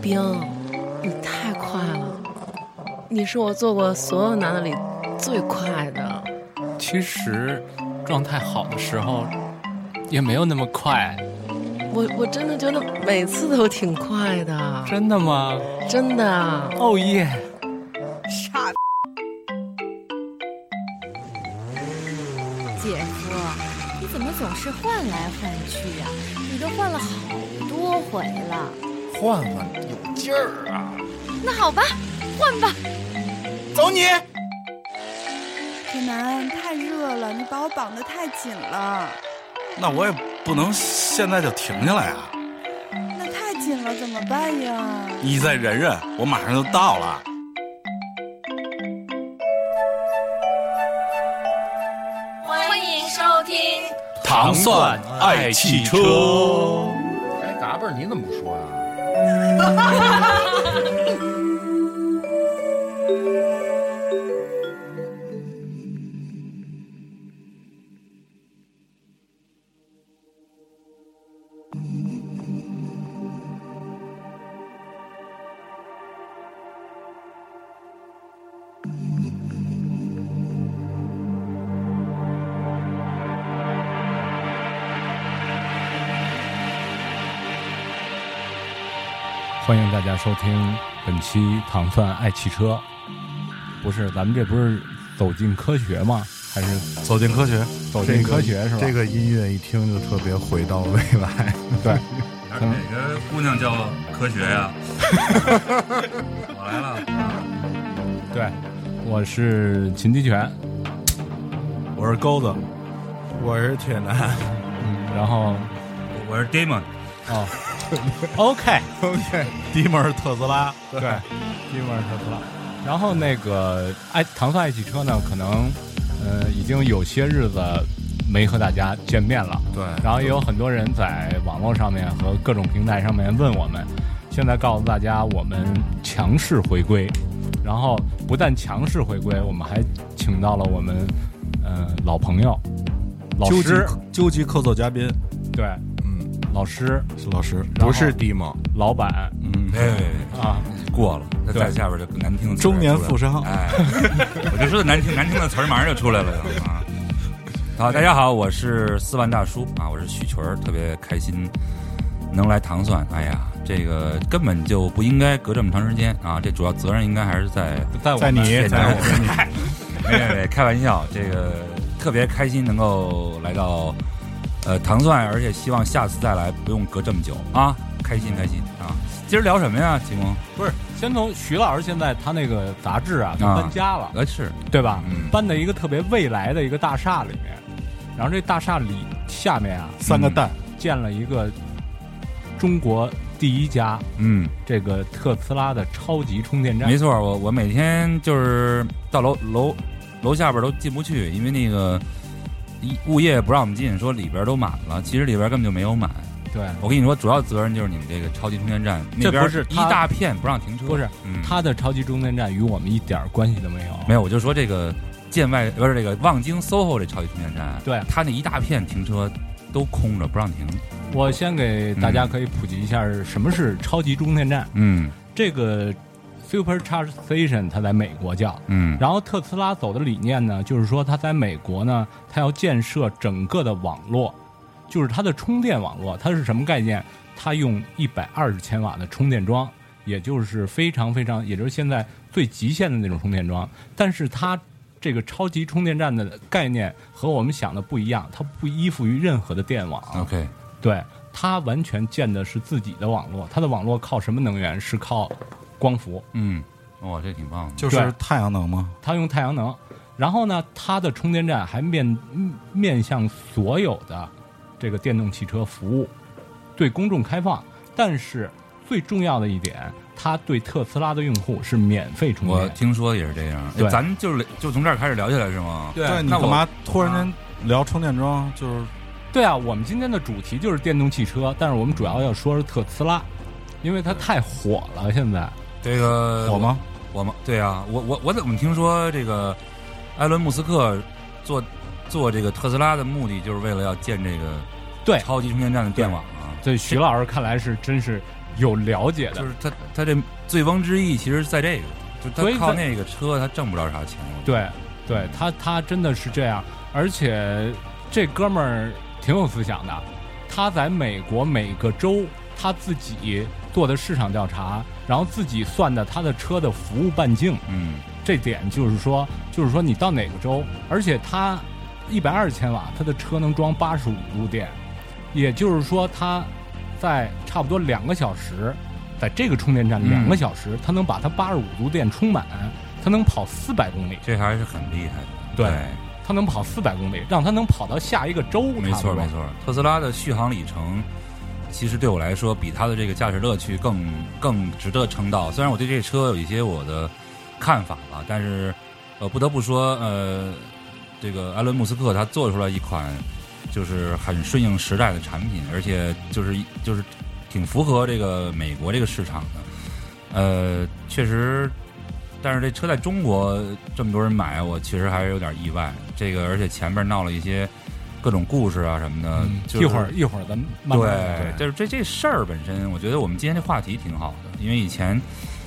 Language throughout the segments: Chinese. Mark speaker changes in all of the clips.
Speaker 1: 冰，你太快了，你是我做过所有男的里最快的。
Speaker 2: 其实状态好的时候也没有那么快，
Speaker 1: 我我真的觉得每次都挺快的，
Speaker 2: 真的吗？
Speaker 1: 真的。
Speaker 2: 哦耶！
Speaker 3: 傻逼，
Speaker 4: 姐夫，你怎么总是换来换去啊？你都换了好多回了。
Speaker 5: 换换有劲儿啊！
Speaker 4: 那好吧，换吧。
Speaker 5: 走你！
Speaker 3: 铁男太热了，你把我绑得太紧了，
Speaker 5: 那我也不能现在就停下来啊！
Speaker 3: 那太紧了怎么办呀？
Speaker 5: 你再忍忍，我马上就到了。
Speaker 6: 欢迎收听。
Speaker 2: 糖蒜爱汽车。
Speaker 7: 哎，嘎嘣儿，你怎么不说啊？
Speaker 8: 欢迎大家收听本期《糖蒜爱汽车》。不是，咱们这不是走进科学吗？还是
Speaker 5: 走进科学，
Speaker 8: 走进科学、是吧？
Speaker 9: 这个音乐一听就特别回到未来。
Speaker 8: 对，
Speaker 10: 哪个姑娘叫科学呀、我来了，
Speaker 8: 对，我是秦鸡泉，
Speaker 5: 我是钩子，
Speaker 9: 我是铁男，
Speaker 8: 嗯，然后
Speaker 10: 我是 Damon，
Speaker 8: 哦 ，OK，
Speaker 5: 迪门儿特斯拉。
Speaker 8: 对，蒂姆尔特斯拉。然后那个爱糖蒜爱汽车呢，可能呃已经有些日子没和大家见面了。
Speaker 9: 对，
Speaker 8: 然后也有很多人在网络上面和各种平台上面问我们，现在告诉大家我们强势回归，然后不但强势回归，我们还请到了我们呃老朋友老
Speaker 5: 究极
Speaker 8: 师，
Speaker 5: 究极客座嘉宾，
Speaker 8: 对，
Speaker 5: 嗯，
Speaker 8: 老师
Speaker 5: 是老师，
Speaker 8: 然后
Speaker 9: 迪蒙，
Speaker 8: 老板
Speaker 5: 嗯，
Speaker 10: 哎，
Speaker 8: 啊，
Speaker 10: 过了，那
Speaker 8: 对
Speaker 10: 再下边就难听的词儿
Speaker 5: 中年
Speaker 10: 出来了
Speaker 5: 富商
Speaker 10: 哎，我就说难听难听的词儿马上就出来了就啊。好，大家好，我是四万大叔啊，我是许群儿，特别开心能来糖蒜。哎呀，这个根本就不应该隔这么长时间啊，这主要责任应该还是在
Speaker 8: 在我
Speaker 5: 在
Speaker 8: 们
Speaker 5: 你
Speaker 10: 现
Speaker 5: 在
Speaker 10: 在
Speaker 5: 我
Speaker 10: 们没没没，开玩笑，这个特别开心能够来到呃糖蒜，而且希望下次再来不用隔这么久啊，开心开心啊！今儿聊什么呀，启蒙？
Speaker 8: 不是先从徐老师现在他那个杂志啊，他
Speaker 10: 啊
Speaker 8: 搬家了，
Speaker 10: 呃，是
Speaker 8: 对吧？
Speaker 10: 嗯
Speaker 8: 搬到一个特别未来的一个大厦里面，然后这大厦里下面啊
Speaker 5: 三个蛋，
Speaker 8: 建了一个中国第一家
Speaker 10: 嗯，
Speaker 8: 这个特斯拉的超级充电站
Speaker 10: 没。错，我我每天就是到楼楼楼下边都进不去，因为那个一物业不让我们进，说里边都满了，其实里边根本就没有满。
Speaker 8: 对，
Speaker 10: 我跟你说，主要责任就是你们这个超级充电站那
Speaker 8: 这
Speaker 10: 边
Speaker 8: 不是
Speaker 10: 一
Speaker 8: 他
Speaker 10: 大片不让停车，
Speaker 8: 不是
Speaker 10: 嗯，
Speaker 8: 它的超级充电站与我们一点儿关系都没有。
Speaker 10: 没有，我就说这个建外不是这个望京 SOHO 这超级充电站，
Speaker 8: 对
Speaker 10: 它那一大片停车都空着，不让停。
Speaker 8: 我先给大家可以普及一下什么是超级充电站。
Speaker 10: 嗯
Speaker 8: 这个 Super Charge Station 它在美国叫，
Speaker 10: 嗯，
Speaker 8: 然后特斯拉走的理念呢，就是说它在美国呢，它要建设整个的网络，就是它的充电网络，它是什么概念？它用一百二十千瓦的充电桩，也就是非常非常，也就是现在最极限的那种充电桩。但是它这个超级充电站的概念和我们想的不一样，它不依附于任何的电网。
Speaker 10: 嗯 OK，
Speaker 8: 对，它完全建的是自己的网络，它的网络靠什么能源？是靠光伏。
Speaker 10: 嗯，哇，这挺棒的。
Speaker 5: 就是
Speaker 8: 对
Speaker 5: 太阳能吗？
Speaker 8: 它用太阳能，然后呢，它的充电站还面嗯面向所有的这个电动汽车服务，对公众开放。但是最重要的一点，它对特斯拉的用户是免费充
Speaker 10: 我
Speaker 8: 电。
Speaker 10: 听说也是这样，哎
Speaker 8: 对
Speaker 10: 咱们就是就从这儿开始聊起来是吗？
Speaker 8: 对
Speaker 5: 你
Speaker 10: 那
Speaker 5: 干
Speaker 10: 我
Speaker 5: 嘛突然间聊充电桩？就是
Speaker 8: 对啊，我们今天的主题就是电动汽车，但是我们主要要说是特斯拉，因为它太火了，现在
Speaker 10: 这个
Speaker 5: 火吗？
Speaker 10: 我吗？对啊，我我我怎么听说这个埃伦·穆斯克做做这个特斯拉的目的就是为了要建这个
Speaker 8: 对
Speaker 10: 超级充电站的电网啊？
Speaker 8: 对徐老师看来是真是有了解的
Speaker 10: 就。是他他这醉翁之意，其实在这个，就
Speaker 8: 所
Speaker 10: 他
Speaker 8: 以
Speaker 10: 靠
Speaker 8: 在
Speaker 10: 那个车，他挣不着啥钱。
Speaker 8: 对，对他他真的是这样，而且这哥们儿挺有思想的，他在美国每个州他自己做的市场调查，然后自己算的他的车的服务半径，
Speaker 10: 嗯，
Speaker 8: 这点就是说，就是说你到哪个州，而且他一百二十千瓦，他的车能装八十五度电，也就是说他在差不多两个小时，在这个充电站
Speaker 10: 嗯
Speaker 8: 两个小时，他能把他八十五度电充满，他能跑四百公里。
Speaker 10: 这还是很厉害的。
Speaker 8: 对它能跑四百公里，让它能跑到下一个州。
Speaker 10: 没
Speaker 8: 差
Speaker 10: 错
Speaker 8: 不多
Speaker 10: 没。错，特斯拉的续航里程。其实对我来说，比它的这个驾驶乐趣更更值得称道。虽然我对这车有一些我的看法吧，但是呃，不得不说，呃，这个埃伦·穆斯克他做出了一款就是很顺应时代的产品，而且就是就是挺符合这个美国这个市场的。呃，确实，但是这车在中国这么多人买，我确实还是有点意外。这个而且前面闹了一些各种故事啊什么的，
Speaker 8: 嗯
Speaker 10: 就是
Speaker 8: 一会儿一会儿咱们慢慢来
Speaker 10: 对，就是这这事儿本身，我觉得我们今天这话题挺好的，因为以前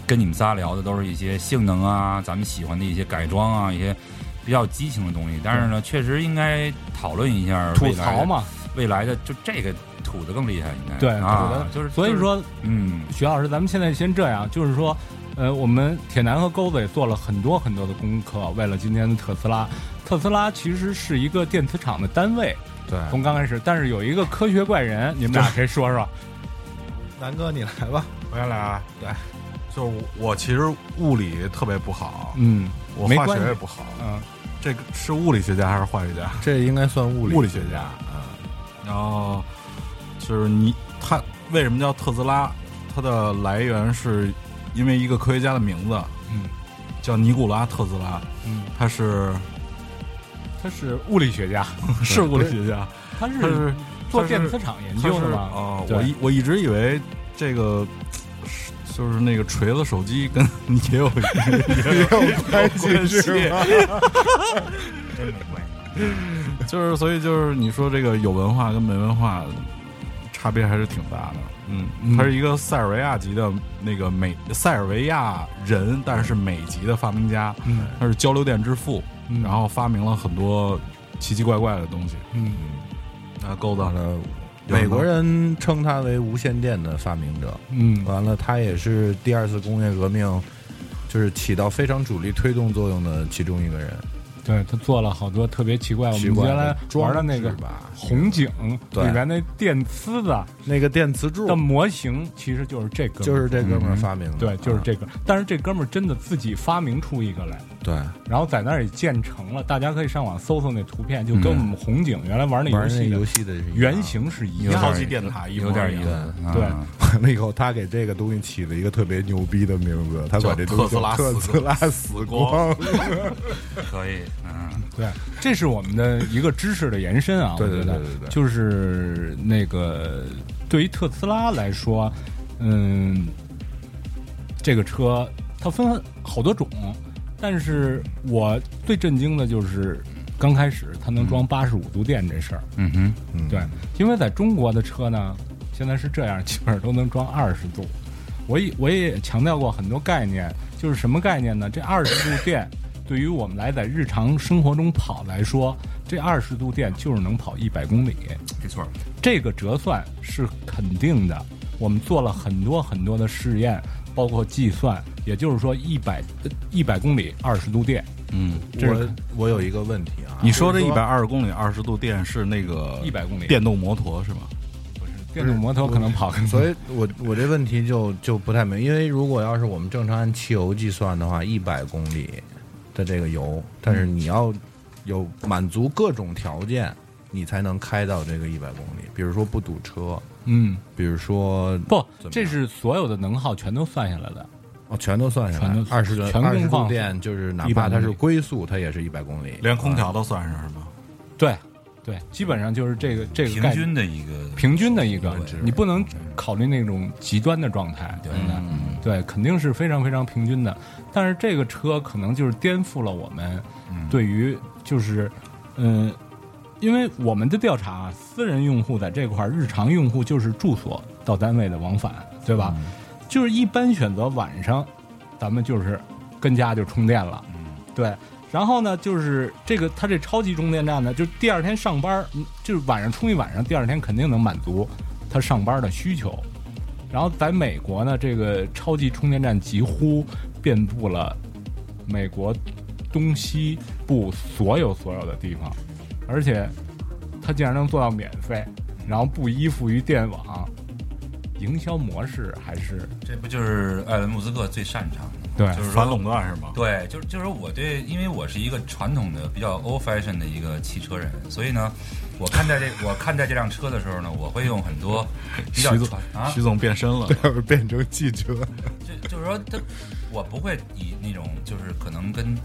Speaker 10: 跟你们仨聊的都是一些性能啊，咱们喜欢的一些改装啊，一些比较激情的东西。但是呢，确实应该讨论一下
Speaker 8: 吐
Speaker 10: 未来
Speaker 8: 槽
Speaker 10: 的，
Speaker 8: 嘛。
Speaker 10: 未来的就这个土的更厉害，应该
Speaker 8: 对土
Speaker 10: 啊
Speaker 8: 的，
Speaker 10: 就是
Speaker 8: 所以，
Speaker 10: 就是
Speaker 8: 说，
Speaker 10: 嗯，
Speaker 8: 徐老师，咱们现在先这样，就是说，呃，我们铁男和钩子也做了很多很多的功课，为了今天的特斯拉。特斯拉其实是一个电磁场的单位，
Speaker 9: 对，
Speaker 10: 哎
Speaker 8: 从刚开始，但是有一个科学怪人，你们俩谁说说？
Speaker 9: 南哥你来吧，
Speaker 5: 我先来啊。对，就是我其实物理特别不好，
Speaker 8: 嗯
Speaker 5: 我
Speaker 8: 没
Speaker 5: 化
Speaker 8: 关
Speaker 5: 学
Speaker 8: 系
Speaker 5: 也不好。
Speaker 8: 嗯，
Speaker 5: 这个是物理学家还是化学家？
Speaker 9: 这应该算物理
Speaker 5: 物理学家啊。然后就是你他为什么叫特斯拉？它的来源是因为一个科学家的名字，
Speaker 8: 嗯，
Speaker 5: 叫尼古拉特斯拉，
Speaker 8: 嗯，
Speaker 5: 他是
Speaker 8: 他是物理学家，
Speaker 5: 是物理学家，
Speaker 8: 他
Speaker 5: 他是
Speaker 8: 是做
Speaker 5: 他是
Speaker 8: 电磁场研
Speaker 5: 他
Speaker 8: 究
Speaker 5: 是
Speaker 8: 的嘛？
Speaker 5: 哦，
Speaker 8: 对
Speaker 5: 我一我一直以为这个。是就是那个锤子手机跟你也有 也有关系是吗？
Speaker 10: 真没关系。
Speaker 5: 就是所以就是你说这个有文化跟没文化差别还是挺大的。嗯，他是一个塞尔维亚籍的那个美塞尔维亚人，但是美籍的发明家，
Speaker 8: 嗯
Speaker 5: 他是交流电之父，
Speaker 8: 嗯
Speaker 5: 然后发明了很多奇奇怪怪的东西。
Speaker 8: 嗯，
Speaker 5: 那构造了
Speaker 9: 美国人称他为无线电的发明者。
Speaker 8: 嗯
Speaker 9: 完了，他也是第二次工业革命就是起到非常主力推动作用的其中一个人。
Speaker 8: 对他做了好多特别奇怪，我们
Speaker 9: 奇怪的
Speaker 8: 原来玩的那个
Speaker 9: 装置吧
Speaker 8: 红警
Speaker 9: 对
Speaker 8: 里边那电丝子
Speaker 9: 那个电磁柱
Speaker 8: 的模型，其实就是这哥们儿
Speaker 9: 就是这哥们儿发明的，
Speaker 8: 对，就是
Speaker 9: 啊
Speaker 8: 这个。但是这哥们儿真的自己发明出一个来，
Speaker 9: 对，
Speaker 8: 然后在那儿也建成了。大家可以上网搜搜那图片，就跟我们红警原来玩那游
Speaker 9: 嗯玩那
Speaker 8: 戏的
Speaker 9: 游戏啊的是一样
Speaker 8: 原。型是一
Speaker 9: 有
Speaker 8: 样
Speaker 9: 点
Speaker 8: 的。
Speaker 5: 超级电塔一模
Speaker 10: 有
Speaker 5: 一样
Speaker 10: 点意思，
Speaker 8: 对
Speaker 10: 啊
Speaker 9: 完了以后，他给这个东西起了一个特别牛逼的名字，他管这东西叫
Speaker 5: 叫
Speaker 9: 特
Speaker 5: 特
Speaker 9: 斯
Speaker 5: 斯
Speaker 9: 拉
Speaker 5: 拉
Speaker 9: 死光。
Speaker 10: 可以，嗯，
Speaker 8: 对，这是我们的一个知识的延伸啊。
Speaker 9: 对对
Speaker 8: 我觉得
Speaker 9: 对对对对
Speaker 8: 就是那个对于特斯拉来说，嗯，这个车它分好多种，但是我最震惊的就是刚开始它能装八十五度电这事儿。
Speaker 10: 嗯哼，
Speaker 8: 对，因为在中国的车呢，现在是这样，基本上都能装二十度。我也我也强调过很多概念，就是什么概念呢？这二十度电对于我们来在日常生活中跑来说，这二十度电就是能跑一百公里，
Speaker 10: 没错，
Speaker 8: 这个折算是肯定的。我们做了很多很多的试验，包括计算，也就是说一百一百公里二十度电，
Speaker 5: 嗯，
Speaker 8: 这是
Speaker 9: 我我有一个问题啊，
Speaker 5: 你说这
Speaker 9: 就
Speaker 5: 一
Speaker 9: 是
Speaker 5: 百二十公里二十度电是那个
Speaker 8: 100公里
Speaker 5: 电动摩托是吗？
Speaker 8: 电动摩托可能跑个
Speaker 9: 所以我我这问题就就不太明，因为如果要是我们正常按汽油计算的话，一百公里的这个油，但是你要有满足各种条件，你才能开到这个一百公里，比如说不堵车，
Speaker 8: 嗯，
Speaker 9: 比如说
Speaker 8: 不
Speaker 9: 怎么，样
Speaker 8: 这是所有的能耗全都算下来的。
Speaker 9: 哦，全都算下来
Speaker 8: 全，都
Speaker 9: 二十
Speaker 8: 全
Speaker 9: 二
Speaker 8: 功
Speaker 9: 十
Speaker 8: 放
Speaker 9: 度电就是哪
Speaker 8: 100
Speaker 9: 怕它
Speaker 8: 公
Speaker 9: 是
Speaker 8: 里
Speaker 9: 龟速，它也是一百公里，
Speaker 5: 连空调都算上是吗？
Speaker 8: 对，对，基本上就是这个这个
Speaker 10: 平
Speaker 8: 概
Speaker 10: 均的一个
Speaker 8: 平均的一个
Speaker 10: 对，
Speaker 8: 你不能考虑那种极端的状态，对对，肯定是非常非常平均的。但是这个车可能就是颠覆了我们对于就是嗯。因为我们的调查，私人用户在这块儿，日常用户就是住所到单位的往返，对吧？就是一般选择晚上，咱们就是跟家就充电了，对。然后呢，就是这个它这超级充电站呢，就是第二天上班，嗯就是晚上充一晚上，第二天肯定能满足他上班的需求。然后在美国呢，这个超级充电站几乎遍布了美国东西部所有所有的地方，而且它竟然能做到免费，然后不依附于电网，营销模式还是
Speaker 10: 这不就是艾伦·穆斯克最擅长的吗？
Speaker 8: 对
Speaker 10: 就是说
Speaker 5: 反垄断是吗？
Speaker 10: 对，就是就是我对，因为我是一个传统的比较 old fashion 的一个汽车人，所以呢，我看待这我看待这辆车的时候呢，我会用很多比较
Speaker 5: 徐总
Speaker 10: 传啊，
Speaker 5: 徐总变身了，
Speaker 9: 对，变成汽车。
Speaker 10: 就就是说它，我不会以那种就是可能跟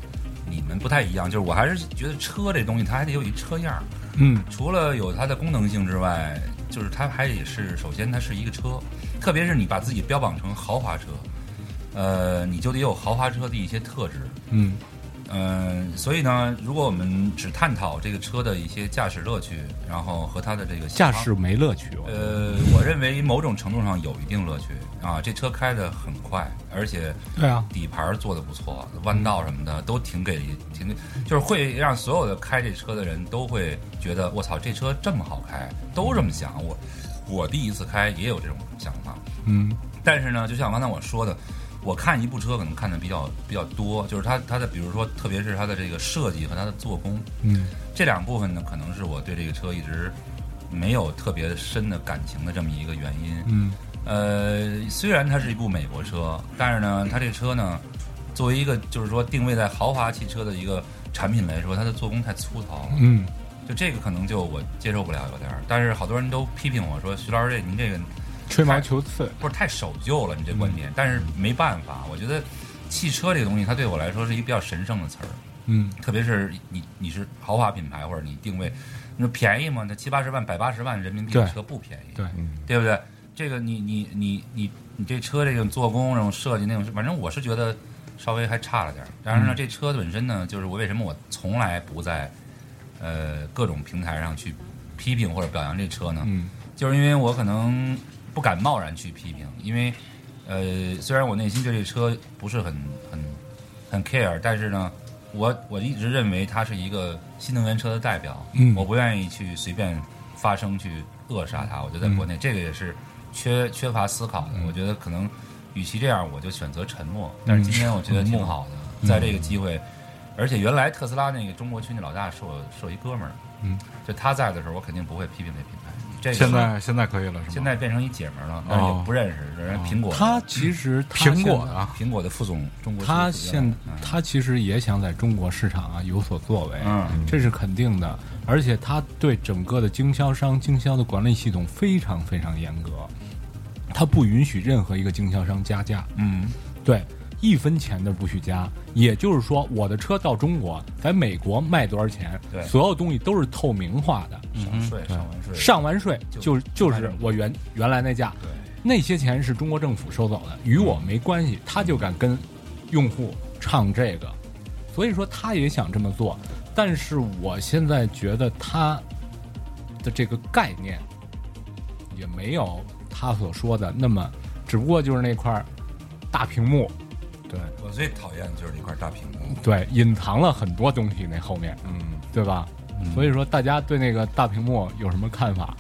Speaker 10: 你们不太一样，就是我还是觉得车这东西它还得有一车样儿，
Speaker 8: 嗯
Speaker 10: 除了有它的功能性之外，就是它还得是首先它是一个车，特别是你把自己标榜成豪华车，呃，你就得有豪华车的一些特质。
Speaker 8: 嗯
Speaker 10: 嗯、所以呢，如果我们只探讨这个车的一些驾驶乐趣，然后和它的这个
Speaker 8: 驾
Speaker 10: 驶。
Speaker 8: 驶没乐趣。我觉得
Speaker 10: 呃，我认为某种程度上有一定乐趣啊。这车开得很快，而且
Speaker 8: 对啊
Speaker 10: 底盘做得不错，弯道什么的都挺给力，挺给就是会让所有的开这车的人都会觉得我操，这车这么好开，都这么想。我我第一次开也有这种想法，
Speaker 8: 嗯
Speaker 10: 但是呢，就像刚才我说的，我看一部车可能看的比较比较多，就是它它的比如说，特别是它的这个设计和它的做工，
Speaker 8: 嗯
Speaker 10: 这两部分呢，可能是我对这个车一直没有特别深的感情的这么一个原因。
Speaker 8: 嗯
Speaker 10: 呃，虽然它是一部美国车，但是呢，它这车呢，作为一个就是说定位在豪华汽车的一个产品来说，它的做工太粗糙了。
Speaker 8: 嗯，
Speaker 10: 就这个可能就我接受不了有点儿，但是好多人都批评我说，徐老师这您这个
Speaker 8: 吹毛求疵。
Speaker 10: 不是太守旧了，你这观点。
Speaker 8: 嗯
Speaker 10: 但是没办法，我觉得汽车这个东西，它对我来说是一个比较神圣的词儿。
Speaker 8: 嗯
Speaker 10: 特别是你你是豪华品牌或者你定位，你说便宜吗？那七八十万、百八十万人民币的
Speaker 8: 对
Speaker 10: 车不便宜，
Speaker 8: 对
Speaker 10: 对不对？这个你你你你你这车这种做工、这种设计那种，反正我是觉得稍微还差了点儿。但是呢，
Speaker 8: 嗯
Speaker 10: 这车本身呢，就是我为什么我从来不在呃各种平台上去批评或者表扬这车呢？
Speaker 8: 嗯
Speaker 10: 就是因为我可能不敢贸然去批评，因为呃，虽然我内心对这车不是很很很 care，但是呢，我我一直认为它是一个新能源车的代表，
Speaker 8: 嗯
Speaker 10: 我不愿意去随便发声去扼杀它。我觉得在国内、这个也是缺缺乏思考的。我觉得可能与其这样，我就选择沉默。但是今天我觉得挺好的，在这个机会，而且原来特斯拉那个中国区那老大是我是我一哥们儿，
Speaker 8: 嗯，
Speaker 10: 就他在的时候，我肯定不会批评这品牌。这个
Speaker 5: 现在现在可以了是吗？
Speaker 10: 现在变成一姐们儿了，但是也不认识，人家苹果的，
Speaker 8: 他其实哦他
Speaker 5: 苹果
Speaker 8: 现在
Speaker 5: 的啊，
Speaker 10: 苹果的副总，中国
Speaker 8: 他
Speaker 10: 区的副
Speaker 8: 现
Speaker 10: 总嗯
Speaker 8: 他其实也想在中国市场啊有所作为，
Speaker 10: 嗯
Speaker 8: 这是肯定的。而且他对整个的经销商、经销的管理系统非常非常严格，他不允许任何一个经销商加价，
Speaker 10: 嗯
Speaker 8: 对，一分钱都不许加。也就是说，我的车到中国，在美国卖多少钱
Speaker 10: 对，
Speaker 8: 所有东西都是透明化的，
Speaker 10: 上税上完税
Speaker 8: 上完税就
Speaker 10: 就
Speaker 8: 就是我原原来那价，
Speaker 10: 对
Speaker 8: 那些钱是中国政府收走的，与我没关系。他就敢跟用户唱这个，所以说他也想这么做。但是我现在觉得他的这个概念也没有他所说的那么，只不过就是那块儿大屏幕，对
Speaker 10: 我最讨厌的就是那块大屏幕，
Speaker 8: 对，隐藏了很多东西那后面，
Speaker 9: 嗯，
Speaker 8: 对吧？所以说大家对那个大屏幕有什么看法？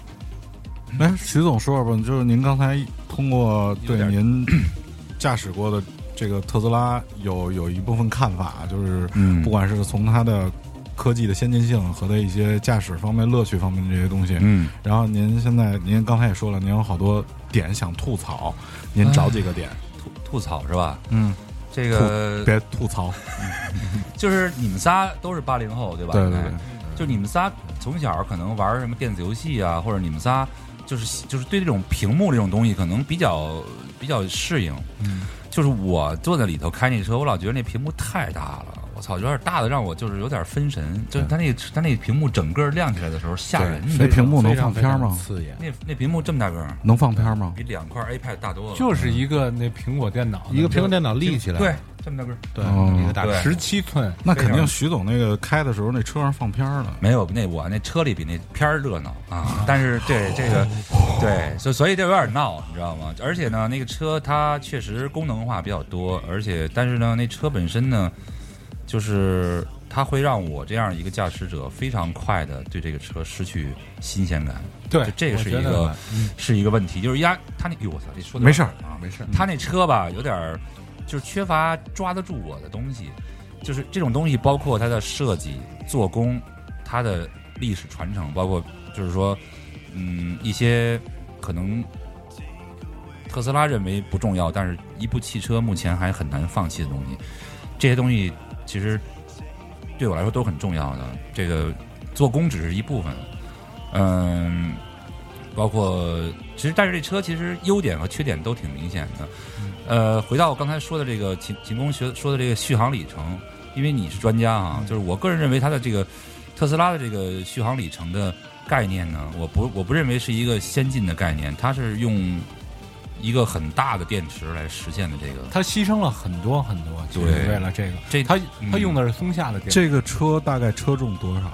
Speaker 5: 哎，徐总说说吧，就是您刚才通
Speaker 10: 嗯
Speaker 5: 过对您驾驶过的这个特斯拉有有一部分看法，就是
Speaker 10: 嗯
Speaker 5: 不管是从它的科技的先进性和它一些驾驶方面、乐趣方面这些东西，
Speaker 10: 嗯，
Speaker 5: 然后您现在您刚才也说了，您有好多点想吐槽，您
Speaker 10: 哎
Speaker 5: 找几个点，
Speaker 10: 吐吐槽是吧？
Speaker 5: 嗯，
Speaker 10: 这个
Speaker 5: 别吐槽，
Speaker 10: 就是你们仨都是八零后对吧？
Speaker 5: 对对
Speaker 10: 应该
Speaker 5: 对，
Speaker 10: 就你们仨从小可能玩什么电子游戏啊，或者你们仨就是就是对这种屏幕这种东西可能比较比较适应。
Speaker 8: 嗯，
Speaker 10: 就是我坐在里头开那车，我老觉得那屏幕太大了，我操，有点大的让我就是有点分神。就是它那它那屏幕整个亮起来的时候吓人，你知
Speaker 5: 那
Speaker 10: 道吗
Speaker 5: 屏幕能放片吗？
Speaker 9: 刺眼。
Speaker 10: 那那屏幕这么大个儿，
Speaker 5: 能放片吗？
Speaker 10: 比两块 iPad 大多了。
Speaker 8: 就是一个那苹果电脑的，
Speaker 9: 一个苹果电脑立起来，
Speaker 10: 对，这么大个儿，
Speaker 9: 对
Speaker 5: 哦
Speaker 9: 一个大
Speaker 10: 对
Speaker 9: 十
Speaker 8: 七寸，
Speaker 5: 那肯定徐总那个开的时候，那车上放片儿了。
Speaker 10: 没有，那我那车里比那片儿热闹啊！但是这这个，对，所所以这有点闹，你知道吗？而且呢，那个车它确实功能化比较多，而且但是呢，那车本身呢，就是它会让我这样一个驾驶者非常快的对这个车失去新鲜感。
Speaker 8: 对
Speaker 10: 就这个是
Speaker 8: 我
Speaker 10: 一
Speaker 8: 觉得
Speaker 10: 个、是一个问题，就是压它那，哎呦我操，这说的
Speaker 5: 没事儿
Speaker 10: 啊，
Speaker 9: 没事儿
Speaker 10: 他那车吧，有点儿就是缺乏抓得住我的东西，就是这种东西包括它的设计、做工、它的历史传承，包括就是说，嗯，一些可能特斯拉认为不重要，但是一部汽车目前还很难放弃的东西，这些东西其实对我来说都很重要的。这个做工只是一部分，嗯，包括其实，但是这车其实优点和缺点都挺明显的。
Speaker 5: 嗯
Speaker 10: 呃，回到我刚才说的这个秦秦工学说的这个续航里程，因为你是专家啊，
Speaker 5: 嗯
Speaker 10: 就是我个人认为它的这个特斯拉的这个续航里程的概念呢，我不我不认为是一个先进的概念，它是用一个很大的电池来实现的这个。
Speaker 8: 它牺牲了很多很多，就是
Speaker 10: 对
Speaker 8: 为了这个。
Speaker 10: 这
Speaker 8: 它
Speaker 10: 嗯
Speaker 8: 它用的是松下的电池，
Speaker 5: 这个车大概车重多少？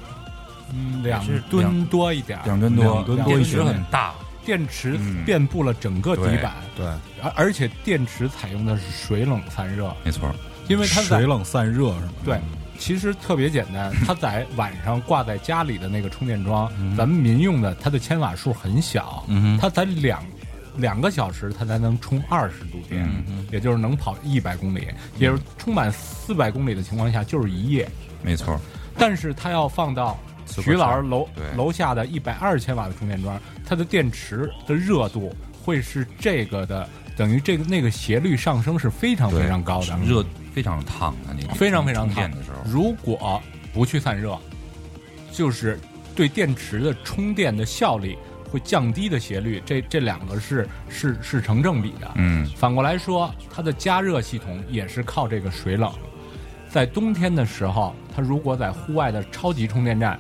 Speaker 8: 嗯，两
Speaker 10: 是
Speaker 8: 吨多一点儿，
Speaker 10: 两吨多，
Speaker 5: 两吨多
Speaker 10: 电
Speaker 5: 一
Speaker 10: 池
Speaker 5: 点
Speaker 10: 很大，
Speaker 8: 电池
Speaker 10: 嗯
Speaker 8: 遍布了整个底
Speaker 10: 对
Speaker 8: 板，
Speaker 9: 对，
Speaker 8: 而而且电池采用的是水冷散热，
Speaker 10: 没错，
Speaker 8: 因为它在
Speaker 5: 水冷散热是吗？
Speaker 8: 对，其实特别简 单，它在晚上挂在家里的那个充电桩，
Speaker 10: 嗯
Speaker 8: 咱们民用的，它的千瓦数很小，它才两两个小时，它才能充二十度电，
Speaker 10: 嗯
Speaker 8: 也就是能跑一百公里，也就是充满四百公里的情况下就是一夜，
Speaker 10: 没错，
Speaker 8: 但是它要放到。
Speaker 10: 四
Speaker 8: 徐
Speaker 10: 个
Speaker 8: 老师
Speaker 10: 圈
Speaker 8: 楼
Speaker 10: 对
Speaker 8: 楼下的一百二十千瓦的充电桩，它的电池的热度会是这个的，等于这个那个斜率上升是非常非常高的，嗯啊
Speaker 10: 热非常烫的那个，
Speaker 8: 非常非常
Speaker 10: 充
Speaker 8: 烫
Speaker 10: 电的时候，
Speaker 8: 如果不去散热，就是对电池的充电的效率会降低的斜率，这这两个是是是成正比的。
Speaker 10: 嗯，
Speaker 8: 反过来说，它的加热系统也是靠这个水冷。在冬天的时候，它如果在户外的超级充电站，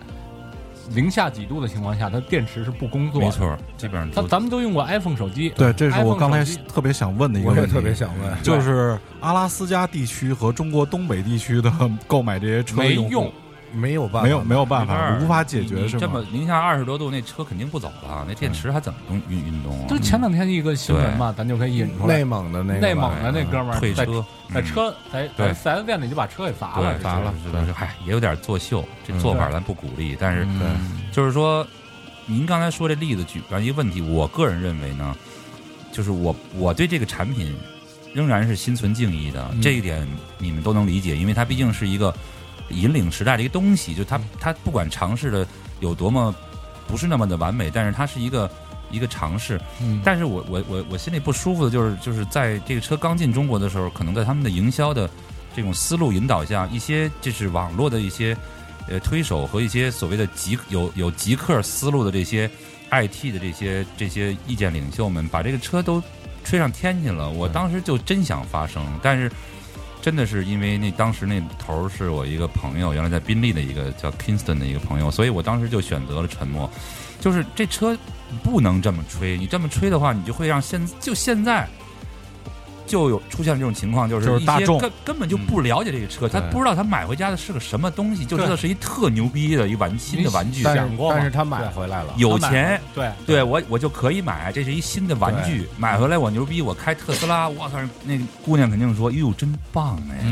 Speaker 8: 零下几度的情况下，它电池是不工作的。
Speaker 10: 没，错，基本上
Speaker 8: 咱
Speaker 10: 都
Speaker 8: 咱们都用过 iPhone 手机，
Speaker 5: 对，这是我
Speaker 8: iPhone
Speaker 5: 刚才
Speaker 8: 手机
Speaker 5: 特别想问的一个
Speaker 9: 我也
Speaker 5: 问题，
Speaker 9: 特别想问，
Speaker 5: 就是阿拉斯加地区和中国东北地区的购买这些车
Speaker 8: 没
Speaker 5: 用户
Speaker 8: 用，
Speaker 9: 没有办法，
Speaker 5: 没有没有办
Speaker 10: 没
Speaker 5: 法，
Speaker 10: 儿
Speaker 5: 无法解
Speaker 10: 你
Speaker 5: 决
Speaker 10: 你
Speaker 5: 是
Speaker 10: 这
Speaker 5: 吗
Speaker 10: 么？零下二十多度，那车肯定不走了，那电池还怎么动运运动啊？
Speaker 8: 就前两天一个新闻嘛，咱就可以引出来
Speaker 9: 内。蒙的那个吧
Speaker 8: 内蒙的那哥们儿
Speaker 10: 退
Speaker 8: 在
Speaker 10: 车，
Speaker 8: 在
Speaker 10: 嗯
Speaker 8: 车在在
Speaker 10: 对
Speaker 8: 四 S 店里就把车给砸
Speaker 10: 对
Speaker 8: 了，
Speaker 9: 砸了
Speaker 10: 是的，是的嗨，也有点作秀，这做法咱不鼓励，但是
Speaker 8: 嗯
Speaker 9: 对
Speaker 10: 就是说，您刚才说这例子举完一个问题，我个人认为呢，就是我我对这个产品仍然是心存敬意的，这一点你们都能理解，因为它毕竟是一个引领时代的一个东西，就它它不管尝试的有多么不是那么的完美，但是它是一个一个尝试。
Speaker 8: 嗯
Speaker 10: 但是我我我我心里不舒服的就是就是在这个车刚进中国的时候，可能在他们的营销的这种思路引导下，一些就是网络的一些呃推手和一些所谓的极有有极客思路的这些 IT 的这些这些意见领袖们，把这个车都吹上天去了。我当时就真想发声，但是真的是因为那当时那头儿是我一个朋友，原来在宾利的一个叫 Kingston 的一个朋友，所以我当时就选择了沉默。就是这车不能这么吹，你这么吹的话，你就会让现就现在就有出现这种情况，就是
Speaker 5: 就是
Speaker 10: 一
Speaker 5: 大
Speaker 10: 些
Speaker 5: 众
Speaker 10: 根根本就不了解这个车，他
Speaker 9: 对
Speaker 10: 不知道他买回家的是个什么东西，就知道是一特牛逼的一玩新的玩具，
Speaker 9: 但
Speaker 8: 想
Speaker 9: 是
Speaker 8: 过吗
Speaker 9: 但是他买回来了，
Speaker 10: 有钱。
Speaker 8: 对
Speaker 10: 对我，我就可以买，这是一新的玩具，买回来我牛逼，我开特斯拉，我操，那个姑娘肯定说，哟，真棒哎！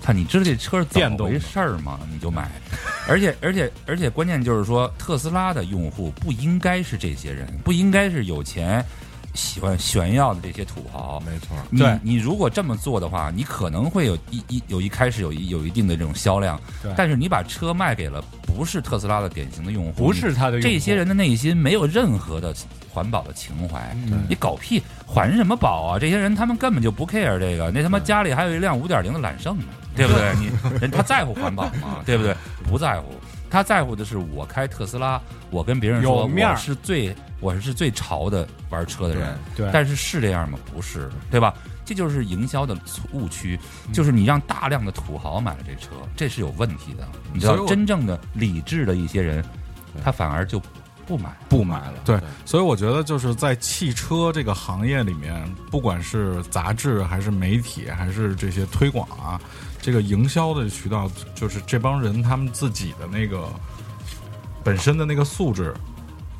Speaker 10: 操，你知道这车是怎么回事儿吗？你就买， 而且而且而且，关键就是说，特斯拉的用户不应该是这些人，不应该是有钱、喜欢炫耀的这些土豪，
Speaker 9: 没错，
Speaker 10: 你
Speaker 8: 对
Speaker 10: 你如果这么做的话，你可能会有一一有一开始有一有一定的这种销量
Speaker 8: 对，
Speaker 10: 但是你把车卖给了不是特斯拉的典型的用户，
Speaker 8: 不是
Speaker 10: 你
Speaker 8: 他的用户
Speaker 10: 这些人的内心没有任何的环保的情怀，
Speaker 8: 嗯
Speaker 10: 你狗屁环什么保啊？这些人他们根本就不 care 这个，那他妈家里还有一辆五点零的揽胜呢，
Speaker 8: 嗯
Speaker 10: 对不 对？你人他在乎环保吗？对不对？不在乎，他在乎的是我开特斯拉，我跟别人说
Speaker 8: 有面儿
Speaker 10: 我是最我是最潮的玩车的人，
Speaker 8: 对
Speaker 10: 但是是这样吗？不是，对吧？这就是营销的误区，就是你让大量的土豪买了这车，这是有问题的。你知
Speaker 9: 所以
Speaker 10: 道，
Speaker 9: 我
Speaker 10: 真正的理智的一些人，他反而就
Speaker 8: 不买，
Speaker 5: 不买了。对，所以我觉得就是在汽车这个行业里面，不管是杂志还是媒体，还是这些推广啊，这个营销的渠道，就是这帮人他们自己的那个本身的那个素质，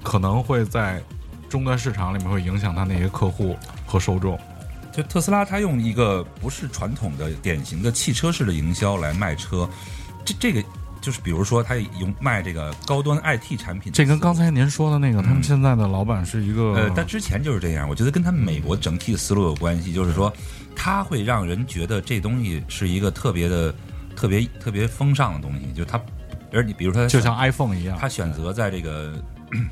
Speaker 5: 可能会在终端市场里面会影响他那些客户和受众。
Speaker 10: 就特斯拉，它用一个不是传统的典型的汽车式的营销来卖车，这这个就是比如说，它用卖这个高端 IT 产品，
Speaker 5: 这跟刚才您说的那个，他们现在的老板是一个
Speaker 10: 呃，但之前就是这样，我觉得跟他们美国整体的思路有关系，就是说，它会让人觉得这东西是一个特别的、特别特别风尚的东西，就是它，而你比如说它选，
Speaker 5: 就像 iPhone 一样
Speaker 10: 他选择在这个咳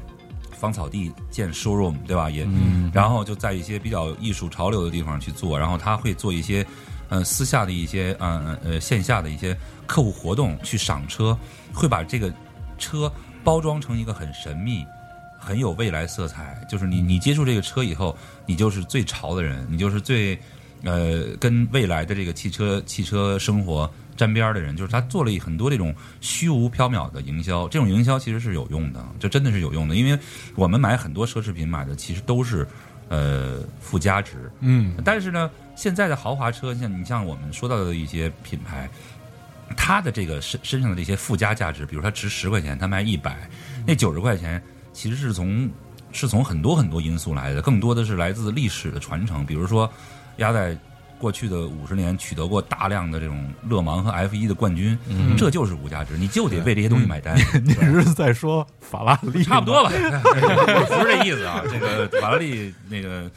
Speaker 10: 芳草地建 showroom，对吧？也，
Speaker 5: 嗯
Speaker 10: 然后就在一些比较艺术潮流的地方去做，然后他会做一些，呃，私下的一些，呃呃，线下的一些客户活动去赏车，会把这个车包装成一个很神秘。很有未来色彩，就是你你接触这个车以后，你就是最潮的人，你就是最呃跟未来的这个汽车汽车生活沾边儿的人，就是他做了很多这种虚无缥缈的营销，这种营销其实是有用的，这真的是有用的，因为我们买很多奢侈品买的其实都是呃附加值，
Speaker 8: 嗯，
Speaker 10: 但是呢，现在的豪华车，像你像我们说到的一些品牌，它的这个身身上的这些附加价值，比如它值十块钱，它卖一百，那九十块钱其实是从是从很多很多因素来的，更多的是来自历史的传承，比如说压在。过去的五十年取得过大量的这种勒芒和 F 一的冠军，
Speaker 5: 嗯
Speaker 10: 这就是无价值，你就得为这些东西买 单。
Speaker 5: 你是在说法拉利？
Speaker 10: 差不多 吧，不是这意思啊。这个法拉利那个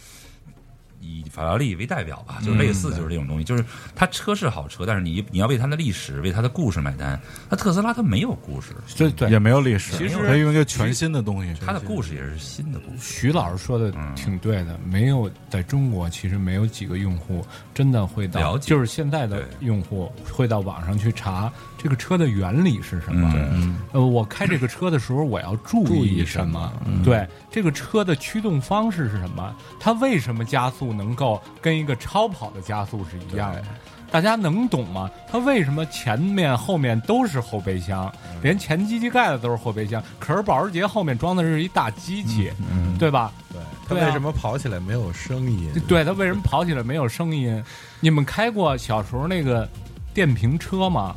Speaker 10: 以法拉利为代表吧，就类似就是这种东西，就是它车是好车，但是你你要为它的历史、为它的故事买单。那特斯拉它没有故事，
Speaker 8: 对对，
Speaker 5: 也没有历史，
Speaker 8: 其实
Speaker 5: 它用一个全新的东西。
Speaker 10: 它的故事也是新的故事。
Speaker 8: 徐老师说的
Speaker 10: 嗯
Speaker 8: 挺对的，没有在中国其实没有几个用户真的会到，
Speaker 10: 了解
Speaker 8: 就是现在的用户会到网上去查这个车的原理是什么。
Speaker 10: 嗯
Speaker 8: 呃，我开这个车的时候我要注
Speaker 5: 嗯注
Speaker 8: 意
Speaker 5: 意
Speaker 8: 什
Speaker 5: 什
Speaker 8: 么
Speaker 5: 么？嗯
Speaker 8: 对，这个车的驱动方式是什么？它为什么加速能够跟一个超跑的加速是一样的？大家能懂吗？它为什么前面、后面都是后备箱，连前机器盖子都是后备箱？可是保时捷后面装的是一大机器，对吧？
Speaker 9: 对，他
Speaker 8: 对啊
Speaker 9: 为什么跑起来没有声音？
Speaker 8: 对它为什么跑起来没有声音？你们开过小时候那个电瓶车吗？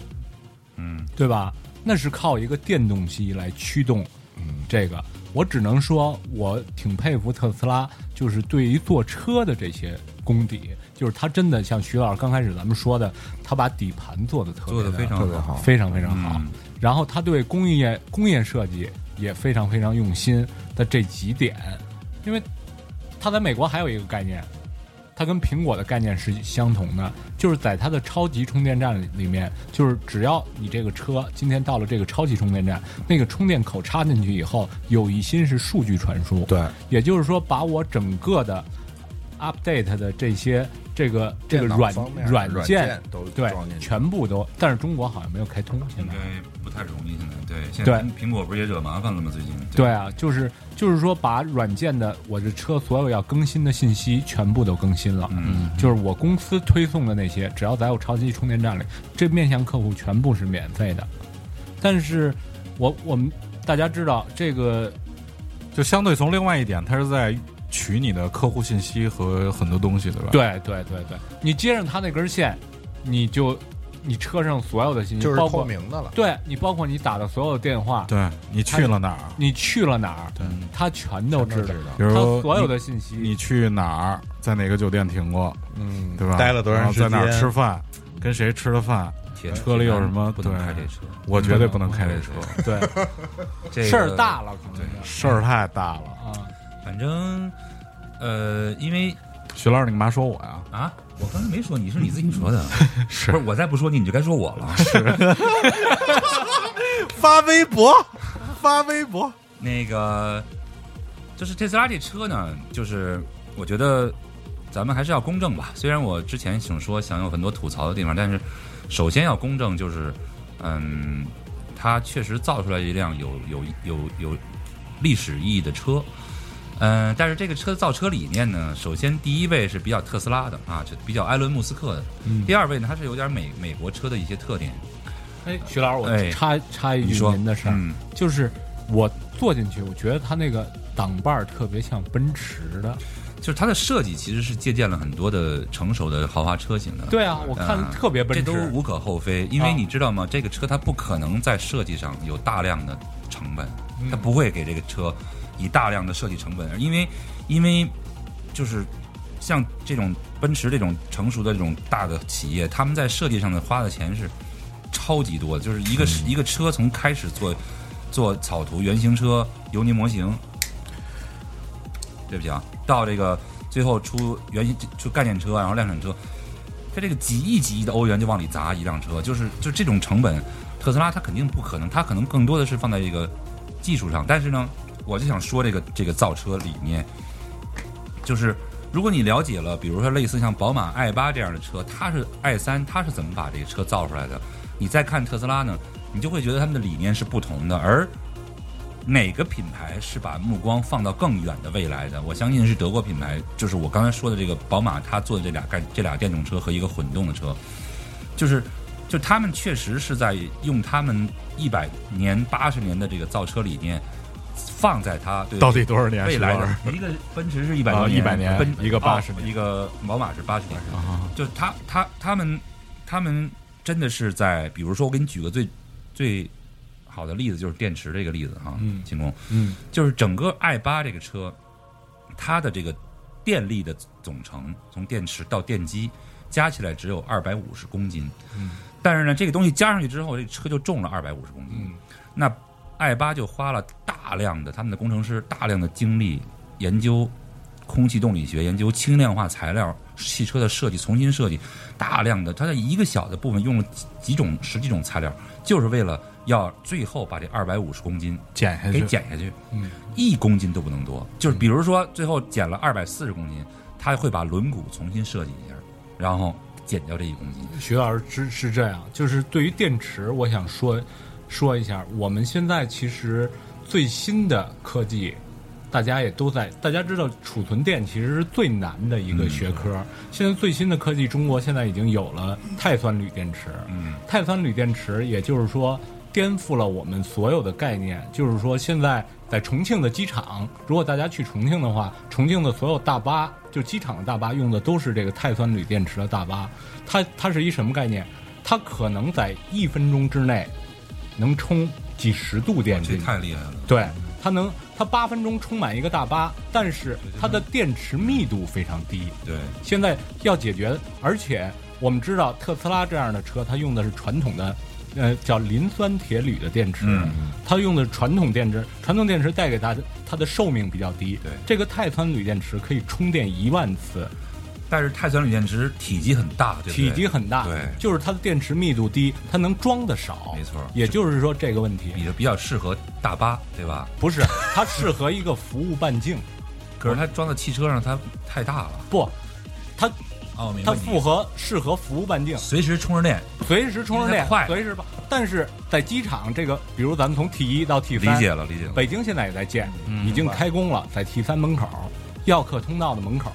Speaker 10: 嗯，
Speaker 8: 对吧？那是靠一个电动机来驱动，
Speaker 10: 嗯
Speaker 8: 这个我只能说，我挺佩服特斯拉，就是对于做车的这些功底，就是他真的像徐老师刚开始咱们说的，他把底盘做的特别
Speaker 10: 做得非常
Speaker 8: 特别
Speaker 9: 啊
Speaker 8: 好，非常非常好。
Speaker 10: 嗯
Speaker 8: 然后他对工业工业设计也非常非常用心的这几点，因为他在美国还有一个概念，它跟苹果的概念是相同的，就是在它的超级充电站里面，就是只要你这个车今天到了这个超级充电站，那个充电口插进去以后，有一心是数据传输，
Speaker 9: 对，
Speaker 8: 也就是说把我整个的 update 的这些这个这个
Speaker 9: 电脑
Speaker 8: 软
Speaker 9: 方面
Speaker 8: 软
Speaker 9: 软
Speaker 8: 件
Speaker 9: 件都
Speaker 8: 对
Speaker 9: 装进去嗯
Speaker 8: 全部都，但是中国好像没有开通现
Speaker 10: 应
Speaker 8: 在
Speaker 10: 该。不太容易，现在对，现
Speaker 8: 对
Speaker 10: 在苹果不是也惹麻烦了吗？最近
Speaker 8: 对啊，就是就是说，把软件的我这车所有要更新的信息全部都更新了。
Speaker 10: 嗯，
Speaker 8: 就是我公司推送的那些，只要在我超级充电站里，这面向客户全部是免费的。但是我我们大家知道，这个
Speaker 5: 就相对从另外一点，它是在取你的客户信息和很多东西，对吧？
Speaker 8: 对对对对，你接上他那根线，你就你车上所有的信息，
Speaker 9: 就是
Speaker 8: 包
Speaker 9: 透
Speaker 8: 括
Speaker 9: 明的了。
Speaker 8: 对你包括你打的所有的电话，
Speaker 5: 对，你去了哪儿？
Speaker 8: 你去了哪儿，
Speaker 5: 对，
Speaker 8: 他全都知
Speaker 9: 全
Speaker 8: 道
Speaker 9: 都知道。
Speaker 5: 比如
Speaker 8: 他
Speaker 5: 说
Speaker 8: 所有的信息，
Speaker 5: 你你去哪儿，在哪个酒店停过，
Speaker 9: 嗯，
Speaker 5: 对吧？
Speaker 9: 待了多
Speaker 5: 然
Speaker 9: 长
Speaker 5: 后
Speaker 9: 时间？
Speaker 5: 在哪儿吃饭？跟谁吃的饭？
Speaker 10: 铁
Speaker 5: 车里有什么
Speaker 10: 不能
Speaker 5: 对
Speaker 10: 开这车，
Speaker 5: 我绝对不能开这车，
Speaker 8: 对
Speaker 10: 这 个
Speaker 8: 事儿大了，可能就
Speaker 5: 事儿太大了。
Speaker 8: 啊，
Speaker 10: 反正呃，因为
Speaker 5: 徐老师，你干嘛说我呀？
Speaker 10: 啊，我刚才没说，你是你自己说的，啊
Speaker 5: 是
Speaker 10: 不是？我再不说你，你就该说我了。
Speaker 5: 发微博，发微博。
Speaker 10: 那个就是特斯拉这车呢，就是我觉得咱们还是要公正吧。虽然我之前想说想有很多吐槽的地方，但是首先要公正，就是嗯，它确实造出来一辆有有有有历史意义的车。嗯，但是这个车造车理念呢，首先第一位是比较特斯拉的啊，就比较埃伦·穆斯克的。
Speaker 8: 嗯
Speaker 10: 第二位呢，它是有点美美国车的一些特点。
Speaker 8: 哎，徐老师，
Speaker 10: 哎
Speaker 8: 我插插一
Speaker 10: 你
Speaker 8: 句
Speaker 10: 说
Speaker 8: 您的事儿，
Speaker 10: 嗯
Speaker 8: 就是我坐进去，我觉得它那个挡把儿特别像奔驰的。
Speaker 10: 就是它的设计其实是借鉴了很多的成熟的豪华车型的。
Speaker 8: 对啊，我看
Speaker 10: 嗯
Speaker 8: 特别奔驰
Speaker 10: 这都无可厚非，因为
Speaker 8: 啊
Speaker 10: 你知道吗？这个车它不可能在设计上有大量的成本，
Speaker 8: 嗯
Speaker 10: 它不会给这个车以大量的设计成本，因为因为就是像这种奔驰这种成熟的这种大的企业，他们在设计上的花的钱是超级多的，就是一个、
Speaker 8: 嗯
Speaker 10: 一个车从开始做做草图、原型车、油泥模型，对不起啊，到这个最后出原型出概念车，然后量产车，它这个几亿几亿的欧元就往里砸一辆车，就是就这种成本，特斯拉它肯定不可能，它可能更多的是放在这个技术上。但是呢，我就想说这个这个造车理念，就是如果你了解了，比如说类似像宝马 i 八这样的车，它是 i 三，它是怎么把这个车造出来的？你再看特斯拉呢，你就会觉得他们的理念是不同的，而哪个品牌是把目光放到更远的未来的？我相信是德国品牌，就是我刚才说的这个宝马，它做的这俩概这俩电动车和一个混动的车，就是就他们确实是在用他们一百年、八十年的这个造车理念。放在它对
Speaker 5: 到底多少年
Speaker 10: 未来的
Speaker 5: 是多少
Speaker 10: 一个奔驰是一百
Speaker 5: 啊
Speaker 10: 多
Speaker 5: 100年啊
Speaker 10: 奔
Speaker 5: 一个80
Speaker 10: 哦一个宝马是八十年，就是他他他们他们真的是在，比如说我给你举个最最好的例子，就是电池这个例子哈，
Speaker 8: 嗯
Speaker 10: 秦工，
Speaker 8: 嗯，
Speaker 10: 就是整个 i 八这个车，它的这个电力的总成，从电池到电机加起来只有二百五十公斤，
Speaker 8: 嗯，
Speaker 10: 但是呢，这个东西加上去之后，这车就重了二百五十公斤，
Speaker 8: 嗯
Speaker 10: 那 i 八就花了大量的他们的工程师大量的精力研究空气动力学，研究轻量化材料、汽车的设计、重新设计，大量的它在一个小的部分用了几几种十几种材料，就是为了要最后把这二百五十公斤
Speaker 8: 减下去
Speaker 10: 给减下去，
Speaker 8: 嗯，
Speaker 10: 一公斤都不能多。就是比如说最后减了二百四十公斤，他会把轮毂重新设计一下，然后减掉这一公斤。
Speaker 8: 徐老师是是这样，就是对于电池，我想说说一下，我们现在其实最新的科技，大家也都在，大家知道储存电其实是最难的一个学科。现在最新的科技，中国现在已经有了碳酸锂电池，
Speaker 10: 嗯，
Speaker 8: 碳酸锂电池，也就是说颠覆了我们所有的概念。就是说，现在在重庆的机场，如果大家去重庆的话，重庆的所有大巴，就机场的大巴用的都是这个碳酸锂电池的大巴。它它是一什么概念？它可能在一分钟之内能充几十度电
Speaker 10: 这
Speaker 8: 进去。
Speaker 10: 太厉害了，
Speaker 8: 对，它能，它八分钟充满一个大巴，但是它的电池密度非常低。
Speaker 10: 对，
Speaker 8: 现在要解决，而且我们知道特斯拉这样的车，它用的是传统的，呃，叫磷酸铁铝的电池，
Speaker 10: 嗯
Speaker 8: 它用的是传统电池，传统电池带给它的它的寿命比较低，
Speaker 10: 对
Speaker 8: 这个碳酸锂电池可以充电一万次，
Speaker 10: 但是碳酸锂电池体积很大，对不
Speaker 8: 体
Speaker 10: 对
Speaker 8: 积很大，
Speaker 10: 对
Speaker 8: 就是它的电池密度低，它能装的少，
Speaker 10: 没错
Speaker 8: 也就是说这个问题
Speaker 10: 你就比较适合大巴，对吧？
Speaker 8: 不是它适合一个服务半径，
Speaker 10: 可是它装到汽车上，它太大了。
Speaker 8: 不，它
Speaker 10: 哦，我明白
Speaker 8: 它
Speaker 10: 你。
Speaker 8: 符合适合服务半径，
Speaker 10: 随时充着电，
Speaker 8: 随时充上
Speaker 10: 因为
Speaker 8: 电
Speaker 10: 它快，
Speaker 8: 随时吧。但是在机场这个，比如咱们从 T 一到 T
Speaker 10: 理
Speaker 8: 三，
Speaker 10: 解了，理解了。
Speaker 8: 北京现在也在建，
Speaker 2: 嗯
Speaker 8: 已经开工了，在 T 三门口，耀客通道的门口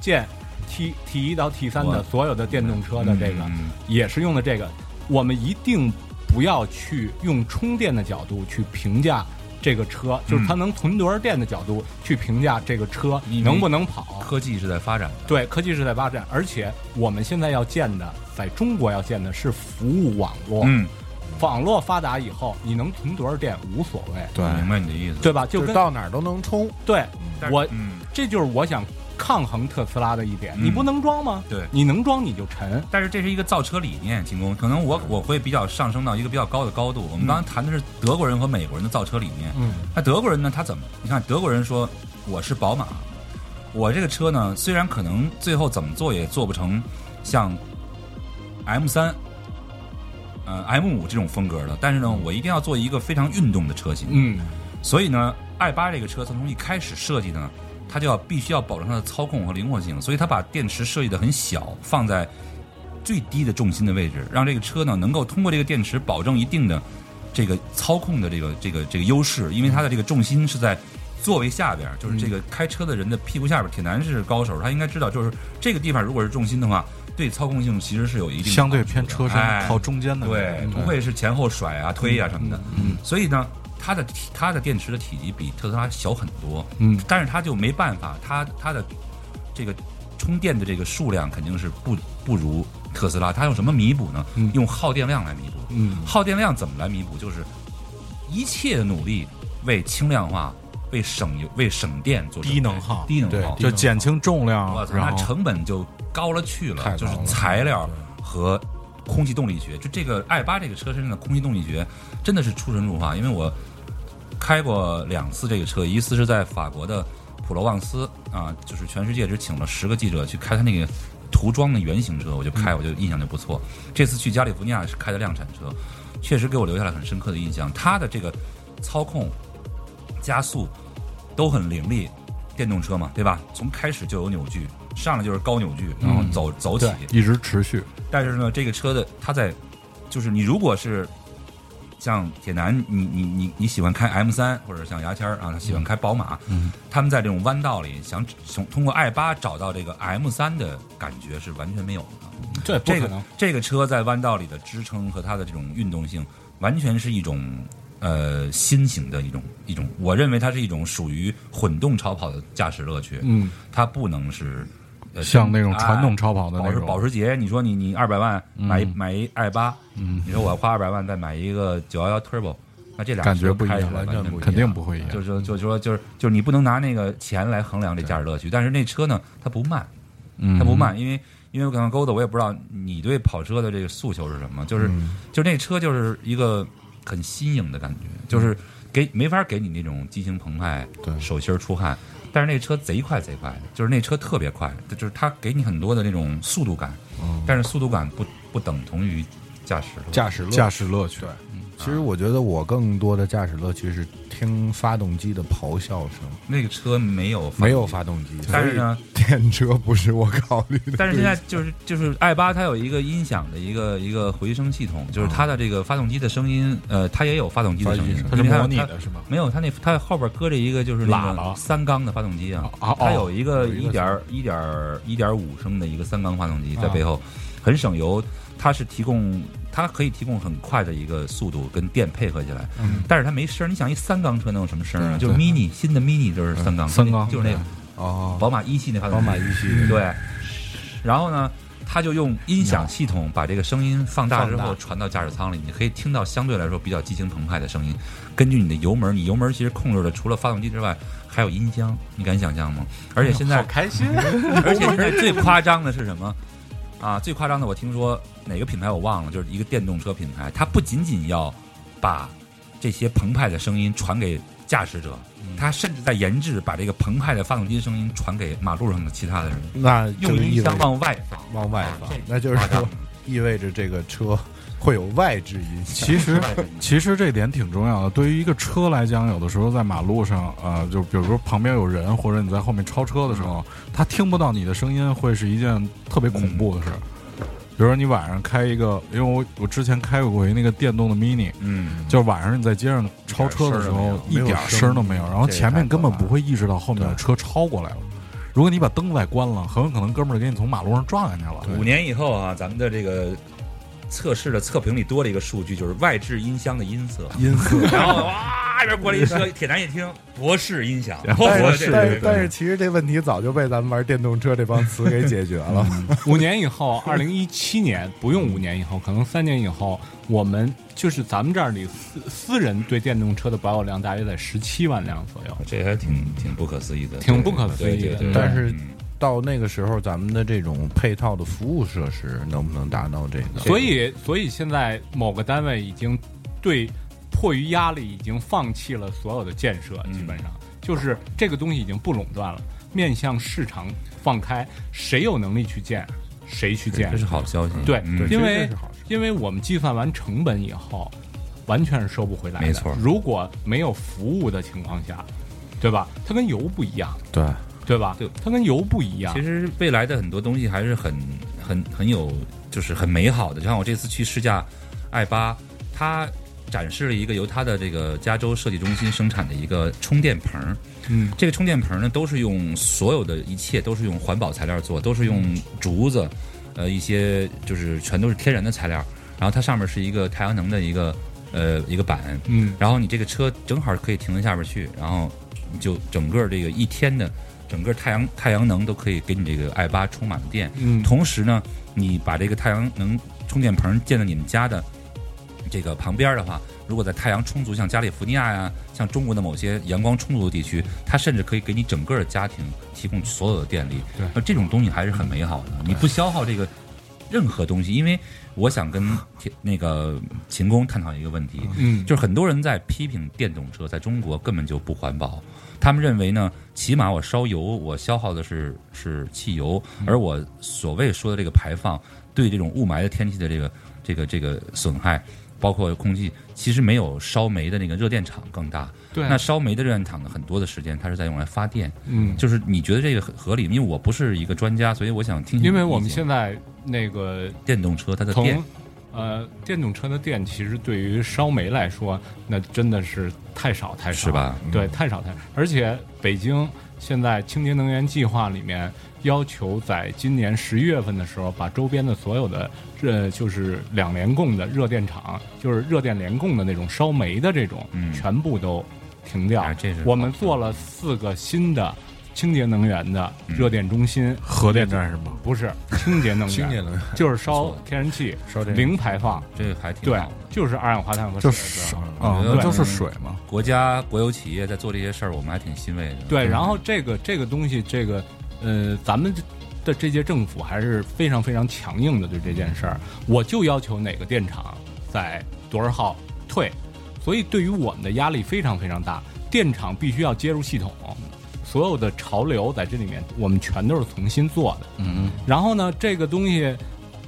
Speaker 8: 建 T T 一到 T 三
Speaker 10: 我
Speaker 8: 的所有的电动车的这个，
Speaker 10: 嗯
Speaker 8: 也是用的这个。我们一定不要去用充电的角度去评价。这个车就是它能存多少电的角度去评价这个车
Speaker 10: 你
Speaker 8: 能不能跑，
Speaker 10: 科技是在发展的，
Speaker 8: 对，科技是在发展，而且我们现在要建的，在中国要建的是服务网络。，
Speaker 10: 嗯，
Speaker 8: 网络发达以后，你能存多少电无所谓，
Speaker 9: 对
Speaker 10: 我明白你的意思。
Speaker 8: 对吧？就
Speaker 9: 就
Speaker 8: 跟
Speaker 9: 到哪儿都能充。
Speaker 8: 对
Speaker 10: 但是
Speaker 8: 我，
Speaker 10: 嗯，
Speaker 8: 这就是我想抗衡特斯拉的一点。
Speaker 10: 嗯
Speaker 8: 你不能装吗？
Speaker 10: 对
Speaker 8: 你能装你就沉。
Speaker 10: 但是这是一个造车理念，秦工，可能我我会比较上升到一个比较高的高度。我们刚刚谈的是德国人和美国人的造车理念，
Speaker 8: 嗯，
Speaker 10: 那德国人呢，他怎么？你看德国人说我是宝马，我这个车呢，虽然可能最后怎么做也做不成像 M 三。呃，M 五这种风格的，但是呢，我一定要做一个非常运动的车型。
Speaker 8: 嗯，
Speaker 10: 所以呢，i 八这个车它从一开始设计呢，它就要必须要保证它的操控和灵活性，所以它把电池设计的很小，放在最低的重心的位置，让这个车呢能够通过这个电池保证一定的这个操控的这个这个这个优势，因为它的这个重心是在。座位下边就是
Speaker 5: 嗯
Speaker 10: 这个开车的人的屁股下边，铁男是高手，他应该知道，就是这个地方如果是重心的话，对操控性其实是有一定的
Speaker 5: 相对
Speaker 10: 好处
Speaker 5: 偏
Speaker 10: 的
Speaker 5: 车
Speaker 10: 哎
Speaker 5: 身靠中间的，
Speaker 10: 对，不会是前后甩啊、推啊什么的。嗯，所以呢，它的体它的电池的体积比特斯拉小很多，
Speaker 8: 嗯，
Speaker 10: 但是它就没办法，它它的这个充电的这个数量肯定是不不如特斯拉，它用什么弥补呢？
Speaker 8: 嗯
Speaker 10: 用耗电量来弥补。
Speaker 8: 嗯
Speaker 10: 耗电量怎么来弥补？就是一切努力为轻量化、为省油、为省电做准备
Speaker 5: 低能耗
Speaker 10: 低能
Speaker 9: 对
Speaker 10: 耗，
Speaker 5: 就减轻重量
Speaker 10: 我，操，那
Speaker 5: 然后
Speaker 10: 成本就高了去
Speaker 9: 太高
Speaker 10: 了，
Speaker 9: 了
Speaker 10: 就是材料和空气动力学。就这个 i 八这个车身上的空气动力学真的是出神入化，因为我开过两次这个车，一次是在法国的普罗旺斯啊，就是全世界只请了十个记者去开他那个涂装的原型车，我就开，我就印象就不错。这次去加利福尼亚是开的量产车，确实给我留下了很深刻的印象。它的这个操控、加速都很凌厉，电动车嘛，对吧？从开始就有扭矩，上来就是高扭矩，然
Speaker 2: 嗯
Speaker 10: 后走、走起
Speaker 8: 对。
Speaker 5: 一直持续。
Speaker 10: 但是呢，这个车的它在就是你如果是像铁男，你你你你喜欢开 M 三，或者像牙签儿啊，他喜欢开宝马，
Speaker 2: 嗯
Speaker 10: 他们在这种弯道里想从通过 i 八找到这个 M 三的感觉是完全没有的。
Speaker 8: 这不
Speaker 10: 这
Speaker 8: 可
Speaker 10: 个
Speaker 8: 能，
Speaker 10: 这个车在弯道里的支撑和它的这种运动性，完全是一种呃新型的一种一种，我认为它是一种属于混动超跑的驾驶乐趣。
Speaker 8: 嗯，
Speaker 10: 它不能是、呃、
Speaker 5: 像那种传统
Speaker 10: 哎
Speaker 5: 超跑的
Speaker 10: 保
Speaker 5: 那
Speaker 10: 时
Speaker 5: 种
Speaker 10: 保时捷，你说你你二百万买一、
Speaker 5: 嗯
Speaker 10: 买一 i 八，
Speaker 5: 嗯
Speaker 10: 你说我要花二百万再买一个九幺幺 Turbo，那这俩
Speaker 5: 感觉
Speaker 10: 车
Speaker 5: 不一
Speaker 10: 开起
Speaker 5: 样
Speaker 10: 来
Speaker 9: 完全不一样
Speaker 5: 肯定不会一样。
Speaker 10: 就是说就是说就是就是你不能拿那个钱来衡量这驾驶乐趣，但是那车呢，它不慢，
Speaker 5: 嗯
Speaker 10: 它不慢，因为因为我可能勾的，我也不知道你对跑车的这个诉求是什么，
Speaker 9: 嗯
Speaker 10: 就是、就是那车就是一个很新颖的感觉，就是给没法给你那种激情澎湃、
Speaker 9: 对
Speaker 10: 手心儿出汗，但是那车贼快贼快，就是那车特别快，就是它给你很多的那种速度感，但是速度感不不等同于驾驶乐。
Speaker 9: 驾驶乐
Speaker 5: 嗯驾驶乐趣，
Speaker 9: 其实我觉得我更多的驾驶乐趣是听发动机的咆哮声，
Speaker 10: 那个车没有
Speaker 9: 没有发动机，
Speaker 10: 但是呢，
Speaker 9: 电车不是我考虑的。
Speaker 10: 但是现在就是就是爱八，它有一个音响的一个一个回声系统，就是它的这个发动机的声音，呃，它也有发动机的声音，
Speaker 5: 它是
Speaker 10: 因为
Speaker 5: 模拟的是吗？
Speaker 10: 没有，它那它后边搁着一个就是那
Speaker 8: 喇
Speaker 10: 个
Speaker 8: 叭
Speaker 10: 三缸的发动机啊
Speaker 8: 哦哦，
Speaker 10: 它有一个
Speaker 9: 有一
Speaker 10: 一
Speaker 9: 个
Speaker 10: 点一点一点五升的一个三缸发动机在
Speaker 8: 啊
Speaker 10: 背后，很省油。它是提供，它可以提供很快的一个速度跟电配合起来，
Speaker 9: 嗯
Speaker 10: 但是它没声儿。你想一三缸车能有什么声儿啊？就是 mini 新的 mini 就是三
Speaker 9: 嗯
Speaker 10: 缸，
Speaker 5: 三缸
Speaker 10: 就是那个
Speaker 9: 哦，
Speaker 10: 宝马一系那发动机，嗯
Speaker 9: 宝马一系嗯
Speaker 10: 对。然后呢，他就用音响系统把这个声音放大之
Speaker 9: 放
Speaker 10: 后
Speaker 9: 大
Speaker 10: 传到驾驶舱里，你可以听到相对来说比较激情澎湃的声音。根据你的油门，你油门其实控制的除了发动机之外，还有音箱，你敢想象吗？而且现在，
Speaker 2: 开心，
Speaker 10: 而且现在最夸张的是什么？啊，最夸张的我听说哪个品牌我忘了，就是一个电动车品牌，它不仅仅要把这些澎湃的声音传给驾驶者，它甚至在研制把这个澎湃的发动机声音传给马路上的其他的人。
Speaker 9: 那就
Speaker 10: 用音
Speaker 9: 意味着
Speaker 10: 箱往外放，
Speaker 9: 往外放
Speaker 10: 这，
Speaker 9: 那就是
Speaker 10: 夸张
Speaker 9: 说意味着这个车会有外置音响。
Speaker 5: 其实，其实这点挺重要的。对于一个车来讲，有的时候在马路上，呃，就比如说旁边有人，或者你在后面超车的时候，他听不到你的声音，会是一件特别恐怖的事儿。比如说你晚上开一个，因为我我之前开过一那个电动的 mini，
Speaker 10: 嗯，
Speaker 5: 就是晚上你在街上超车的时候，一
Speaker 9: 一点
Speaker 5: 点
Speaker 9: 声
Speaker 5: 声
Speaker 9: 儿
Speaker 5: 儿
Speaker 9: 都
Speaker 5: 都
Speaker 9: 没
Speaker 5: 没
Speaker 9: 有
Speaker 5: 有，然后
Speaker 9: 这也
Speaker 5: 前面
Speaker 9: 太
Speaker 5: 根本
Speaker 9: 可怕
Speaker 5: 不会意识到后面有
Speaker 9: 对
Speaker 5: 车超过来了。如果你把灯再关了，很有可能哥们儿给你从马路上撞进去了。
Speaker 10: 五年以后啊，咱们的这个测试的测评里多了一个数据，就是外置音箱的音色。
Speaker 5: 音色，
Speaker 10: 然后哇，一边过来一车，铁男一听博士音响，
Speaker 9: 但
Speaker 10: 博
Speaker 9: 是
Speaker 10: 士，
Speaker 9: 但
Speaker 10: 对
Speaker 9: 是
Speaker 10: 对对
Speaker 9: 但是，其实这问题早就被咱们玩电动车这帮词给解决了。
Speaker 8: 五年以后，二零一七年不用五年以后，可能三年以后，我们就是咱们这儿里私私人对电动车的保有量大约在十七万辆左右。
Speaker 10: 这还挺挺不可思议的，
Speaker 8: 挺不可思议的
Speaker 10: 对对对对
Speaker 9: 但是
Speaker 10: 嗯
Speaker 9: 到那个时候，咱们的这种配套的服务设施能不能达到这个？
Speaker 8: 所以，所以现在某个单位已经对迫于压力，已经放弃了所有的建设，
Speaker 10: 嗯
Speaker 8: 基本上就是这个东西已经不垄断了，面向市场放开，谁有能力去建，谁去建
Speaker 10: 这。是好消息，
Speaker 8: 对
Speaker 10: 嗯
Speaker 9: 对，
Speaker 8: 因
Speaker 9: 其实
Speaker 8: 为
Speaker 9: 这是好事。
Speaker 8: 因为我们计算完成本以后，完全是收不回来的。
Speaker 10: 没错
Speaker 8: 如果没有服务的情况下，对吧？它跟油不一样，
Speaker 9: 对，
Speaker 8: 对吧？
Speaker 10: 对，
Speaker 8: 它跟油不一样
Speaker 10: 其。实未来的很多东西还是很很很有，就是很美好的。就像我这次去试驾爱八，它展示了一个由它的这个加州设计中心生产的一个充电棚儿。
Speaker 8: 嗯，
Speaker 10: 这个充电棚呢，都是用所有的一切都是用环保材料做，都是用竹子，呃，一些就是全都是天然的材料。然后它上面是一个太阳能的一个呃一个板，
Speaker 8: 嗯，
Speaker 10: 然后你这个车正好可以停到下边去，然后你就整个这个一天的整个太阳太阳能都可以给你这个 i 八充满了电，
Speaker 8: 嗯
Speaker 10: 同时呢，你把这个太阳能充电棚建到你们家的这个旁边的话，如果在太阳充足，像加利福尼亚呀、像中国的某些阳光充足的地区，它甚至可以给你整个的家庭提供所有的电力。
Speaker 8: 对
Speaker 10: 那这种东西还是很美好的，你不消耗这个任何东西，因为我想跟铁那个秦工探讨一个问题，
Speaker 8: 嗯
Speaker 10: 就是很多人在批评电动车在中国根本就不环保，他们认为呢，起码我烧油，我消耗的是是汽油，
Speaker 8: 嗯
Speaker 10: 而我所谓说的这个排放对这种雾霾的天气的这个这个这个损害，包括空气，其实没有烧煤的那个热电厂更大。
Speaker 8: 对啊
Speaker 10: 那烧煤的热电厂呢，很多的时间它是在用来发电，
Speaker 8: 嗯，
Speaker 10: 就是你觉得这个合合理吗？因为我不是一个专家，所以我想听听你的意见。
Speaker 8: 因为我们现在那个
Speaker 10: 电动车它的电
Speaker 8: 从呃电动车的电，其实对于烧煤来说，那真的是太少太少，
Speaker 10: 是吧嗯
Speaker 8: 对，太少太少。而且北京现在清洁能源计划里面要求，在今年十一月份的时候，把周边的所有的呃就是两联供的热电厂，就是热电联供的那种烧煤的这种，
Speaker 10: 嗯
Speaker 8: 全部都停掉。
Speaker 10: 哎这是
Speaker 8: 我们做了四个新的。清洁能源的
Speaker 10: 嗯
Speaker 8: 热电中心，
Speaker 5: 核电站是吗？
Speaker 8: 不是清洁能 源，
Speaker 9: 清洁能源
Speaker 8: 就是烧天然气，
Speaker 9: 烧这个
Speaker 8: 零排放，
Speaker 10: 这个还挺
Speaker 8: 对
Speaker 10: 好的。，
Speaker 8: 就是二氧化碳和
Speaker 5: 就
Speaker 8: 水
Speaker 5: 是
Speaker 8: 的
Speaker 5: 啊
Speaker 8: 质，
Speaker 10: 我觉
Speaker 5: 那
Speaker 10: 得
Speaker 5: 就是水嘛。
Speaker 10: 国家国有企业在做这些事儿，我们还挺欣慰的。
Speaker 8: 对，
Speaker 5: 嗯
Speaker 8: 然后这个这个东西，这个呃，咱们的这届政府还是非常非常强硬的对这件事儿，我就要求哪个电厂在多少号退，所以对于我们的压力非常非常大，电厂必须要接入系统。所有的潮流在这里面，我们全都是重新做的。
Speaker 5: 嗯，
Speaker 8: 然后呢，这个东西，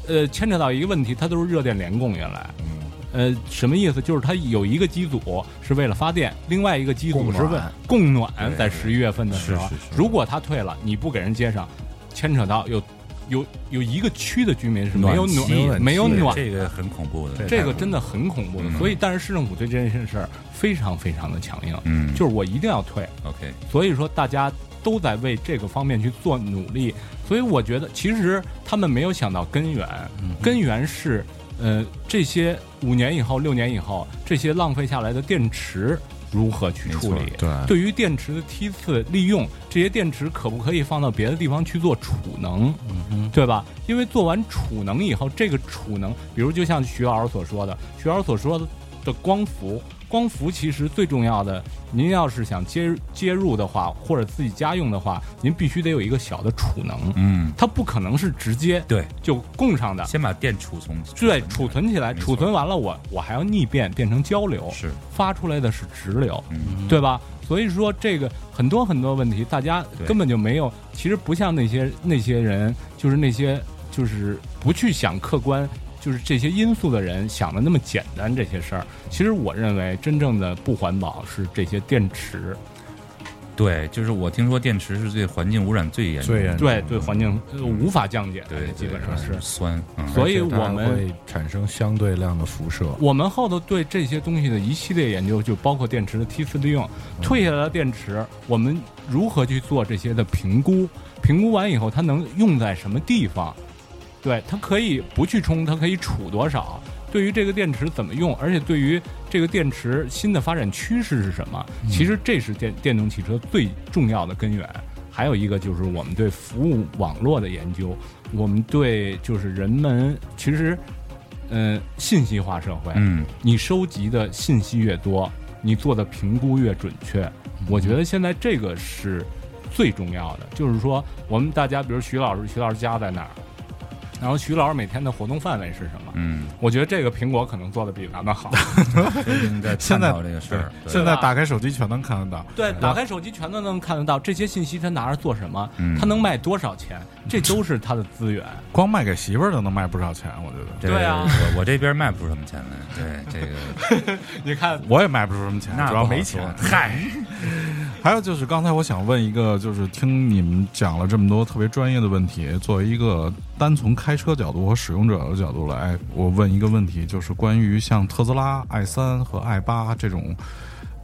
Speaker 8: 呃，牵扯到一个问题，它都是热电联供原来，
Speaker 5: 嗯
Speaker 8: 呃，什么意思？就是它有一个机组是为了发电，另外一个机组
Speaker 5: 供
Speaker 8: 是
Speaker 5: 暖
Speaker 8: 为供暖
Speaker 10: 对，
Speaker 8: 在十一月份的时候
Speaker 10: 是是，是
Speaker 8: 如果它退了，你不给人接上，牵扯到有有有一个区的居民是没有
Speaker 10: 暖气
Speaker 8: 暖没有
Speaker 10: 对
Speaker 8: 暖，
Speaker 10: 这个很恐怖的。
Speaker 8: 这个真的很恐怖的
Speaker 10: 嗯。
Speaker 8: 所以，但是市政府对这件事儿非常非常的强硬，
Speaker 10: 嗯
Speaker 8: 就是我一定要退。
Speaker 10: OK，
Speaker 8: 所以说大家都在为这个方面去做努力。所以我觉得，其实他们没有想到根源，
Speaker 10: 嗯
Speaker 8: 根源是呃这些五年以后、六年以后这些浪费下来的电池如何去处
Speaker 10: 没
Speaker 8: 理
Speaker 10: 错。
Speaker 9: 对，
Speaker 8: 对于电池的梯次利用，这些电池可不可以放到别的地方去做储能，对吧？因为做完储能以后，这个储能，比如就像徐老师所说的，徐老师所说的的光伏，光伏其实最重要的，您要是想接接入的话，或者自己家用的话，您必须得有一个小的储能，
Speaker 10: 嗯，
Speaker 8: 它不可能是直接
Speaker 10: 对，
Speaker 8: 就供上的。
Speaker 10: 先把电储存起来，
Speaker 8: 对，储存起来，
Speaker 10: 没错
Speaker 8: 储存完了我我还要逆变变成交流，
Speaker 10: 是，
Speaker 8: 发出来的是直流，
Speaker 10: 嗯，
Speaker 8: 对吧？所以说这个很多很多问题，大家
Speaker 10: 对
Speaker 8: 根本就没有，其实不像那些那些人，就是那些就是不去想客观，就是这些因素的人想的那么简单这些事儿。其实我认为真正的不环保是这些电池，
Speaker 10: 对，就是我听说电池是对环境污染最严重
Speaker 9: 最
Speaker 10: 的，
Speaker 9: 严重
Speaker 8: 对对环境、呃无法降解的，
Speaker 10: 嗯对，对
Speaker 8: 基本上是。
Speaker 10: 对酸，嗯，
Speaker 8: 所以
Speaker 9: 而且它
Speaker 8: 我们
Speaker 9: 会产生相对量的辐射。
Speaker 8: 我们后头对这些东西的一系列研究，就包括电池的梯次利用、退下来的电池，我们如何去做这些的评估？评估完以后，它能用在什么地方？对，它可以不去充，它可以储多少？对于这个电池怎么用，而且对于这个电池新的发展趋势是什么？其实这是电电动汽车最重要的根源。还有一个就是我们对服务网络的研究，我们对就是人们其实，呃，信息化社会，
Speaker 10: 嗯，
Speaker 8: 你收集的信息越多，你做的评估越准确。
Speaker 10: 嗯
Speaker 8: 我觉得现在这个是最重要的，就是说我们大家，比如徐老师，徐老师家在哪儿，然后徐老师每天的活动范围是什么？
Speaker 10: 嗯，
Speaker 8: 我觉得这个苹果可能做的比咱们好。
Speaker 10: 最近在探
Speaker 5: 现在
Speaker 10: 讨这个事儿，对
Speaker 5: 现在打开手机全能看得到。
Speaker 8: 对，打开手机全都能看得到这些信息，他拿着做什么
Speaker 10: 嗯，
Speaker 8: 他能卖多少钱，这都是他的资源。
Speaker 5: 光卖给媳妇儿都能卖不少钱，我觉得。
Speaker 10: 这
Speaker 8: 对啊
Speaker 10: 我我这边卖不出什么钱来，对这个
Speaker 8: 你看，
Speaker 5: 我也卖不出什么钱，
Speaker 10: 那
Speaker 5: 主要
Speaker 10: 不好
Speaker 5: 没
Speaker 10: 说
Speaker 5: 钱。
Speaker 10: 嗨，
Speaker 5: 还有就是刚才我想问一个，就是听你们讲了这么多特别专业的问题，作为一个单从开车角度和使用者的角度来，我问一个问题，就是关于像特斯拉 i 三和 i 八这种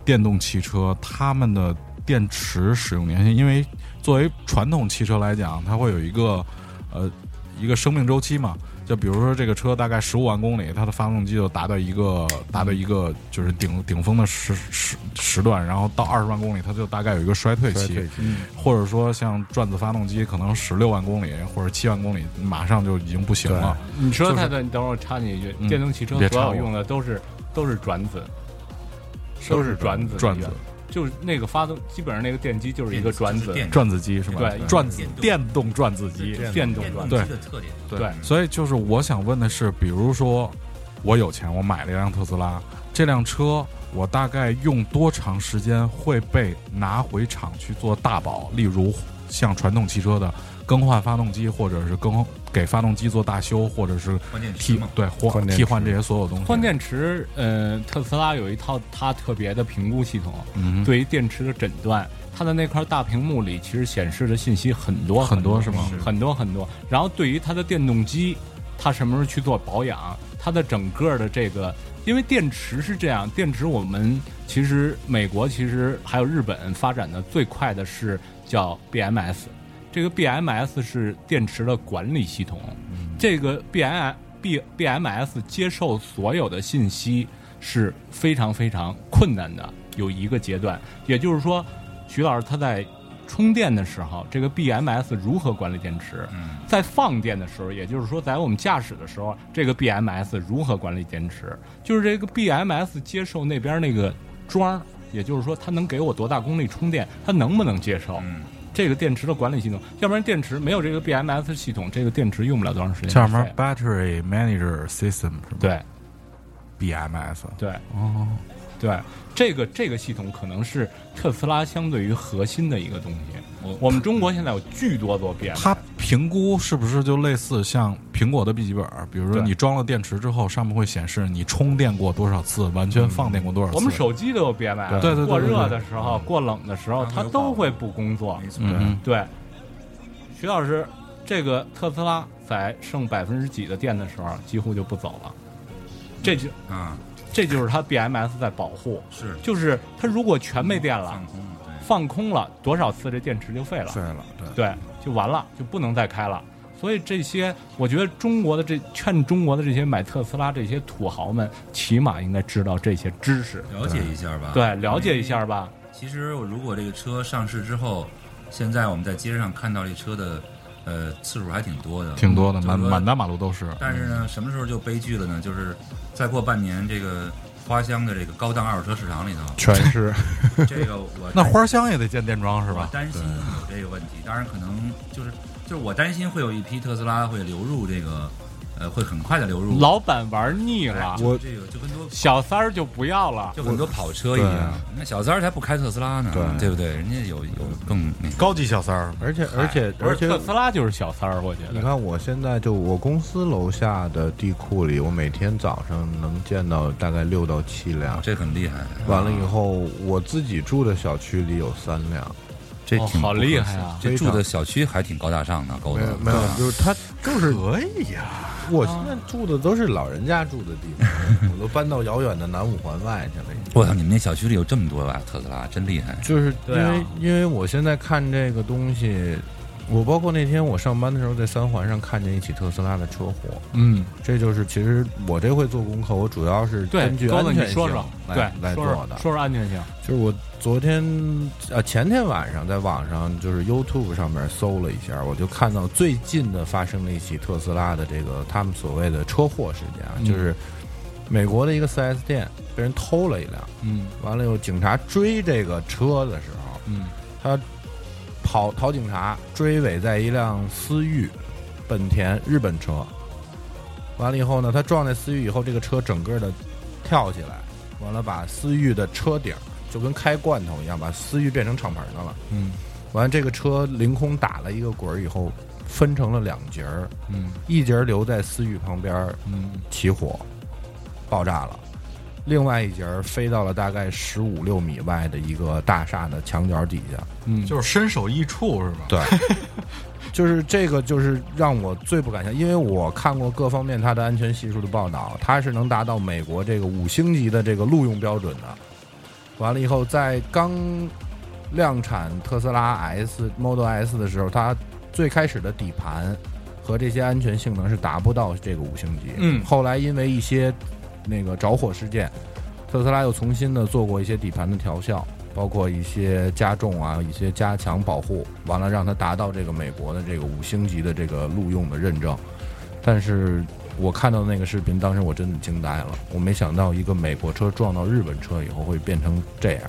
Speaker 5: 电动汽车，它们的电池使用年限，因为作为传统汽车来讲，它会有一个呃一个生命周期嘛。就比如说这个车大概十五万公里，它的发动机就达到一个达到一个就是顶顶峰的时时时段，然后到二十万公里它就大概有一个衰退
Speaker 9: 衰
Speaker 5: 期，
Speaker 9: 退期
Speaker 5: 或者说像转子发动机可能十六万公里或者七万公里马上就已经不行了。
Speaker 8: 你说的
Speaker 5: 就是
Speaker 8: 太对，你等会儿我插你一句，
Speaker 5: 嗯
Speaker 8: 电动汽车
Speaker 5: 别
Speaker 8: 所
Speaker 5: 插
Speaker 8: 有
Speaker 5: 我
Speaker 8: 用的都是都是转子，都是转子
Speaker 5: 转
Speaker 8: 源
Speaker 5: 子
Speaker 8: 就是那个发动，基本上那个电机就是一个转子，
Speaker 5: 转子机是吧？
Speaker 8: 对
Speaker 5: 转子电动转子机，
Speaker 8: 电动转
Speaker 5: 对
Speaker 8: 子，
Speaker 10: 特点
Speaker 8: 对
Speaker 5: 所以就是我想问的是，比如说我有钱，我买了一辆特斯拉，这辆车我大概用多长时间会被拿回厂去做大保？例如像传统汽车的更换发动机，或者是更给发动机做大修，或者是
Speaker 10: 换电池
Speaker 5: 替
Speaker 10: 嘛
Speaker 5: 对换
Speaker 9: 换电池
Speaker 5: 替换这些所有东西。
Speaker 8: 换电池，呃，特斯拉有一套它特别的评估系统，
Speaker 5: 嗯哼
Speaker 8: 对于电池的诊断，它的那块大屏幕里其实显示的信息很多
Speaker 5: 很多
Speaker 8: 多
Speaker 5: 是吗是
Speaker 8: 很多很多。然后对于它的电动机，它什么时候去做保养，它的整个的这个，因为电池是这样，电池我们其实美国其实还有日本发展的最快的是叫 BMS，这个 BMS 是电池的管理系统，这个 B M B B M S 接受所有的信息是非常非常困难的，有一个阶段，也就是说，徐老师他在充电的时候，这个 B M S 如何管理电池？在放电的时候，也就是说，在我们驾驶的时候，这个 B M S 如何管理电池？就是这个 B M S 接受那边那个桩儿，也就是说，它能给我多大功率充电，它能不能接受？这个电池的管理系统，要不然电池没有这个 BMS 系统，这个电池用不了多长时间。
Speaker 5: 叫什么 Battery Manager System 是吧？
Speaker 8: 对
Speaker 5: ，BMS
Speaker 8: 对
Speaker 5: 哦，
Speaker 8: 对，这个这个系统可能是特斯拉相对于核心的一个东西。我们中国现在有巨多多 BMS，
Speaker 5: 它评估是不是就类似像苹果的笔记本？比如说
Speaker 8: 对
Speaker 5: 你装了电池之后，上面会显示你充电过多少次，完全放电过多少次。
Speaker 8: 我们手机都有 BMS，
Speaker 5: 对对对对
Speaker 8: 过热的时候、过冷的时候，它都会不工作。
Speaker 5: 嗯
Speaker 8: 对，徐老师，这个特斯拉在剩百分之几的电的时候，几乎就不走了。这就
Speaker 10: 啊，
Speaker 8: 这就是它 BMS 在保护，
Speaker 10: 是
Speaker 8: 就是它如果全没电
Speaker 10: 嗯
Speaker 8: 了，放空了多少次这电池就废了，
Speaker 9: 废了，对
Speaker 8: 对，就完了，就不能再开了。所以这些，我觉得中国的这劝中国的这些买特斯拉这些土豪们，起码应该知道这些知识，
Speaker 10: 了解一下吧。
Speaker 8: 对，了解一下吧。
Speaker 10: 其实我如果这个车上市之后，现在我们在街上看到这车的，呃，次数还挺多的，
Speaker 5: 挺多的，
Speaker 10: 就是
Speaker 5: 满
Speaker 10: 说
Speaker 5: 满大马路都是。
Speaker 10: 但是呢，什么时候就悲剧了呢？就是再过半年，这个花乡的这个高档二手车市场里头，
Speaker 5: 全是
Speaker 10: 这个我
Speaker 5: 那花香也得建电桩是
Speaker 10: 我
Speaker 5: 吧？
Speaker 10: 担心有这个问题。当然，可能就是就是我担心会有一批特斯拉会流入这个，呃，会很快的流入。
Speaker 8: 老啊板玩腻了
Speaker 10: 哎，就这个就跟多
Speaker 8: 小三儿就不要了，
Speaker 10: 就很多跑车一样，那小三儿才不开特斯拉呢，
Speaker 9: 对
Speaker 10: 对不对？人家有有更那个
Speaker 5: 高级小三儿，
Speaker 9: 而且而且
Speaker 8: 不
Speaker 9: 而
Speaker 8: 是
Speaker 9: 且
Speaker 8: 特斯拉就是小三儿，我觉
Speaker 9: 你
Speaker 8: 得。哦
Speaker 9: 看，我现在就我公司楼下的地库里，我每天早上能见到大概六到七辆。
Speaker 10: 这很厉害。
Speaker 9: 完了以后，我自己住的小区里有三辆，
Speaker 10: 这
Speaker 8: 哦
Speaker 10: 挺
Speaker 8: 好
Speaker 10: 不可
Speaker 8: 厉
Speaker 10: 思
Speaker 8: 害啊
Speaker 10: 这住的小区还挺高大上的，高
Speaker 9: 没
Speaker 10: 的
Speaker 9: 有没有，就是他就是
Speaker 5: 可以呀。
Speaker 9: 我现在住的都是老人家住的地 方，我都搬到遥远的南五环外去了已经。
Speaker 10: 我操，你们那小区里有这么多吧特斯拉，真厉害。
Speaker 9: 就是因
Speaker 8: 对
Speaker 9: 为、
Speaker 8: 啊
Speaker 9: 因为我现在看这个东西，我包括那天我上班的时候在三环上看见一起特斯拉的车祸，
Speaker 8: 嗯，
Speaker 9: 这就是其实我这回做功课，我主要是
Speaker 8: 对
Speaker 9: 根据，
Speaker 8: 高
Speaker 9: 安
Speaker 8: 子你
Speaker 9: 全性
Speaker 8: 说说，
Speaker 9: 来
Speaker 8: 对，
Speaker 9: 来
Speaker 8: 说
Speaker 9: 做
Speaker 8: 说
Speaker 9: 的。
Speaker 8: 说说安全性，
Speaker 9: 就是我昨天啊前天晚上在网上就是 YouTube 上面搜了一下，我就看到最近的发生了一起特斯拉的这个他们所谓的车祸事件啊，
Speaker 8: 嗯
Speaker 9: 就是美国的一个 4S 店被人偷了一辆，
Speaker 8: 嗯
Speaker 9: 完了有警察追这个车的时候，
Speaker 8: 嗯，
Speaker 9: 他跑逃警察追尾在一辆思域本田日本车，完了以后呢，他撞在思域以后，这个车整个的跳起来，完了把思域的车顶儿就跟开罐头一样，把思域变成敞篷的了。
Speaker 8: 嗯
Speaker 9: 完了，这个车凌空打了一个滚儿以后，分成了两截儿，
Speaker 8: 嗯
Speaker 9: 一截儿留在思域旁边儿
Speaker 8: 嗯，
Speaker 9: 起火，爆炸了。另外一截儿飞到了大概十五六米外的一个大厦的墙角底下，
Speaker 8: 嗯
Speaker 5: 就是身首异处是吧？
Speaker 9: 对， 就是这个，就是让我最不敢相信，因为我看过各方面它的安全系数的报道，它是能达到美国这个五星级的这个录用标准的。完了以后，在刚量产特斯拉 S Model S 的时候，它最开始的底盘和这些安全性能是达不到这个五星级。
Speaker 10: 嗯
Speaker 9: 后来因为一些那个着火事件，特斯拉又重新的做过一些底盘的调校，包括一些加重啊，一些加强保护，完了让它达到这个美国的这个五星级的这个路用的认证。但是我看到那个视频，当时我真的惊呆了，我没想到一个美国车撞到日本车以后会变成这样。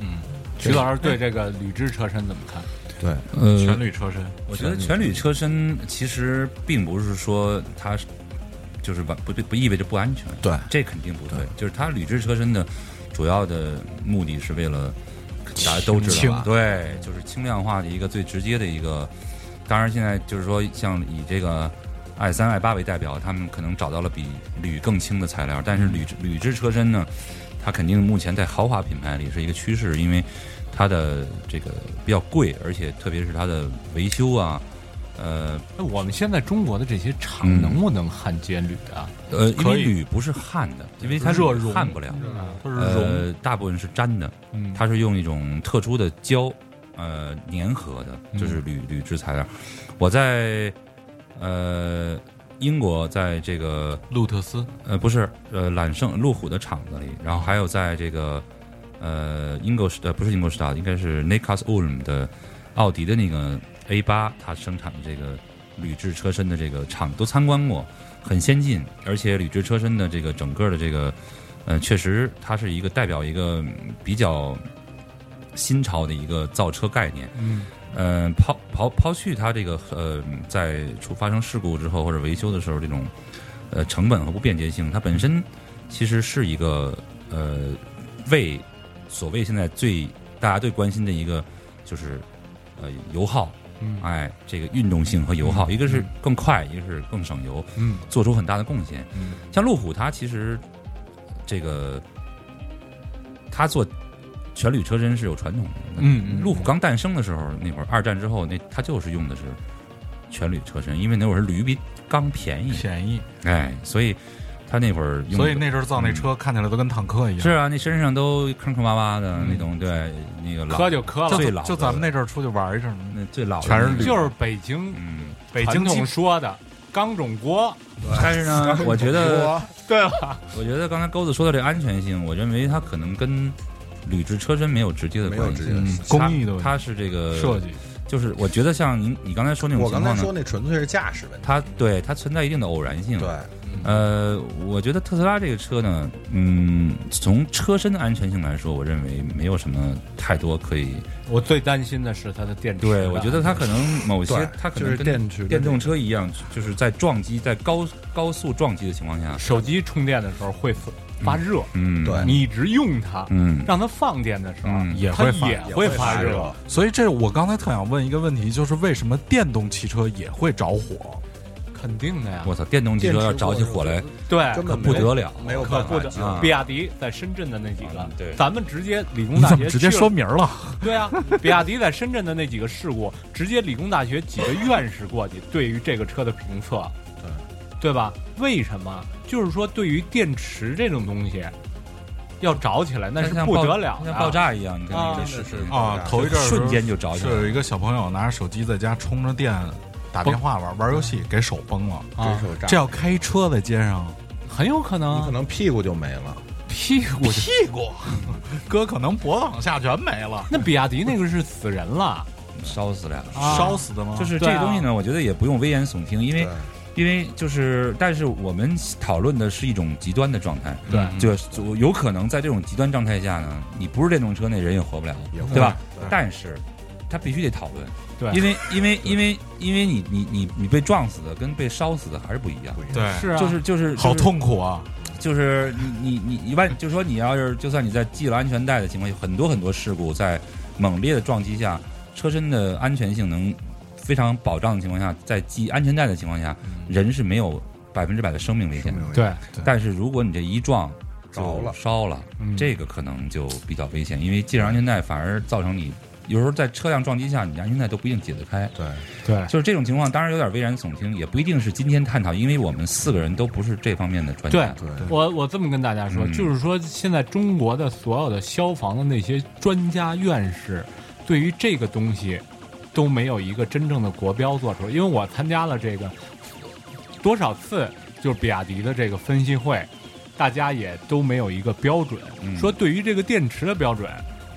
Speaker 8: 嗯，徐老师对这个铝制车身怎么看？
Speaker 9: 对，
Speaker 10: 呃
Speaker 5: 全铝车身，
Speaker 10: 我觉得全铝车身其实并不是说它是就是完不不不意味着不安全，
Speaker 9: 对
Speaker 10: 这肯定不对。就是它铝制车身的主要的目的是为了大家都知道吧，
Speaker 5: 轻
Speaker 10: 对，就是轻量化的一个最直接的一个。当然，现在就是说像以这个 i 三 i 八为代表，他们可能找到了比铝更轻的材料，但是铝制铝制车身呢，它肯定目前在豪华品牌里是一个趋势，因为它的这个比较贵，而且特别是它的维修啊，呃
Speaker 8: 那我们现在中国的这些厂
Speaker 10: 嗯
Speaker 8: 能不能焊接铝啊？
Speaker 10: 呃，因
Speaker 5: 可
Speaker 10: 为
Speaker 5: 以
Speaker 10: 铝不是焊的，因为它
Speaker 5: 热熔
Speaker 10: 焊不了，
Speaker 5: 都是绒，
Speaker 10: 呃，大部分是粘的，
Speaker 8: 嗯，
Speaker 10: 它是用一种特殊的胶，呃，粘合
Speaker 5: 嗯
Speaker 10: 的，就是铝铝制材料。我在呃英国，在这个
Speaker 8: 路特斯
Speaker 10: 呃，不是，呃，揽胜路虎的厂子里，然后还有在这个呃英国呃不是英国士达，应该是 n i c a s Ulm 的奥迪的那个 A 八，它生产的这个铝制车身的这个厂都参观过，很先进，而且铝制车身的这个整个的这个呃，确实它是一个代表一个嗯比较新潮的一个造车概念。
Speaker 8: 嗯，
Speaker 10: 呃，抛抛抛去它这个呃，在出发生事故之后或者维修的时候这种呃成本和不便捷性，它本身其实是一个呃为所谓现在最大家最关心的一个就是呃油耗，
Speaker 8: 嗯
Speaker 10: 哎，这个运动性和油耗，一个是更快，一个是更省油，
Speaker 8: 嗯，
Speaker 10: 做出很大的贡献。
Speaker 8: 嗯
Speaker 10: 像路虎，它其实这个它做全铝车身是有传统的。
Speaker 8: 嗯嗯
Speaker 10: 路虎刚诞生的时候，那会儿二战之后，那它就是用的是全铝车身，因为那会儿铝比钢便宜，
Speaker 5: 便宜，
Speaker 10: 哎，所以它那会儿用的
Speaker 5: 所以那阵儿造那车看起来都跟坦克一样。
Speaker 10: 是啊，那身上都坑坑洼洼的
Speaker 8: 嗯
Speaker 10: 那种，对，那个老
Speaker 8: 磕就磕
Speaker 10: 最
Speaker 8: 了，
Speaker 10: 老的
Speaker 5: 就咱们那阵儿出去玩一阵儿，
Speaker 10: 那最老的
Speaker 5: 全是
Speaker 10: 那个
Speaker 5: 绿
Speaker 8: 就是北京
Speaker 10: 嗯，
Speaker 5: 北
Speaker 8: 传
Speaker 5: 京
Speaker 8: 统
Speaker 5: 基
Speaker 8: 说的钢种国，
Speaker 10: 但是呢，我觉得
Speaker 8: 对吧？
Speaker 10: 我觉得刚才钩子说到这安全性，我认为它可能跟铝制车身没有直接的
Speaker 9: 没有
Speaker 10: 关系
Speaker 9: 直接，的
Speaker 5: 嗯
Speaker 9: 嗯
Speaker 5: 工艺的问题
Speaker 10: 它它是这个
Speaker 8: 设，计
Speaker 10: 就是我觉得像您你刚才嗯说那种
Speaker 9: 我
Speaker 10: 情
Speaker 9: 刚才
Speaker 10: 况呢
Speaker 9: 说，那纯粹是驾驶问题。
Speaker 10: 它对它存在一定的偶然性。
Speaker 9: 对，
Speaker 10: 呃，我觉得特斯拉这个车呢，嗯，从车身的安全性来说，我认为没有什么太多可以。
Speaker 8: 我最担心的是它的电池的。
Speaker 10: 对，我觉得它可能某些
Speaker 9: 对，
Speaker 10: 它可
Speaker 9: 就
Speaker 10: 能跟
Speaker 9: 是电池的
Speaker 10: 电动车一样，就是在撞击在高高速撞击的情况下，
Speaker 8: 手机充电的时候会发热，
Speaker 10: 嗯，
Speaker 9: 对
Speaker 8: 你一直用它，
Speaker 10: 嗯
Speaker 8: 让它放电的时候、
Speaker 10: 嗯
Speaker 5: 也
Speaker 8: 它
Speaker 5: 会发
Speaker 8: 也
Speaker 9: 也
Speaker 8: 会
Speaker 9: 会
Speaker 8: 发
Speaker 9: 发
Speaker 8: 热。
Speaker 9: 热
Speaker 5: 所以这我刚才特想问一个问题，就是为什么电动汽车也会着火？
Speaker 8: 肯定的呀。
Speaker 10: 我操，电动汽
Speaker 9: 电
Speaker 10: 车
Speaker 9: 池
Speaker 10: 要着起火来，哎
Speaker 8: 对，
Speaker 9: 根本
Speaker 10: 不
Speaker 9: 没有
Speaker 10: 得了
Speaker 9: 没有
Speaker 8: 可
Speaker 9: 办
Speaker 8: 不
Speaker 9: 法
Speaker 8: 得
Speaker 9: 解
Speaker 10: 啊
Speaker 8: 比亚迪在深圳的那几个
Speaker 10: 嗯，对
Speaker 8: 咱们直接理工
Speaker 5: 你
Speaker 8: 大
Speaker 5: 怎
Speaker 8: 学
Speaker 5: 么直接
Speaker 8: 去了
Speaker 5: 说明儿了？
Speaker 8: 对啊，比亚迪在深圳的那几个事故，直接理工大学几个院士过去对于这个车的评测，对对吧？为什么？就是说对于电池这种东西，要着起来那是
Speaker 10: 像
Speaker 8: 不
Speaker 10: 爆
Speaker 8: 得了啊的，
Speaker 10: 像爆炸一样，你看那个
Speaker 8: 啊
Speaker 10: 视频
Speaker 9: 真的是
Speaker 5: 啊，头一阵儿
Speaker 10: 瞬间就着起
Speaker 5: 是
Speaker 10: 来
Speaker 5: 有一
Speaker 10: 了。
Speaker 5: 个小朋友拿着手机在家充着电打电话玩玩游
Speaker 10: 嗯
Speaker 5: 戏，给手崩了。
Speaker 8: 啊，
Speaker 9: 手炸
Speaker 5: 这要开车在街上，
Speaker 8: 很有可
Speaker 9: 你可
Speaker 8: 能
Speaker 10: 嗯
Speaker 9: 能屁股就没了。
Speaker 8: 屁股就。
Speaker 5: 屁股哥可能脖子往下全没了，
Speaker 8: 那比亚迪那个是死人了，
Speaker 10: 烧死俩，
Speaker 8: 啊
Speaker 5: 烧死的吗？
Speaker 10: 就是这
Speaker 8: 对啊
Speaker 10: 个东西呢，我觉得也不用危言耸听，因为
Speaker 9: 对
Speaker 10: 因为就是，但是我们讨论的是一种极端的状态，
Speaker 8: 对
Speaker 5: 嗯
Speaker 9: 嗯
Speaker 10: 就是就有可能在这种极端状态下呢，你不是电动车，那人也活不了，
Speaker 9: 也会
Speaker 10: 对吧？
Speaker 9: 嗯对
Speaker 10: 但是，他必须得讨论，
Speaker 8: 对
Speaker 10: 因为因为因为因为你你你你被撞死的跟被烧死的还是不一样，
Speaker 5: 对，
Speaker 8: 是啊，
Speaker 10: 就是就是
Speaker 5: 好，
Speaker 10: 就是
Speaker 5: 痛苦啊！
Speaker 10: 就是你你你一万，就是说你要是就算你在系了安全带的情况下，很多很多事故在猛烈的撞击下，车身的安全性能非常保障的情况下，在系安全带的情况下，人是没有百分之百的生命危险的。
Speaker 8: 对，
Speaker 10: 但是如果你这一撞
Speaker 9: 着
Speaker 10: 就
Speaker 9: 了
Speaker 10: 烧了，
Speaker 8: 嗯
Speaker 10: 这个可能就比较危险，因为系上安全带反而造成你有时候在车辆撞击下，你安全带都不一定解得开。
Speaker 9: 对，
Speaker 8: 对，
Speaker 10: 就是这种情况，当然有点危言耸听，也不一定是今天探讨，因为我们四个人都不是这方面的专家。
Speaker 8: 对
Speaker 9: 对
Speaker 8: 我我这么跟大家说，
Speaker 10: 嗯
Speaker 8: 就是说现在中国的所有的消防的那些专家院士，对于这个东西都没有一个真正的国标做出来。因为我参加了这个多少次就是比亚迪的这个分析会，大家也都没有一个标准，
Speaker 5: 嗯
Speaker 8: 说对于这个电池的标准，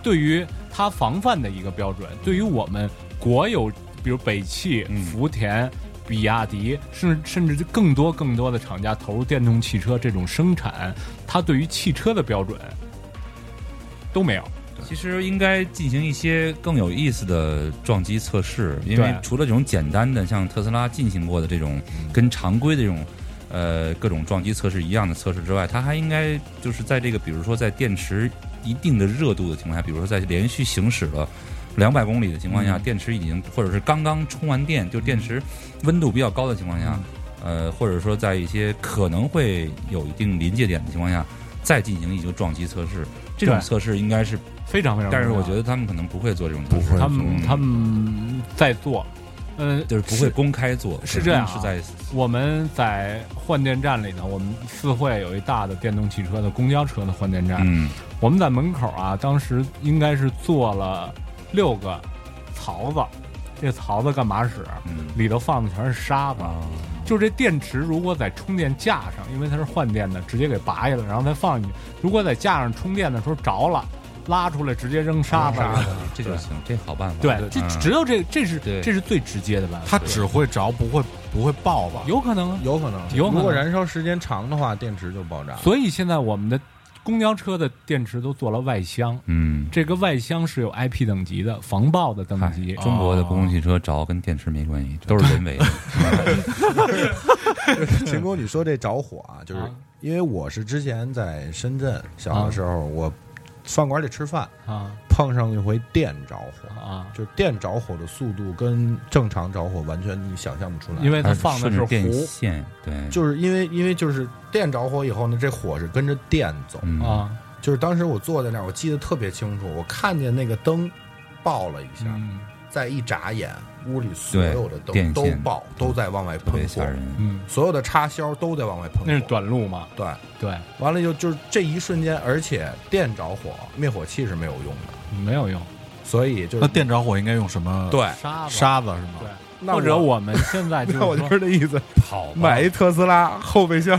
Speaker 8: 对于它防范的一个标
Speaker 10: 嗯
Speaker 8: 准，对于我们国有，比如北汽、福田。比亚迪，甚至甚至更多更多的厂家投入电动汽车这种生产，它对于汽车的标准都没有。
Speaker 10: 其实应该进行一些更有意思的撞击测试，因为
Speaker 8: 对
Speaker 10: 除了这种简单的像特斯拉进行过的这种跟常规的这种呃各种撞击测试一样的测试之外，它还应该就是在这个比如说在电池一定的热度的情况下，比如说在连续行驶了。两百公里的情况下，
Speaker 8: 嗯
Speaker 10: 电池已经或者是刚刚充完电，就电池温度比较高的情况下，
Speaker 8: 嗯
Speaker 10: 呃，或者说在一些可能会有一定临界点的情况下，再进行一个撞击测试。这种
Speaker 8: 对
Speaker 10: 测试应该是
Speaker 8: 非常非常重要
Speaker 10: 但是我觉得他们可能不会做这种测试，
Speaker 8: 他们他们在做，呃，
Speaker 10: 就是不会公开做，
Speaker 8: 是这样、啊，
Speaker 10: 是在
Speaker 8: 我们在换电站里头，我们四惠有一大的电动汽车的公交车的换电站，
Speaker 10: 嗯，
Speaker 8: 我们在门口啊，当时应该是做了六个槽子，这槽子干嘛使？
Speaker 10: 嗯
Speaker 8: 里头放的全是沙子。就是这电池，如果在充电架上，因为它是换电的，直接给拔下来，然后再放进去。如果在架上充电的时候着了，拉出来直接扔沙子，
Speaker 10: 啊这就行，这好办法。
Speaker 8: 对，
Speaker 10: 嗯
Speaker 8: 这只有这，这是
Speaker 10: 对
Speaker 8: 这是最直接的办法。
Speaker 5: 它只会着，不会不会爆吧？
Speaker 8: 有可能啊，
Speaker 9: 有可能，
Speaker 8: 有可能
Speaker 9: 如果燃烧时间长的话，电池就爆炸了。
Speaker 8: 所以现在我们的公交车的电池都做了外箱，
Speaker 10: 嗯，
Speaker 8: 这个外箱是有 IP 等级的，防爆的等级。
Speaker 10: 中国的公共汽车着跟电池没关 系，都是人为的。
Speaker 9: 秦工，你说这着火啊，就是
Speaker 8: 啊
Speaker 9: 因为我是之前在深圳小的时候，我饭馆里吃饭
Speaker 8: 啊
Speaker 9: 碰上一回电着火，
Speaker 8: 啊，
Speaker 9: 就是电着火的速度跟正常着火完全你想象不出来，
Speaker 8: 因为它放的
Speaker 10: 顺
Speaker 8: 是
Speaker 10: 着电
Speaker 8: 湖
Speaker 10: 线，对，
Speaker 9: 就是因为因为就是电着火以后呢，这火是跟着电走，
Speaker 10: 嗯，
Speaker 8: 啊，
Speaker 9: 就是当时我坐在那儿，我记得特别清楚，我看见那个灯爆了一下，
Speaker 8: 嗯
Speaker 9: 再一眨眼，屋里所有的
Speaker 10: 对
Speaker 9: 灯
Speaker 10: 电
Speaker 9: 都
Speaker 10: 线
Speaker 9: 爆，都在往外
Speaker 10: 特别
Speaker 9: 喷
Speaker 10: 吓
Speaker 9: 火，
Speaker 10: 人。
Speaker 8: 嗯，
Speaker 9: 所有的插销都在往外喷火，
Speaker 8: 那是短路嘛？
Speaker 9: 对。
Speaker 8: 对，
Speaker 9: 完了就就是这一瞬间，而且电着火，灭火器是没有用的，
Speaker 8: 没有用，
Speaker 9: 所以就是
Speaker 5: 那电着火应该用什么？
Speaker 9: 对，
Speaker 8: 沙子
Speaker 5: 沙子是吗？
Speaker 8: 对，
Speaker 9: 那
Speaker 8: 或者
Speaker 9: 我嗯
Speaker 8: 我们现 在就是
Speaker 9: 那我就是这意思，
Speaker 8: 跑
Speaker 9: 买一特斯拉后备 箱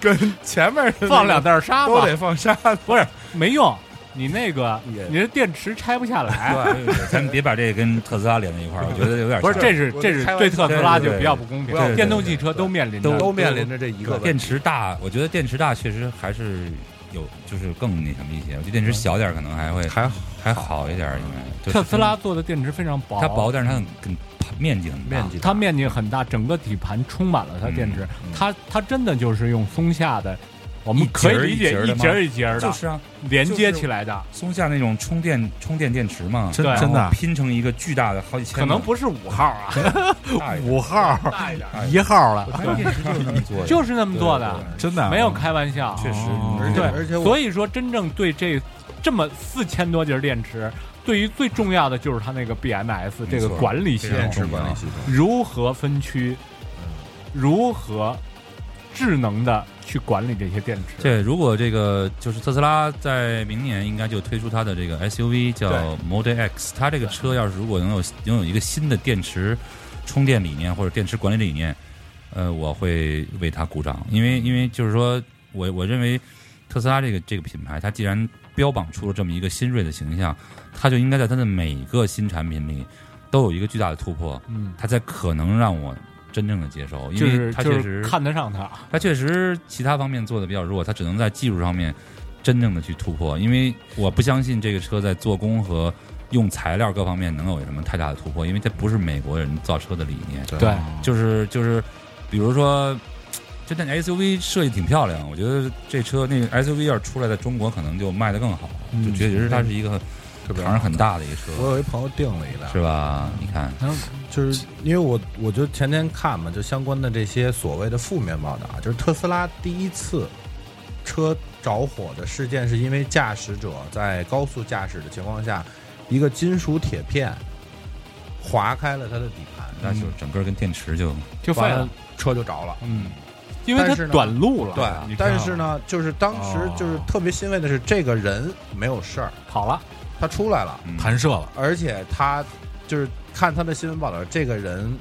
Speaker 9: 跟前面的那个
Speaker 8: 放两袋沙
Speaker 9: 都得
Speaker 8: 子，
Speaker 9: 放沙子，
Speaker 8: 不是没用。你那个，
Speaker 9: 也
Speaker 8: 你这电池拆不下
Speaker 10: 哎
Speaker 8: 来，
Speaker 10: 咱们别把这个跟特斯拉连在一块儿，我觉得有点
Speaker 8: 不是，
Speaker 10: 像
Speaker 8: 这是
Speaker 9: 我
Speaker 8: 这是
Speaker 9: 开玩
Speaker 8: 对
Speaker 9: 笑
Speaker 8: 特斯拉就
Speaker 10: 对
Speaker 8: 比较不公
Speaker 10: 对对
Speaker 8: 平，
Speaker 10: 对
Speaker 8: 电动汽车都面临着
Speaker 9: 都面临着这一个问
Speaker 10: 电
Speaker 9: 题。
Speaker 10: 池大，我觉得电池大确实还是有，就是更那什么一些。我觉得电池小点儿可能还会
Speaker 9: 还好
Speaker 10: 还好一点儿，应该。就是
Speaker 8: 特斯拉做的电池非常薄，啊
Speaker 10: 它薄，但是它很很面积很大嗯
Speaker 9: 面积
Speaker 8: 它面积很大，整个底盘充满了它电池，它它真的就是用松下的，我们可以理解
Speaker 10: 一
Speaker 8: 一
Speaker 10: 节
Speaker 8: 节
Speaker 10: 儿
Speaker 8: 儿一节儿的
Speaker 10: 就是啊，
Speaker 8: 连接起来的，
Speaker 10: 松下那种充电充电电池嘛，
Speaker 5: 真
Speaker 8: 对啊
Speaker 5: 真的啊
Speaker 10: 拼成一个巨大的好几千
Speaker 8: 可
Speaker 10: 个，
Speaker 8: 能不是五号啊，
Speaker 10: 大一点
Speaker 5: 五号、
Speaker 8: 大一点，
Speaker 5: 一号了，
Speaker 10: 我觉得电池就是那么做的，
Speaker 8: 就是那么做
Speaker 10: 对
Speaker 8: 的，
Speaker 5: 真的啊
Speaker 8: 没有开玩笑，
Speaker 10: 确实
Speaker 5: 哦
Speaker 10: 而且
Speaker 8: 对，
Speaker 9: 而且我
Speaker 8: 所以说真正对这这么四千多节儿电池，对于最重要的就是它那个 BMS 这个
Speaker 10: 没错
Speaker 8: 管理系
Speaker 10: 非
Speaker 8: 统，
Speaker 10: 常
Speaker 9: 电池管理系统，
Speaker 8: 如何分区，如何智能的去管理这些电池。
Speaker 10: 对，如果这个就是特斯拉在明年应该就推出它的这个 SUV 叫
Speaker 8: 对
Speaker 10: Model X，它这个车要是如果能有拥有一个新的电池充电理念或者电池管理理念，呃，我会为它鼓掌，因为因为就是说我我认为特斯拉这个这个品牌，它既然标榜出了这么一个新锐的形象，它就应该在它的每个新产品里都有一个巨大的突破，
Speaker 8: 嗯，
Speaker 10: 它才可能让我真正的接受，因
Speaker 8: 就
Speaker 10: 为
Speaker 8: 是
Speaker 10: 它
Speaker 8: 就
Speaker 10: 确
Speaker 8: 是
Speaker 10: 实
Speaker 8: 看得上它，
Speaker 10: 它确实其他方面做的比较弱，它只能在技术上面真正的去突破。因为我不相信这个车在做工和用材料各方面能有什么太大的突破，因为这不是美国人造车的理念。
Speaker 8: 对
Speaker 10: 就是就是，比如说，就那 SUV 设计挺漂亮，我觉得这车那个 SUV 要是出来在中国，可能就卖得更好，
Speaker 8: 嗯
Speaker 10: 就觉得它是一个
Speaker 9: 特别
Speaker 10: 反正很大的一个车，
Speaker 9: 我有一朋友订了一辆，
Speaker 10: 是吧？你看，
Speaker 9: 就是因为我我就前天看嘛，就相关的这些所谓的负面报道，啊就是特斯拉第一次车着火的事件，是因为驾驶者在高速驾驶的情况下，一个金属铁片划开了它的底盘，
Speaker 10: 那就整个跟电池就
Speaker 8: 就废
Speaker 9: 完
Speaker 8: 了
Speaker 9: 了，车就着了。
Speaker 8: 嗯，因为它
Speaker 9: 但是呢
Speaker 8: 短路了，你啊
Speaker 9: 对，
Speaker 8: 知道吗
Speaker 9: 但是呢，就是当时就是特别欣慰的是，这个人没有事儿，
Speaker 8: 跑了，
Speaker 9: 他出来了，
Speaker 10: 嗯
Speaker 5: 弹射了。
Speaker 9: 而且他就是看他的新闻报道，这个人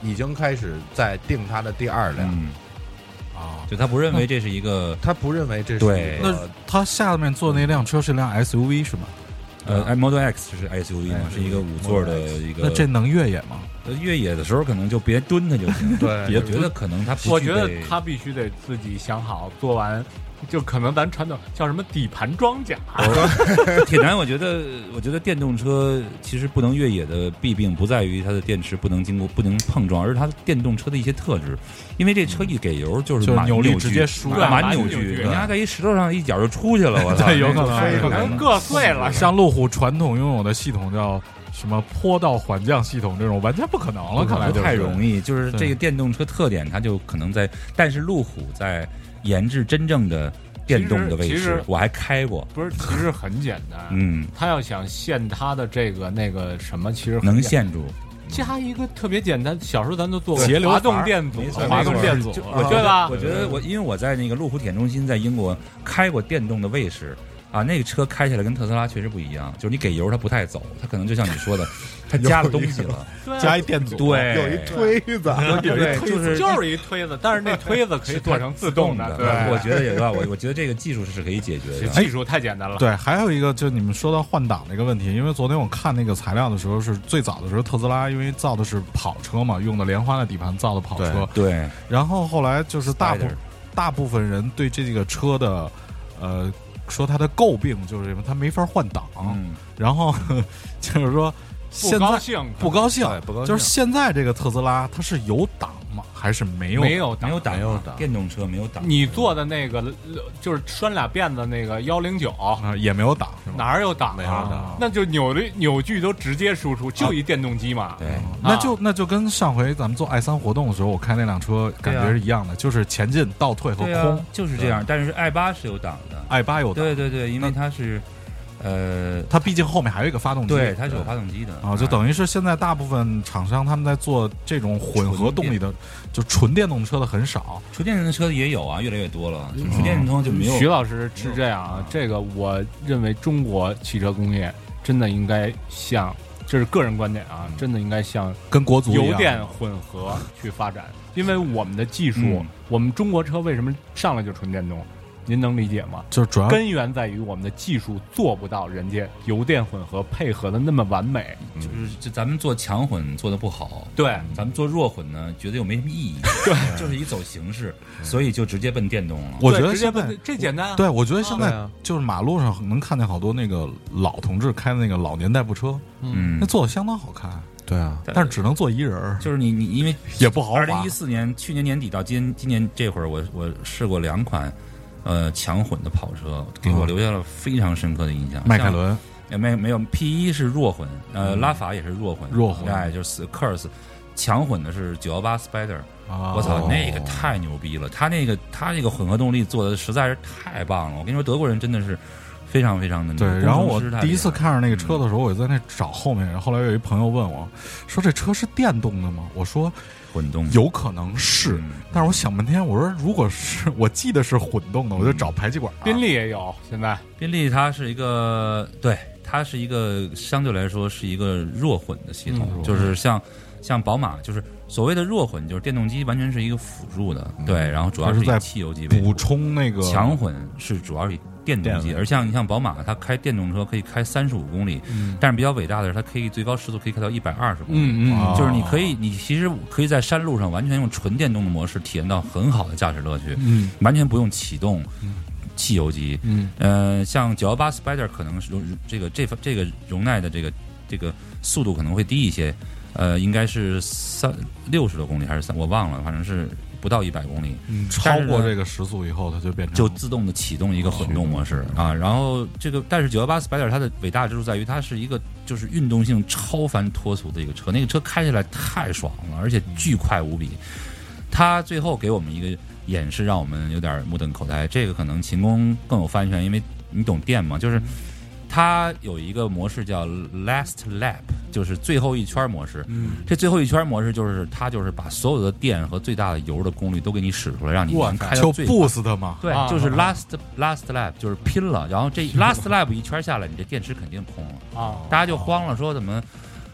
Speaker 9: 已经开始在定它的第二
Speaker 8: 嗯
Speaker 9: 辆，
Speaker 10: 嗯
Speaker 5: 啊，
Speaker 10: 就他不认为这是一个，
Speaker 9: 他不认为这是
Speaker 10: 对
Speaker 9: 一
Speaker 5: 那
Speaker 9: 个
Speaker 5: 他下面坐那辆车是辆 SUV 是吗？
Speaker 10: 呃，Model 哎 X 是 SUV 嘛，是一个五座的一个。
Speaker 5: 那这能越野吗？
Speaker 10: 呃越野的时候可能就别蹲它就 行，
Speaker 9: 对
Speaker 10: 别觉得可能它不具备。
Speaker 8: 我觉得 他必须得自己想好，做完就可能咱传统叫什么底盘装甲，
Speaker 10: 铁男，我觉得，我觉得电动车其实不能越野的弊病不在于它的电池不能经过不能碰撞，而是它电动车的一些特质。因为这车一给油就是
Speaker 5: 就是
Speaker 10: 满
Speaker 5: 扭力
Speaker 10: 矩
Speaker 5: 直接输
Speaker 10: 满
Speaker 8: 满
Speaker 10: 满扭
Speaker 8: 扭矩
Speaker 10: 矩，
Speaker 8: 对
Speaker 10: 你看在一石头上一脚就出去了，我操！
Speaker 5: 啊对有可
Speaker 10: 那
Speaker 5: 能
Speaker 10: 个飞
Speaker 8: 可
Speaker 10: 出来了
Speaker 8: 能硌碎了。
Speaker 5: 啊像路虎传统拥有的系统叫什么坡道缓降系统，这种完全不可能了，看来就是
Speaker 10: 太容。易，就是
Speaker 5: 对
Speaker 10: 这个电动车特点，它就可能在，但是路虎在研制真正的电动的
Speaker 8: 其实
Speaker 10: 卫
Speaker 8: 其啊
Speaker 10: 士
Speaker 8: 实，
Speaker 10: 我还开过，
Speaker 8: 不是，其实很简单。
Speaker 10: 嗯，
Speaker 8: 他要想限他的这个那个什么，其实很
Speaker 10: 能
Speaker 8: 简
Speaker 10: 限住。
Speaker 8: 单加一个特别简单。小时候咱都做过
Speaker 5: 节流阀
Speaker 8: 滑动电阻
Speaker 10: 没，错
Speaker 8: 滑动电阻，
Speaker 10: 就我觉
Speaker 8: 对
Speaker 10: 得
Speaker 8: 吧
Speaker 10: 我？觉得我因为我在那个路虎体验中心在英国开过电动的卫士啊，那个车开起来跟特斯拉确实不一样，就是你给油它不太走，它可能就像你 说的，它加了东西了，
Speaker 8: 对啊
Speaker 5: 加一电阻，
Speaker 10: 对，
Speaker 9: 有一推子，
Speaker 10: 对，就是
Speaker 8: 就是一推子，但是那推子可以做成自动的。对
Speaker 10: 我觉得也吧，我我觉得这个技术是可以解决的。
Speaker 8: 技术太简单了。
Speaker 5: 对，还有一个就你们说到换挡的一个问题，因为昨天我看那个材料的时候，是最早的时候特斯拉因为造的是跑车嘛，用的莲花的底盘造的跑车，
Speaker 10: 对，
Speaker 5: 然后后来就是大部
Speaker 10: Spider
Speaker 5: 大部分人对这个车的呃说它的诟病就是什么，它没法换挡，
Speaker 10: 嗯，
Speaker 5: 然后 就是说现
Speaker 8: 不高
Speaker 5: 在
Speaker 8: 兴，
Speaker 5: 不高兴
Speaker 9: 对不高兴
Speaker 5: 就是现在这个特斯拉它是有挡吗？还是没有？
Speaker 8: 没有啊
Speaker 10: 没有挡，啊
Speaker 9: 没有挡
Speaker 10: 电动车没有挡，
Speaker 8: 你坐的那个呃就是拴俩辫子那个幺零九，
Speaker 5: 啊，也没有挡是
Speaker 8: 嗯
Speaker 5: 吗？
Speaker 8: 哪儿有档啊？那就扭力扭矩都直接输出，就一电动机嘛。
Speaker 10: 对，
Speaker 5: 那就那就跟上回咱们做爱三活动的时候，我开那辆车感觉是一样的，就是前进、倒退和
Speaker 10: 对
Speaker 5: 空
Speaker 10: 啊。，就是这样。但是 i 八是有挡的，
Speaker 5: i 八有挡，
Speaker 10: 对对对，因为它是呃，
Speaker 5: 它毕竟后面还有一个发动机，
Speaker 10: 对，它是有发动机的哎
Speaker 5: 啊，就等于是现在大部分厂商他们在做这种混合动力的，就纯电动车的很少。
Speaker 10: 纯电动车也有啊，越来越多了。
Speaker 5: 嗯
Speaker 10: 就纯电动车就没有
Speaker 8: 徐老师是这样啊，这个我认为中国汽车工业真的应该向，这是个人观点啊，真的应该向
Speaker 5: 跟国足一
Speaker 8: 油
Speaker 5: 样，
Speaker 8: 电混合去发展，因为我们的技术
Speaker 10: 嗯，
Speaker 8: 我们中国车为什么上来就纯电动？您能理解吗？
Speaker 5: 就是主要
Speaker 8: 根源在于我们的技术做不到人家油电混合配合的那么完美。
Speaker 10: 就是
Speaker 5: 嗯
Speaker 10: 这咱们做强混做的不好，
Speaker 8: 对，
Speaker 10: 咱们做弱混呢，觉得又没什么意义，对， 就是一走形式，所以就直接奔电动了。
Speaker 5: 我觉
Speaker 8: 对
Speaker 5: 得
Speaker 8: 直接
Speaker 5: 现在
Speaker 8: 问这简单啊。
Speaker 5: 对，我觉得现
Speaker 9: 对
Speaker 5: 在
Speaker 9: 啊
Speaker 5: 就是马路上能看见好多那个老同志开的那个老年代步车，
Speaker 10: 嗯
Speaker 5: 那，做的相当好看，
Speaker 9: 对啊，
Speaker 10: 但
Speaker 5: 但是只能坐一人儿，
Speaker 10: 就是你你因为
Speaker 5: 也不豪
Speaker 10: 二
Speaker 5: 华
Speaker 10: 零一。四年去年年底到今今年这会儿，我我试过两款。呃，强混的跑车给我
Speaker 5: 嗯
Speaker 10: 留下了非常深刻的印象。
Speaker 5: 迈凯伦
Speaker 10: 像，哎，没没有 P 一是弱混，呃，拉法也是弱混，
Speaker 5: 嗯弱混
Speaker 10: 哎，就是 Curse，强混的是九幺八 Spider，
Speaker 5: 啊，
Speaker 10: 我操，那个太牛逼了！他那个他那个混合动力做的实在是太棒了。我跟你说，德国人真的是非常非常的牛
Speaker 5: 对，然后我
Speaker 10: 工程师太厉害了
Speaker 5: 第一次看着那个车
Speaker 10: 嗯
Speaker 5: 的时候，我就在那找后面。然后后来有一朋友问我，说这车是电动的吗？我说
Speaker 10: 混动
Speaker 5: 有可能是，
Speaker 10: 嗯
Speaker 5: 但是我想半天，我说如果是我记得是混动的，我就找排气管。啊
Speaker 8: 宾利也有现在。
Speaker 10: 宾利，它是一个对，它是一个相对来说是一个弱混的系
Speaker 5: 嗯
Speaker 10: 统，就是像像宝马，就是所谓的弱混，就是电动机完全是一个辅助的，对，然后主要
Speaker 5: 嗯它是
Speaker 10: 是
Speaker 5: 在
Speaker 10: 以汽油机为主
Speaker 5: 补充那个
Speaker 10: 嗯强混是主要是以电动机，
Speaker 9: 电
Speaker 10: 而像你像宝马，它开电动车可以开三十五公里，但是比较伟大的是，它可以最高时速可以开到一百二十公里。
Speaker 8: 嗯
Speaker 5: 啊
Speaker 10: 就是你可以，你其实可以在山路上完全用纯电动的模式体验到很好的驾驶乐趣，
Speaker 8: 嗯
Speaker 10: 完全不用启动汽油机。
Speaker 8: 嗯
Speaker 10: 呃，像九幺八 Spider 可能是容这个这这个容耐的这个这个速度可能会低一些，呃，应该是三六十多公里还是三我忘了，反正是不到一百公里。
Speaker 5: 嗯
Speaker 10: 但
Speaker 5: 超
Speaker 10: 是呢
Speaker 5: 过这个时速以后，它就变成
Speaker 10: 就自动的启动一个混动模式啊。然后这个，但是九幺八 Spider 它的伟大之处在于，它是一个就是运动性超凡脱俗的一个车，那个车开起来太爽了，而且
Speaker 5: 嗯
Speaker 10: 巨快无比。它最后给我们一个演示，让我们有点目瞪口呆。这个可能秦工更有发言权，因为你懂电嘛，
Speaker 5: 嗯
Speaker 10: 就是。它有一个模式叫 last lap，就是最后一圈模式。
Speaker 5: 嗯
Speaker 10: 这最后一圈模式就是它就是把所有的电和最大的油的功率都给你使出来，让你
Speaker 8: 哇
Speaker 10: 能开到
Speaker 5: 就
Speaker 10: 最
Speaker 5: boost 嘛，
Speaker 10: 对，
Speaker 8: 啊
Speaker 10: 就是 last
Speaker 8: 啊
Speaker 10: last lap，就是 拼了。然后这 last lap 一圈下来，你这电池肯定空了，
Speaker 8: 啊
Speaker 10: 大家就慌了，说怎么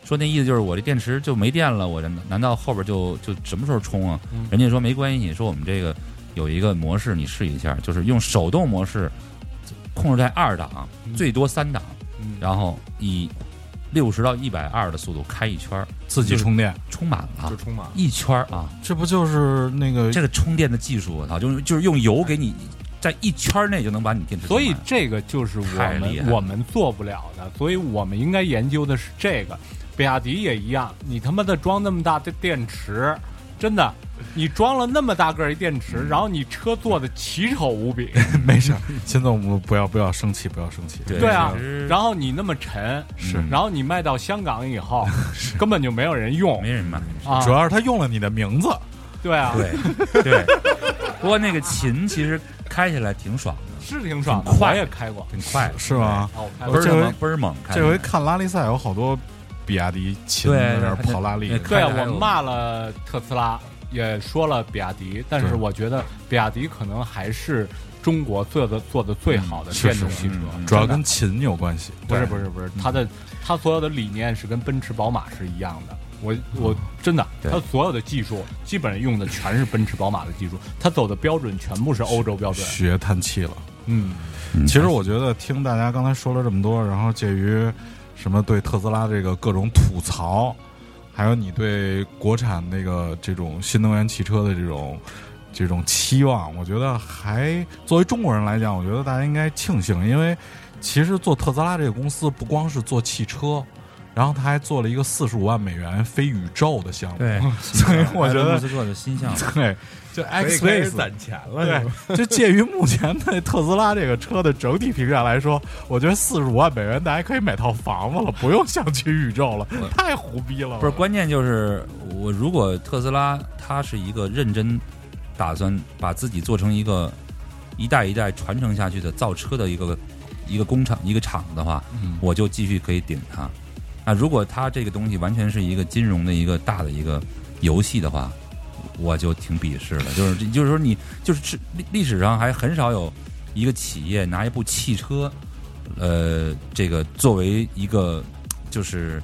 Speaker 10: 说那意思就是我这电池就没电了，我这难道后边就就什么时候充啊
Speaker 2: 嗯？
Speaker 10: 人家说没关系，说我们这个有一个模式，你试一下，就是用手动模式控制在二档，
Speaker 8: 嗯
Speaker 10: 最多三档，然后以六十到一百二的速度开一圈儿，
Speaker 8: 自己充电，
Speaker 10: 充满了
Speaker 9: 就充满了。
Speaker 10: 一圈儿啊！
Speaker 5: 这不就是那个
Speaker 10: 这个充电的技术，我操，就是就是用油给你在一圈儿内就能把你电池充
Speaker 8: 所
Speaker 10: 满，
Speaker 8: 以这个就是我
Speaker 10: 太厉害
Speaker 8: 们
Speaker 10: 了
Speaker 8: 我们做不了的，所以我们应该研究的是这个。比亚迪也一样，你他妈的装那么大的电池，真的，你装了那么大个儿一电池，然后你车做的奇丑无比，
Speaker 5: 没事儿，秦总不要不要生气，不要生气。
Speaker 10: 对
Speaker 8: 对啊
Speaker 10: 其实，
Speaker 8: 然后你那么沉，
Speaker 5: 是
Speaker 8: 然后你卖到香港以后，根本就没有人用
Speaker 10: 没人买。
Speaker 8: 啊
Speaker 5: 主，要是他用了你的名字，
Speaker 8: 对啊，
Speaker 10: 对对，不过那个琴其实开起来挺爽的，
Speaker 8: 是挺爽的，
Speaker 10: 挺快
Speaker 8: 我也开过，
Speaker 10: 挺快的，
Speaker 5: 是吗？
Speaker 8: 啊，我开
Speaker 10: 倍
Speaker 8: 过
Speaker 10: 儿，他妈倍儿猛开起来。
Speaker 5: 这回看拉力赛有好多比亚迪秦在那儿
Speaker 10: 对
Speaker 5: 跑拉力
Speaker 10: 对，
Speaker 8: 对啊
Speaker 10: 开的还有
Speaker 8: 我骂了特斯拉，也说了比亚迪，但是
Speaker 5: 对
Speaker 8: 我觉得比亚迪可能还是中国做的做的最好的
Speaker 5: 嗯
Speaker 8: 电
Speaker 5: 是
Speaker 8: 动
Speaker 5: 是
Speaker 8: 汽车
Speaker 10: 嗯嗯，
Speaker 5: 主要
Speaker 8: 真
Speaker 5: 跟
Speaker 8: 的
Speaker 5: 秦有关系。
Speaker 8: 不是不是不是，它的它所有的理念是跟奔驰、宝马是一样的。我我真的，
Speaker 10: 对
Speaker 8: 它所有的技术基本上用的全是奔驰、宝马的技术，它走的标准全部是欧洲标准。
Speaker 5: 学叹气了。
Speaker 8: 嗯，
Speaker 5: 其实我觉得听大家刚才说了这么多，然后介于什么对特斯拉这个各种吐槽，还有你对国产那个这种新能源汽车的这种这种期望，我觉得还作为中国人来讲，我觉得大家应该庆幸，因为其实做特斯拉这个公司不光是做汽车。然后他还做了一个四十五万美元非宇宙的项目，
Speaker 10: 对，
Speaker 5: 所以我觉
Speaker 10: 埃隆
Speaker 5: 得
Speaker 10: 马斯克的新项目，
Speaker 5: 对，就 X
Speaker 9: 可以开
Speaker 5: Space
Speaker 9: 始攒钱了，是吧
Speaker 5: 对，就介于目前的特斯拉这个车的整体评价来说，我觉得四十五万美元大家可以买套房子了，不用想去宇宙了，太胡逼了。
Speaker 10: 不是关键就是我如果特斯拉它是一个认真打算把自己做成一个一代一代传承下去的造车的一个一个工厂一个厂的话，我就继续可以顶它。那如果它这个东西完全是一个金融的一个大的一个游戏的话，我就挺鄙视的。就是就是说你就是是历历史上还很少有一个企业拿一部汽车，呃，这个作为一个就是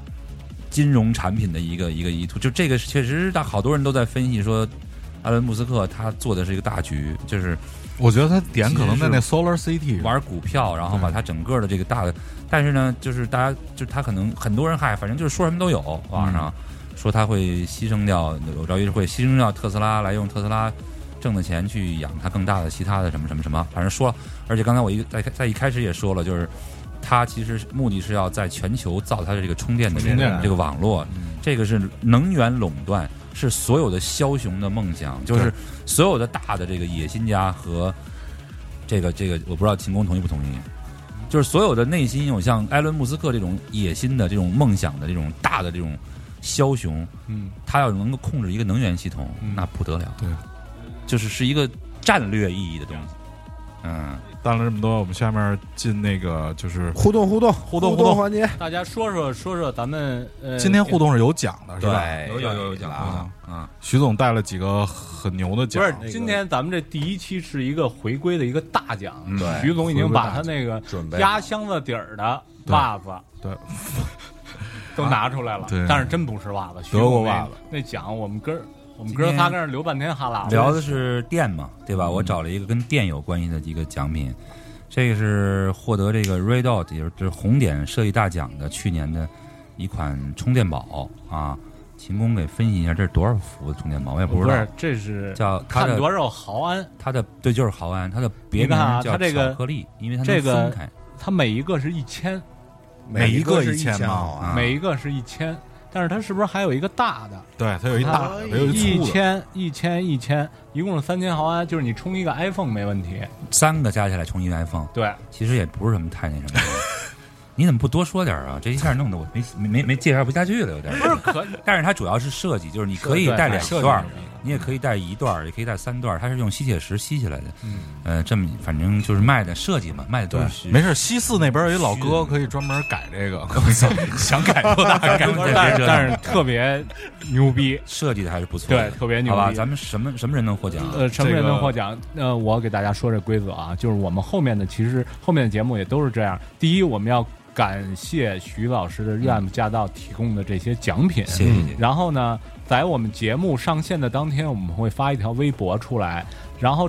Speaker 10: 金融产品的一个一个意图。就这个确实，但好多人都在分析说，埃伦·穆斯克他做的是一个大局，就是
Speaker 5: 我觉得他点可能在那
Speaker 10: 其
Speaker 5: Solar City
Speaker 10: 玩股票，然
Speaker 9: 嗯
Speaker 10: 后把他整个的这个大的，但是呢，就是大家就是他可能很多人嗨，反正就是说什么都有，网上
Speaker 9: 嗯
Speaker 10: 说他会牺牲掉，有朝一日会牺牲掉特斯拉，来用特斯拉挣的钱去养他更大的其他的什么什么什么，反正说了，而且刚才我一在在一开始也说了，就是他其实目的是要在全球造他的这个充电的这
Speaker 9: 充电嗯
Speaker 10: 个
Speaker 9: 的
Speaker 10: 这个网络，这个是能源垄断，是所有的枭雄的梦想，就是所有的大的这个野心家和这个这个，我不知道秦工同意不同意。就是所有的内心有像埃伦·穆斯克这种野心的、这种梦想的、这种大的这种枭雄，
Speaker 8: 嗯，
Speaker 10: 他要能够控制一个能源系统，那不得了。
Speaker 5: 嗯对，
Speaker 10: 就是是一个战略意义的东西。嗯，
Speaker 5: 干了这么多，我们下面进那个就是
Speaker 9: 互动互动互
Speaker 5: 动互
Speaker 9: 互
Speaker 5: 动
Speaker 9: 环节，
Speaker 8: 大家说说说说咱们呃，哎
Speaker 5: 今天互动是有奖的，是吧？
Speaker 10: 有有有有讲
Speaker 5: 啊
Speaker 10: 啊，
Speaker 5: 徐总带了几个很牛的
Speaker 8: 不
Speaker 5: 奖，
Speaker 8: 是今天咱们这第一期是一个回归的一个大奖，
Speaker 9: 对
Speaker 8: 徐总已经把他那个
Speaker 9: 准备
Speaker 8: 压箱子底儿的
Speaker 5: 对
Speaker 8: 袜子
Speaker 5: 对，
Speaker 8: 都拿出来了，
Speaker 5: 对
Speaker 8: 但是真不是袜子，徐
Speaker 5: 德国
Speaker 8: 总那
Speaker 5: 袜子。
Speaker 8: 那奖我们哥儿我们
Speaker 10: 今
Speaker 8: 哥
Speaker 10: 天
Speaker 8: 仨跟那儿流半天哈喇子，
Speaker 10: 聊的是电嘛，对吧？我找了一个跟电有关系的一个奖品，这个是获得这个 Red Dot，也就是红点设计大奖的去年的一款充电宝啊。秦工给分析一下，这是多少伏的充电宝？我也不
Speaker 8: 不
Speaker 10: 知道
Speaker 8: 是，这是
Speaker 10: 叫它
Speaker 8: 看
Speaker 10: 的
Speaker 8: 多少毫安，
Speaker 10: 它的对，就是毫安，它的别
Speaker 8: 你
Speaker 10: 名
Speaker 8: 看啊
Speaker 10: 叫
Speaker 8: 它这个
Speaker 10: 巧克力，因为它
Speaker 8: 这
Speaker 10: 能
Speaker 8: 个
Speaker 10: 分开。
Speaker 8: 它每一个是一千，
Speaker 5: 每一个
Speaker 9: 是
Speaker 5: 一千
Speaker 9: 千
Speaker 5: 嘛
Speaker 9: 毫安
Speaker 10: 啊
Speaker 8: 每一个是一千，但是它是不是还有一个大的？
Speaker 5: 对，它有一大的，有
Speaker 8: 一
Speaker 5: 粗的，
Speaker 8: 千一千一千，一共是三千毫安，就是你充一个 iPhone 没问题。
Speaker 10: 三个加起来充一个 iPhone，
Speaker 8: 对，
Speaker 10: 其实也不是什么太那什么。 你怎么不多说点儿啊？这一下弄得我没没没没介绍不下去了，有点儿。
Speaker 8: 不是可
Speaker 10: 但是它主要是设计，就是你可以
Speaker 8: 对
Speaker 10: 带两
Speaker 8: 设计
Speaker 10: 段儿
Speaker 8: 这，个嗯
Speaker 10: 你也可以带一段儿，也可以带三段儿，它是用吸铁石吸起来的。嗯，呃，这么反正就是卖的设计嘛，卖的东西
Speaker 5: 没事，西四那边有一老哥
Speaker 10: 虚
Speaker 5: 可以专门改这个，
Speaker 10: 想改多大改多大，
Speaker 8: 但是但是特别牛逼，
Speaker 10: 设计的还是不错
Speaker 8: 对
Speaker 10: 的，，
Speaker 8: 特别牛
Speaker 10: 好吧，
Speaker 8: 逼。
Speaker 10: 咱们什么什么人能获奖啊？
Speaker 8: 呃，什么人
Speaker 5: 这
Speaker 8: 能
Speaker 5: 个
Speaker 8: 获奖？呃，我给大家说这规则啊，就是我们后面的其实后面的节目也都是这样。第一，我们要感谢徐老师的热
Speaker 5: 嗯
Speaker 8: 爱驾到提供的这些奖品。
Speaker 10: 谢谢你
Speaker 8: 然后呢，在我们节目上线的当天，我们会发一条微博出来，然后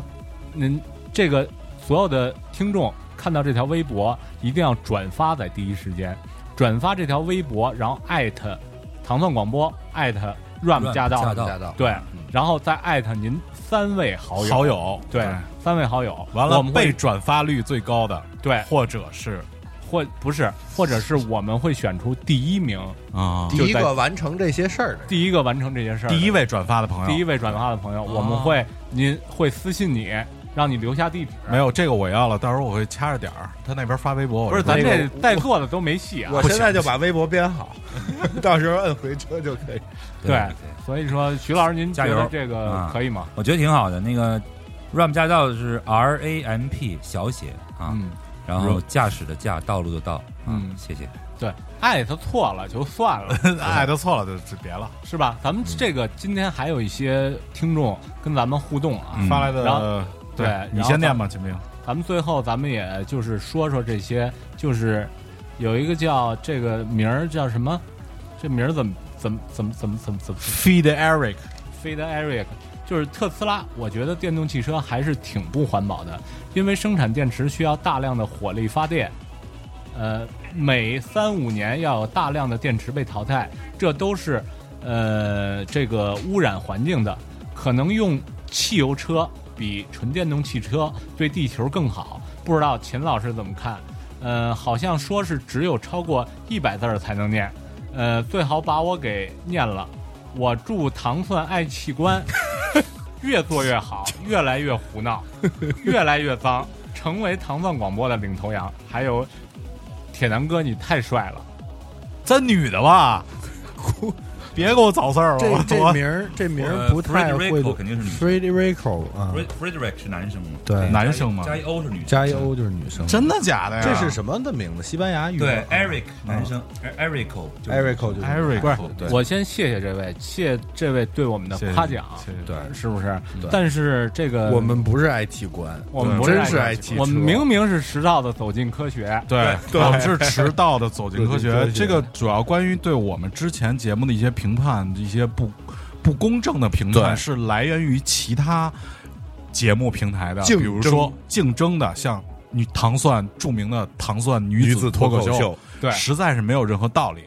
Speaker 8: 您这个所有的听众看到这条微博，一定要转发在第一时间，转发这条微博，然后艾特糖蒜广播，艾特 ram 驾到，
Speaker 10: Ram 驾到
Speaker 8: 对，然后再艾特您三位好友，
Speaker 5: 好友
Speaker 8: 对
Speaker 5: 对，
Speaker 8: 三位好友，
Speaker 5: 完了
Speaker 8: 我们会
Speaker 5: 被转发率最高的，
Speaker 8: 对
Speaker 5: 或者是
Speaker 8: 或不是，或者是我们会选出第一名，
Speaker 5: 啊
Speaker 9: 第一个完成这些事儿的人，
Speaker 8: 第一个完成这件事儿的，
Speaker 5: 第一位转发的朋友，
Speaker 8: 第一位转发的朋友，我们会您会私信你，让你留下地址。
Speaker 5: 没有这个我要了，到时候我会掐着点儿，他那边发微博，我
Speaker 8: 不是，
Speaker 5: 就
Speaker 8: 咱
Speaker 5: 说
Speaker 8: 这在座的都没戏啊
Speaker 9: 我。现在就把微博编好，到时候摁回车就可以。
Speaker 8: 对，所以说徐老师，您觉
Speaker 10: 加
Speaker 8: 得
Speaker 10: 油
Speaker 8: 这个
Speaker 10: 啊
Speaker 8: 可以吗？
Speaker 10: 我觉得挺好的。那个 RAM 驾照是 R A M P 小写啊，
Speaker 8: 嗯
Speaker 10: 然后驾驶的驾，道路的道啊，
Speaker 8: 嗯
Speaker 10: 谢谢。
Speaker 8: 对，艾特错了就算了，
Speaker 5: 哎，都错了，就就别了。
Speaker 8: 是吧？咱们这个今天还有一些听众跟咱们互动啊，
Speaker 10: 嗯
Speaker 5: 发来
Speaker 8: 然后
Speaker 5: 的，
Speaker 8: 对
Speaker 5: 你
Speaker 8: 然后咱
Speaker 5: 先念吧，秦明。
Speaker 8: 咱们最后咱们也就是说说这些，就是有一个叫这个名儿叫什么？这名儿怎么怎么怎么怎么怎么怎么
Speaker 5: Feed Eric，
Speaker 8: 飞的 Eric，就是特斯拉，我觉得电动汽车还是挺不环保的，因为生产电池需要大量的火力发电，呃，每三五年要有大量的电池被淘汰，这都是呃这个污染环境的。可能用汽油车比纯电动汽车对地球更好，不知道秦老师怎么看？呃，好像说是只有超过一百字儿才能念，呃，最好把我给念了。我祝糖蒜爱器官越做越好，越来越胡 闹，越来越脏，成为糖蒜广播的领头羊。还有，铁男哥，你太帅了，
Speaker 5: 咱女的 吧，别给我找事儿了，
Speaker 9: 这
Speaker 5: 我
Speaker 9: 这
Speaker 5: 我
Speaker 9: 名儿这名
Speaker 10: 呃
Speaker 9: 儿不太会
Speaker 10: Frederico 肯定是女
Speaker 9: Frederico
Speaker 8: 嗯
Speaker 9: 啊，
Speaker 10: Frederick 是男生吗？
Speaker 9: 对
Speaker 5: 男生吗
Speaker 10: 加一 O 是女生。
Speaker 9: 加一 O 就是女生，
Speaker 5: 真的假哎的呀？
Speaker 9: 这是什么的名字？西班牙语
Speaker 10: 对，Eric 男生，Erico 就是
Speaker 9: Erico 就是
Speaker 5: 嗯 Eric，
Speaker 8: 不是
Speaker 9: 对
Speaker 8: 我先谢谢这位，谢这位对我们的
Speaker 5: 谢谢
Speaker 8: 夸奖，
Speaker 5: 谢谢
Speaker 9: 对
Speaker 8: 是不是
Speaker 9: 对？
Speaker 8: 但是这个
Speaker 9: 我们不是 IT 官，
Speaker 8: 我们不
Speaker 9: 真是
Speaker 8: 爱
Speaker 9: IT，
Speaker 8: 我们
Speaker 9: 车
Speaker 8: 明明是迟到的走进科学，
Speaker 5: 对，我们是迟到的走进科
Speaker 9: 走
Speaker 5: 学
Speaker 9: 进科。学
Speaker 5: 这个主要关于对我们之前节目的一些评判，一些不不公正的评判，
Speaker 9: 对
Speaker 5: 是来源于其他节目平台的，比
Speaker 9: 竞争
Speaker 5: 如说竞争的，像女糖蒜著名的糖蒜女
Speaker 11: 女
Speaker 5: 子
Speaker 11: 子脱
Speaker 5: 口
Speaker 11: 口秀，
Speaker 8: 对
Speaker 5: 实在是没有任何道理。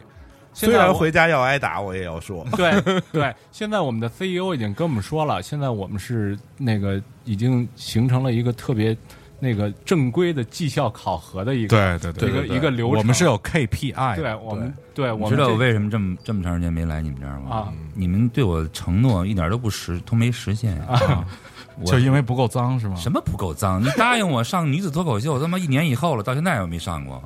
Speaker 8: 虽。
Speaker 11: 虽然回家要挨打，我也要说
Speaker 8: 对对，现在我们的 CEO 已经跟我们说了，现在我们是那个已经形成了一个特别那个正规的绩效考核的一个
Speaker 5: 对对
Speaker 8: 一个一个流程，
Speaker 5: 我们是有 KPI，的
Speaker 8: 对我们对
Speaker 10: 你
Speaker 8: 我
Speaker 10: 知
Speaker 8: 们
Speaker 10: 道我
Speaker 8: 这
Speaker 10: 为嗯什么这么这么长时间没来你们这儿吗？
Speaker 8: 啊，
Speaker 10: 你们对我的承诺一点都不实，都没实现啊！我
Speaker 5: 就因为不够脏是吗？
Speaker 10: 什么不够脏？你答应我上女子脱口秀，他妈一年以后了，到现在我没上过。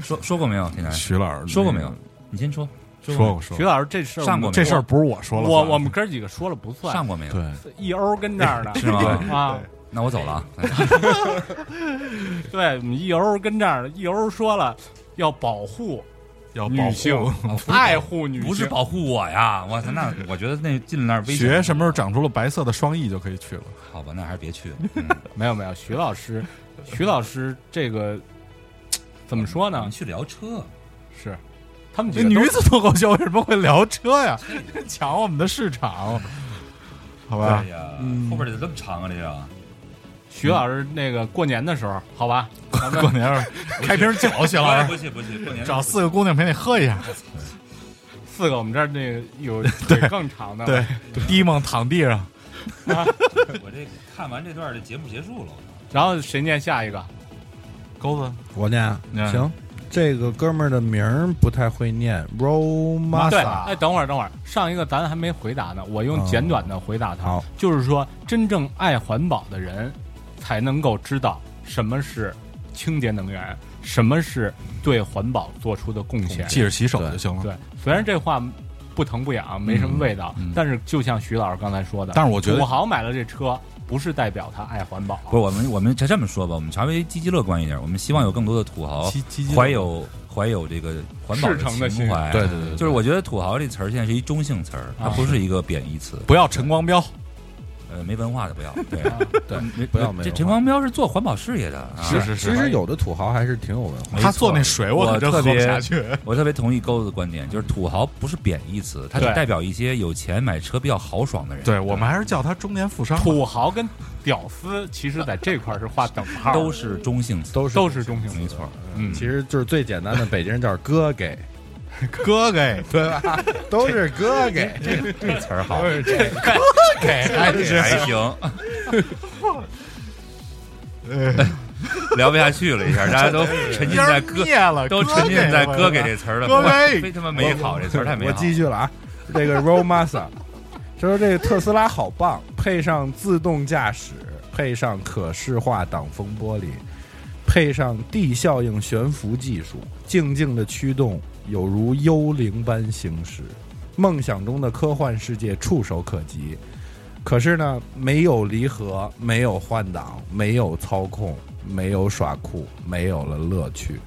Speaker 10: 说说过没有？现在
Speaker 5: 哎徐老师
Speaker 10: 说过没有？？你先说。
Speaker 5: 说
Speaker 10: 过
Speaker 5: 过说
Speaker 8: 徐
Speaker 5: 过，
Speaker 8: 老师这事儿
Speaker 10: 上过没
Speaker 5: 这事儿不是我说了
Speaker 8: 我
Speaker 5: 算
Speaker 8: 我们哥儿几个说了不算，
Speaker 10: 上过没有？
Speaker 5: 对，
Speaker 8: 一欧跟这儿呢
Speaker 10: 是吗
Speaker 8: 啊，
Speaker 10: 那我走了啊。
Speaker 8: 对，我们一欧跟这儿呢，一欧说了要保护
Speaker 5: 要保
Speaker 8: 女性
Speaker 5: 护。，
Speaker 8: 爱护女性，
Speaker 10: 不是保护我呀！我操，那我觉得那进那儿危险。
Speaker 5: 学什么时候长出了白色的双翼就可以去了。
Speaker 10: 好吧，那还是别去了。嗯
Speaker 8: 没有没有，徐老师，徐老师这个怎么说
Speaker 10: 我
Speaker 8: 呢
Speaker 10: 们？去聊车，
Speaker 8: 是他们几
Speaker 5: 那
Speaker 8: 个都
Speaker 5: 女子脱口秀为什么会聊车呀？抢我们的市场，好吧
Speaker 10: 哎？呀，
Speaker 5: 嗯
Speaker 10: 后边得这么长啊，这个。
Speaker 8: 徐老师那个过年的时
Speaker 5: 嗯
Speaker 8: 候，好吧，咱们
Speaker 5: 过年儿开瓶酒，徐老师
Speaker 10: 不去不去，过年
Speaker 5: 找四个姑娘陪你喝一下。
Speaker 8: 四个我们这儿那个 有腿更长的，
Speaker 5: 对，低梦躺地上，
Speaker 10: 我这看完这段的节目结束了，
Speaker 8: 然后谁念下一个？
Speaker 5: 钩子
Speaker 9: 我念啊
Speaker 5: 嗯
Speaker 9: 行。这个哥们儿的名儿不太会念
Speaker 8: 对，
Speaker 9: ，Romasa
Speaker 8: 哎，等会儿，等会儿，上一个咱还没回答呢，我用
Speaker 9: 嗯
Speaker 8: 简短的回答他，
Speaker 9: 好
Speaker 5: 嗯
Speaker 8: 就是说，真正爱环保的人，才能够知道什么是清洁能源，什么是对环保做出的贡献。
Speaker 5: 记着洗手就行了。
Speaker 8: 对，虽然这话不疼不痒，没什么味道，
Speaker 5: 嗯嗯
Speaker 8: 但是就像徐老师刚才说的，
Speaker 5: 但是我觉得
Speaker 8: 土豪买了这车，不是代表他爱环保，
Speaker 10: 不是我们我们这这么说吧，我们稍微积极乐观一点，我们希望有更多的土
Speaker 9: 哦
Speaker 10: 豪
Speaker 5: 积积极
Speaker 10: 怀有怀有这个环保
Speaker 8: 赤诚的
Speaker 10: 情
Speaker 8: 心
Speaker 10: 怀。
Speaker 5: 对对对对
Speaker 10: 就是我觉得“土豪”这词儿现在是一中性词儿，它
Speaker 8: 啊
Speaker 10: 不是一个贬义词。
Speaker 5: 不要陈光标，
Speaker 10: 呃，呃，没文化的不要，对
Speaker 9: 对
Speaker 10: 没
Speaker 9: 不要没
Speaker 10: 这
Speaker 9: 文
Speaker 10: 陈
Speaker 9: 化
Speaker 10: 光标是做环保事业的，啊
Speaker 9: 是是是其实有的土豪还是挺有文化的他做那水我
Speaker 10: 我
Speaker 9: 可真
Speaker 10: 特
Speaker 9: 喝不
Speaker 10: 别
Speaker 9: 下去
Speaker 10: 我特别同意钩子的观点，就是土豪不是贬义词，它是
Speaker 5: 对
Speaker 10: 代表一些有钱买车比较豪爽的人。
Speaker 5: 对我们还是叫他中年富商 吧。
Speaker 8: 土豪跟屌丝其实在这块儿是划等号的，
Speaker 10: 都是中性词，
Speaker 8: 都是都是中性，没错。嗯，
Speaker 9: 其实就是最简单的北京人叫哥给，
Speaker 5: 哥给
Speaker 9: 对吧？都是哥给，
Speaker 10: 这这词儿好，
Speaker 9: 这
Speaker 10: 哥
Speaker 9: 给还是
Speaker 10: 哎还行， 聊不下去了，一下大家都沉浸在哥
Speaker 9: 一下灭了
Speaker 10: 都沉浸在哥给这词儿了，
Speaker 9: 哥给
Speaker 10: 非他妈美好，这词儿太美好
Speaker 9: 我
Speaker 10: 了。
Speaker 9: 继续了啊，这个 Roll Massa，他说这个特斯拉好棒，配上自动驾驶，配上可视化挡风玻璃，配上地效应悬浮技术，静静的驱动有如幽灵般行驶，梦想中的科幻世界触手可及。可是呢，没有离合，没有换挡，没有操控，没有耍酷，没有了乐趣。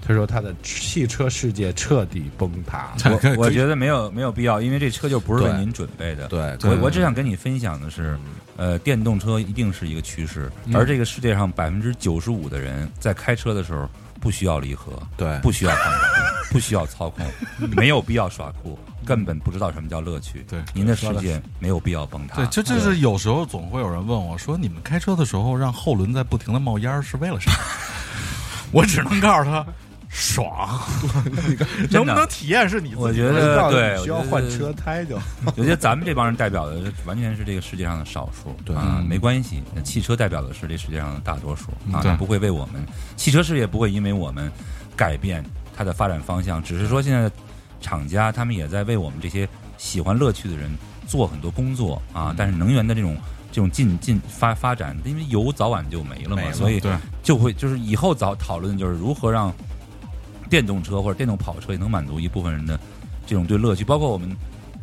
Speaker 9: 他说他的汽车世界彻底崩 塌。
Speaker 10: 我我觉得没有没有必要，因为这车就不是为您准备的。
Speaker 9: 对
Speaker 10: 我
Speaker 9: 对
Speaker 10: 我只想跟你分享的是，呃，电动车一定是一个趋势，
Speaker 9: 嗯
Speaker 10: 而这个世界上百分之九十五的人在开车的时候不需要离合，
Speaker 9: 对
Speaker 10: 不需要换挡，不需要操 控，没有必要耍酷，根本不知道什么叫乐趣。对，您的世
Speaker 5: 说得
Speaker 10: 界没有必要崩塌。
Speaker 5: 对，这这是有时候总会有人问我说：“你们开车的时候让后轮在不停的冒烟儿是为了啥？” 我只能告诉他，爽。 能不能体验是你自己的？
Speaker 10: 我觉得对，
Speaker 9: 需要
Speaker 10: 我觉得
Speaker 9: 换车 胎就好。
Speaker 10: 我觉得咱们这帮人代表的完全是这个世界上的少数，对啊，没关系。那汽车代表的是这世界上的大多数
Speaker 9: 嗯
Speaker 10: 啊，
Speaker 9: 对
Speaker 10: 它不会为我们汽车事业不会因为我们改变它的发展方向，只是说现在的厂家他们也在为我们这些喜欢乐趣的人做很多工作
Speaker 9: 嗯
Speaker 10: 啊，但是能源的这种。这种进进发发展，因为油早晚就没了嘛，
Speaker 9: 没了
Speaker 10: 所以
Speaker 9: 对
Speaker 10: 就会就是以后早讨论就是如何让电动车或者电动跑车也能满足一部分人的这种对乐趣，包括我们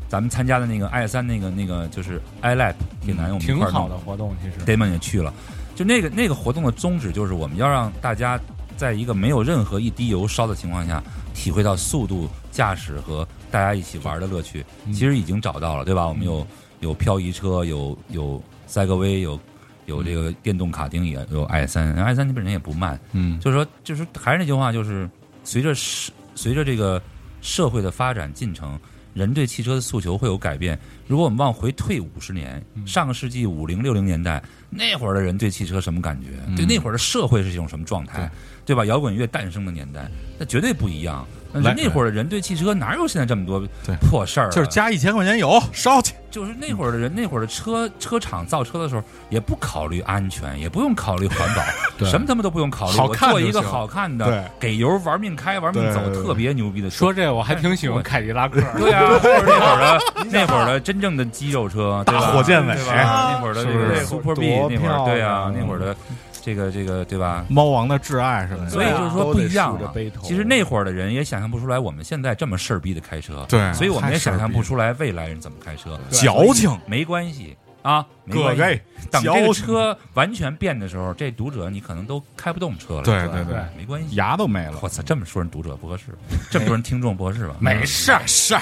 Speaker 10: 咱们参加的那个 i 三那个那个就是 iLab 铁南，我们一
Speaker 8: 挺
Speaker 10: 块儿
Speaker 8: 好
Speaker 10: 弄
Speaker 8: 的活动，其实
Speaker 10: Damon 也去了，就那个那个活动的宗旨就是我们要让大家在一个没有任何一滴油烧的情况下，体会到速度、驾驶和大家一起玩的乐趣。其实已经找到了，对吧？我们有有漂移车，有有赛格威，有有这个电动卡丁，也有 i 三，i 三本身也不慢。
Speaker 5: 嗯
Speaker 10: 就是说，就是还是那句话，就是随着时随着这个社会的发展进程，人对汽车的诉求会有改变。如果我们往回退五十年，
Speaker 8: 嗯
Speaker 10: 上个世纪五零六零年代那会儿的人对汽车什么感觉？
Speaker 8: 嗯
Speaker 10: 对那会儿的社会是一种什么状态？对吧？摇滚乐诞生的年代，那绝对不一样。那
Speaker 5: 来
Speaker 10: 那会儿的人对汽车哪有现在这么多破事儿啊？
Speaker 5: 就是加一千块钱油烧去。
Speaker 10: 就是那会儿的人，那会儿的车车厂造车的时候，也不考虑安全，也不用考虑环保，
Speaker 8: 对
Speaker 10: 什么他妈都不用考虑。
Speaker 8: 好
Speaker 10: 我
Speaker 8: 看
Speaker 10: 做
Speaker 8: 就
Speaker 10: 一个
Speaker 8: 行
Speaker 10: 好看
Speaker 8: 对
Speaker 10: 的，给油玩命开、玩命
Speaker 8: 对
Speaker 10: 走，
Speaker 8: 对对
Speaker 10: 特别牛逼的车。
Speaker 8: 说这我还挺喜
Speaker 10: 哎
Speaker 8: 欢凯迪拉克，
Speaker 10: 对啊，就是那会儿的那会儿的真正的肌肉车，对吧
Speaker 8: 大火箭尾
Speaker 10: 对吧
Speaker 8: 啊
Speaker 10: 那会儿的
Speaker 8: 是
Speaker 10: 那
Speaker 8: 不是
Speaker 10: 个 Super B，
Speaker 5: 多
Speaker 10: 那会儿对
Speaker 5: 漂
Speaker 10: 啊，
Speaker 5: 亮
Speaker 10: 那会儿的这个这个对吧？
Speaker 5: 猫王的挚爱什么的，
Speaker 10: 所以就是说不一样了
Speaker 5: 啊都得竖着背头。
Speaker 10: 其实那会儿的人也想象不出来我们现在这么事儿逼的开车，
Speaker 5: 对
Speaker 10: 所以我们也
Speaker 5: 太事儿
Speaker 10: 想
Speaker 5: 逼了
Speaker 10: 象不出来未来人怎么开车，
Speaker 5: 对矫情
Speaker 10: 所以没关系啊，没
Speaker 5: 各
Speaker 10: 关系
Speaker 5: 位
Speaker 10: 等这
Speaker 5: 矫
Speaker 10: 个
Speaker 5: 情
Speaker 10: 车完全变的时候，这读者你可能都开不动车了，
Speaker 5: 对
Speaker 10: 是吧
Speaker 5: 对对
Speaker 10: 没关系，
Speaker 5: 牙都没了。
Speaker 10: 我操，这么说人读者不合适，这么说人听众不合适 吧？
Speaker 8: 没事儿是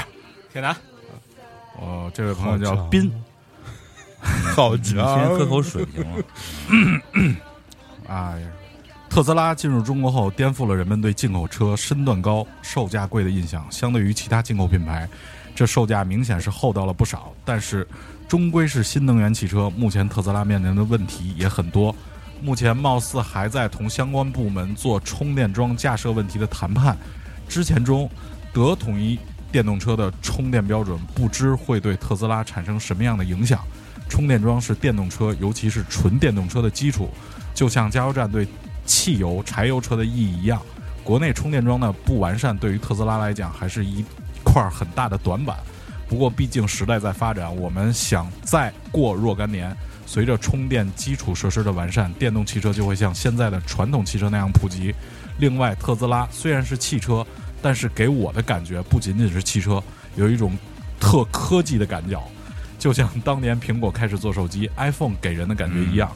Speaker 8: 铁男，
Speaker 5: 哦，这位朋友叫斌， 好
Speaker 10: 你先嗯喝口水行吗？
Speaker 5: 哎呀，特斯拉进入中国后，颠覆了人们对进口车身段高、售价贵的印象。相对于其他进口品牌，这售价明显是厚道了不少。但是，终归是新能源汽车，目前特斯拉面临的问题也很多。目前貌似还在同相关部门做充电桩架设问题的谈判。之前中，德统一电动车的充电标准，不知会对特斯拉产生什么样的影响。充电桩是电动车，尤其是纯电动车的基础，就像加油站对汽油、柴油车的意义一样。国内充电桩的不完善，对于特斯拉来讲，还是一块很大的短板。不过，毕竟时代在发展，我们想再过若干年，随着充电基础设施的完善，电动汽车就会像现在的传统汽车那样普及。另外，特斯拉虽然是汽车，但是给我的感觉不仅仅是汽车，有一种特科技的感觉，就像当年苹果开始做手机，iPhone 给人的感觉一样。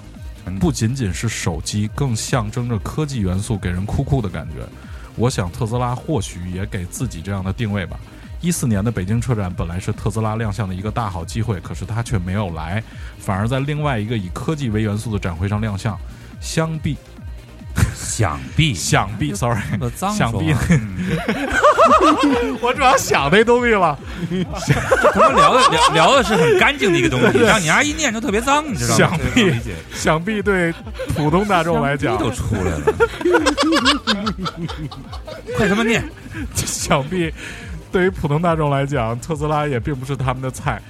Speaker 5: 不仅仅是手机，更象征着科技元素给人酷酷的感觉。我想特斯拉或许也给自己这样的定位吧，一四年的北京车展本来是特斯拉亮相的一个大好机会，可是它却没有来，反而在另外一个以科技为元素的展会上亮相。相比，
Speaker 10: 想必，
Speaker 5: 想 必，sorry，
Speaker 10: 脏
Speaker 5: 想必
Speaker 10: 说话，
Speaker 5: 我主要想那东西了。
Speaker 10: 他们聊的聊聊的是很干净的一个东西，让你阿姨念就特别脏，你知道吗？
Speaker 5: 想
Speaker 10: 这 个
Speaker 5: 必
Speaker 10: 理解，
Speaker 5: 想必对普通大众来讲
Speaker 10: 想必都出来了， 快他妈念！
Speaker 5: 想必对于普通大众来讲，特斯拉也并不是他们的菜。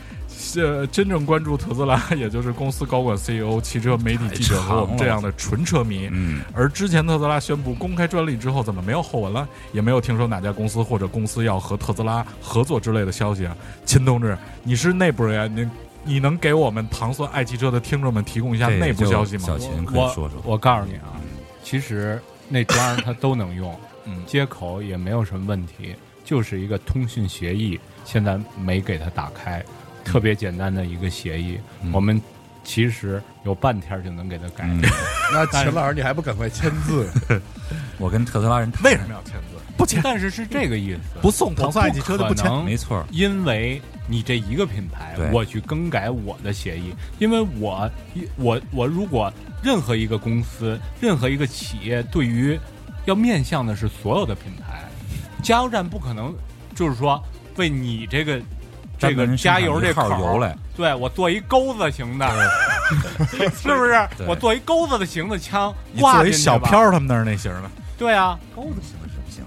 Speaker 5: 呃，真正关注特斯拉，也就是公司高管、CEO、汽车媒体记者和我们这样的纯车迷。
Speaker 10: 嗯，
Speaker 5: 而之前特斯拉宣布公开专利之后，怎么没有后文了？也没有听说哪家公司或者公司要和特斯拉合作之类的消息啊！秦同志，你是内部人员，你你能给我们糖蒜爱汽车的听众们提供一下
Speaker 10: 对
Speaker 5: 内部
Speaker 10: 就
Speaker 5: 消息吗？
Speaker 10: 小秦可以
Speaker 8: 我
Speaker 10: 说说，
Speaker 8: 我告诉你啊，其实那装儿它都能用，
Speaker 10: 嗯
Speaker 8: 接口也没有什么问题，就是一个通讯协议，现在没给它打开，特别简单的一个协议，
Speaker 10: 嗯
Speaker 8: 我们其实有半天儿就能给它改。
Speaker 10: 嗯
Speaker 9: 那秦老师你还不赶快签字？
Speaker 10: 我跟特斯拉人
Speaker 5: 为什么要签字？不签，
Speaker 8: 但是是这个意思，
Speaker 5: 不送糖蒜爱汽车就不
Speaker 8: 可
Speaker 5: 签。
Speaker 8: 能
Speaker 10: 没错儿，
Speaker 8: 因为你这一个品牌
Speaker 10: 对，
Speaker 8: 我去更改我的协议，因为我一我我如果任何一个公司、任何一个企业对于要面向的是所有的品牌，加油站不可能就是说为你这个这
Speaker 10: 专门
Speaker 8: 个
Speaker 10: 生
Speaker 8: 加
Speaker 10: 产
Speaker 8: 油
Speaker 10: 一
Speaker 8: 这口
Speaker 10: 号油
Speaker 8: 儿
Speaker 10: 来，
Speaker 8: 对我做一钩子型的， 是不是？
Speaker 10: 对
Speaker 8: 我做一钩子的型的枪
Speaker 5: 你
Speaker 8: 挂
Speaker 5: 作
Speaker 8: 进
Speaker 5: 为
Speaker 8: 去
Speaker 5: 小
Speaker 8: 吧
Speaker 5: 飘，儿他们那儿那型的，
Speaker 8: 对啊，
Speaker 10: 钩子行什么行？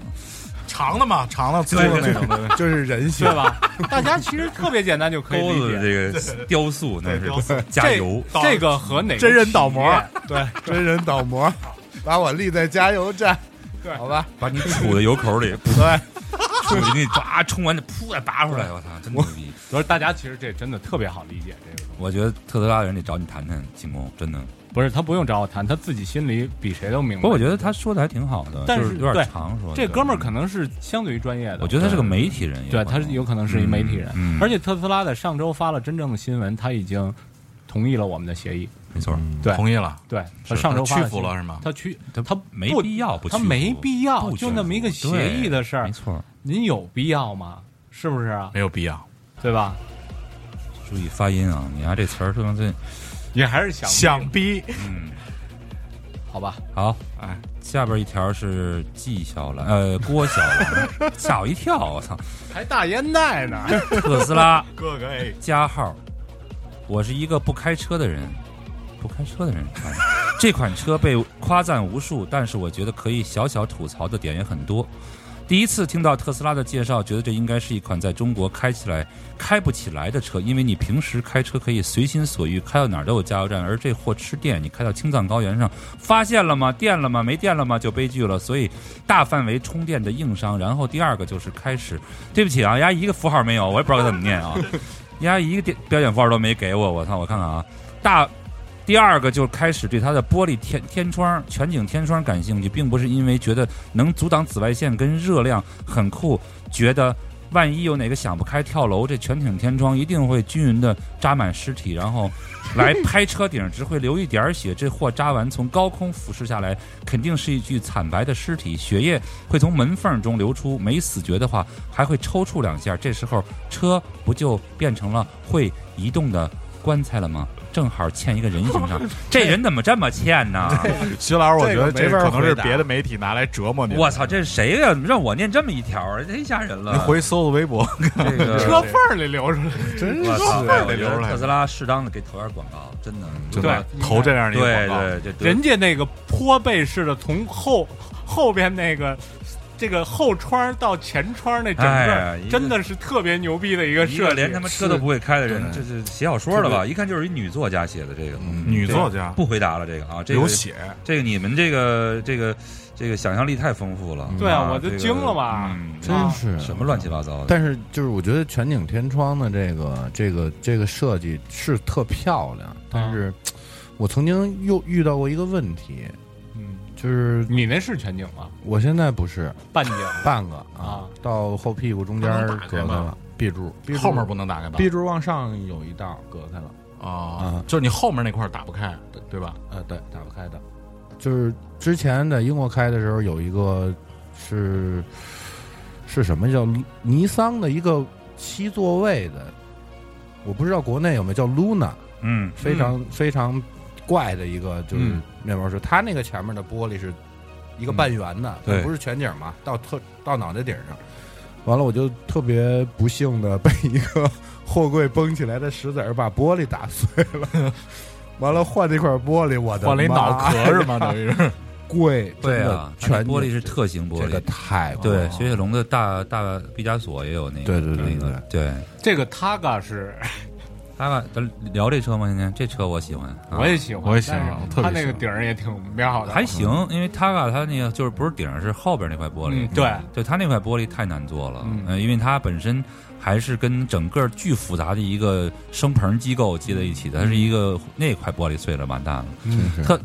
Speaker 5: 长的嘛，长的粗的那种。对
Speaker 9: 就是人 性
Speaker 8: 对，吧？大家其实特别简单就可以
Speaker 10: 钩
Speaker 8: 理
Speaker 10: 子
Speaker 8: 解
Speaker 10: 的。这个雕塑那
Speaker 5: 雕塑
Speaker 10: 是加油，
Speaker 8: 这这个和哪个
Speaker 5: 真人倒模
Speaker 8: 企业
Speaker 5: 对，
Speaker 9: 真人倒模，把我立在加油站，好吧？
Speaker 10: 把你杵在 油口里，
Speaker 9: 对，
Speaker 10: 杵进去，抓冲完就噗再拔出来，我操，真牛逼！
Speaker 8: 所以大家其实这真的特别好理解这个东西。
Speaker 10: 我觉得特斯拉人得找你谈谈进攻，真的。
Speaker 8: 不是他不用找我谈，他自己心里比谁都明白。
Speaker 10: 不过我觉得他说的还挺好的，
Speaker 8: 但
Speaker 10: 就是有
Speaker 8: 对
Speaker 10: 点长说的。
Speaker 8: 这哥们儿可能是相对于专业的，
Speaker 10: 我觉得他是个媒体人，
Speaker 8: 对，他是有可能是一媒体人。
Speaker 10: 嗯嗯
Speaker 8: 而且特斯拉在上周发了真正的新闻，他已经同意了我们的协议。
Speaker 10: 没错，
Speaker 8: 对
Speaker 5: 同意了，
Speaker 8: 对，他上周发
Speaker 5: 屈
Speaker 8: 了
Speaker 5: 服了是吗？
Speaker 8: 他屈
Speaker 10: 他
Speaker 8: 他
Speaker 10: 没
Speaker 8: 不
Speaker 10: 必要不屈
Speaker 8: 他
Speaker 10: 服，
Speaker 8: 没必要，
Speaker 10: 不屈
Speaker 8: 就那么一个
Speaker 10: 服
Speaker 8: 协议的事
Speaker 10: 对
Speaker 8: 儿
Speaker 10: 没，错。
Speaker 8: 您有必要吗？是不是啊？
Speaker 5: 没有必要。
Speaker 8: 对吧？
Speaker 10: 注意发音啊，你看这词儿特别对。
Speaker 8: 你还是想
Speaker 5: 想逼
Speaker 10: 嗯，
Speaker 8: 好吧？
Speaker 10: 好，
Speaker 5: 哎，
Speaker 10: 下边一条是纪晓岚，呃，郭晓 岚，吓我一跳，我操！
Speaker 8: 还大烟袋 呢，
Speaker 10: 特斯拉
Speaker 5: 哥哥，哎，
Speaker 10: 加号，我是一个不开车的人，不开车的人。哎这款车被夸赞无数，但是我觉得可以小小吐槽的点也很多。第一次听到特斯拉的介绍，觉得这应该是一款在中国开起来开不起来的车，因为你平时开车可以随心所欲，开到哪儿都有加油站，而这货吃电，你开到青藏高原上，发现了吗？电了吗？没电了吗？就悲剧了。所以大范围充电的硬伤。然后第二个就是开始，对不起啊，丫一个符号没有，我也不知道该怎么念啊，丫一个电标点符号都没给我，我操，我看看啊，大第二个就开始对它的玻璃天天窗、全景天窗感兴趣，并不是因为觉得能阻挡紫外线跟热量很酷，觉得万一有哪个想不开跳楼，这全景天窗一定会均匀的扎满尸体，然后来拍车顶只会流一点血，这货扎完从高空俯视下来，肯定是一具惨白的尸体，血液会从门缝中流出，没死绝的话还会抽搐两下，这时候车不就变成了会移动的棺材了吗？正好嵌一个人形上，这人怎么这么欠呢？
Speaker 5: 徐老师，我觉得
Speaker 9: 这
Speaker 5: 这
Speaker 9: 个没法
Speaker 5: 可能是
Speaker 9: 回答
Speaker 5: 别的媒体拿来折磨你。
Speaker 10: 我操，这是谁呀、让我念这么一条啊，这太吓人
Speaker 5: 你
Speaker 10: 了。
Speaker 5: 回搜搜微博，
Speaker 10: 这个
Speaker 8: 车缝儿里流出来。
Speaker 9: 真
Speaker 10: 我操，
Speaker 9: 是。
Speaker 10: 我
Speaker 5: 得
Speaker 10: 觉
Speaker 5: 留出
Speaker 10: 得
Speaker 5: 来
Speaker 10: 特斯拉适当的给投点广告，真的。
Speaker 5: 真
Speaker 8: 对
Speaker 5: 的投这样的一
Speaker 10: 对
Speaker 5: 个广告，
Speaker 10: 对，这对
Speaker 8: 人家那个坡背式的，从后后边那个这个后窗到前窗那整
Speaker 10: 哎
Speaker 8: 个
Speaker 10: 呀一，个
Speaker 8: 真的是特别牛逼的一个
Speaker 10: 一
Speaker 8: 设
Speaker 10: 个
Speaker 8: 计。
Speaker 10: 连他妈车都不会开的人，这是写小说的吧？一看就是一女作家写的这个，嗯
Speaker 5: 女作家
Speaker 10: 不回答了这个啊，这个
Speaker 5: 流血，
Speaker 10: 这个你们这个这个这个想象力太丰富了，
Speaker 8: 对啊
Speaker 10: 啊，
Speaker 8: 我都
Speaker 10: 这个
Speaker 8: 惊了吧
Speaker 10: 嗯
Speaker 9: 真是
Speaker 10: 什么乱七八糟的，
Speaker 9: 但是就是我觉得全景天窗的这个这个这个设计是特漂亮，但是我曾经又遇到过一个问题，
Speaker 8: 嗯，
Speaker 9: 就是
Speaker 8: 你那是全景吗？
Speaker 9: 我现在不是
Speaker 8: 半景。
Speaker 9: 半个
Speaker 8: 啊
Speaker 9: 啊，到后屁股中间
Speaker 5: 能打开
Speaker 9: 隔开
Speaker 5: 吗
Speaker 9: 了，B 柱，B 柱
Speaker 5: 后面不能打开吧？
Speaker 9: ，B 柱往上有一道隔开了，
Speaker 5: 啊
Speaker 9: 啊，
Speaker 5: 就是你后面那块儿打不开，对吧？
Speaker 9: 呃，对，打不开的，就是之前在英国开的时候有一个是是什么叫尼桑的一个七座位的，我不知道国内有没有叫 Luna，
Speaker 10: 嗯，
Speaker 9: 非常、非常怪的一个就是
Speaker 10: 嗯
Speaker 9: 面包车，它那个前面的玻璃是一个半圆的，
Speaker 10: 嗯对
Speaker 9: 不是全景嘛，到特到脑袋顶上。完了，我就特别不幸的被一个货柜绷起来的石子儿把玻璃打碎 了。完了，换这块玻璃，我的
Speaker 5: 换了一
Speaker 9: 妈
Speaker 5: 脑壳是吗
Speaker 9: 呀
Speaker 5: 等于是
Speaker 9: 贵，
Speaker 10: 对
Speaker 9: 真的
Speaker 10: 啊，它那
Speaker 9: 全
Speaker 10: 玻璃是特型玻璃，
Speaker 9: 这个太
Speaker 10: 对。雪铁龙的大大毕加索也有那个，
Speaker 9: 对对对
Speaker 10: 那个对。
Speaker 8: 这个 Targa 是，
Speaker 10: 他们咱聊这车吗？今天这车我喜欢，啊
Speaker 8: 我也喜欢，但是它那个顶儿也挺妙的，
Speaker 10: 还行，因为 Targa 它那个就是不是顶儿是后边那块玻璃
Speaker 8: 嗯，对
Speaker 10: 对，它那块玻璃太难做了
Speaker 8: 嗯，
Speaker 10: 呃因为它本身还是跟整个巨复杂的一个生棚机构接在一起的，
Speaker 8: 嗯
Speaker 10: 它是一个那块玻璃碎了完蛋了，
Speaker 9: 嗯是
Speaker 10: 它。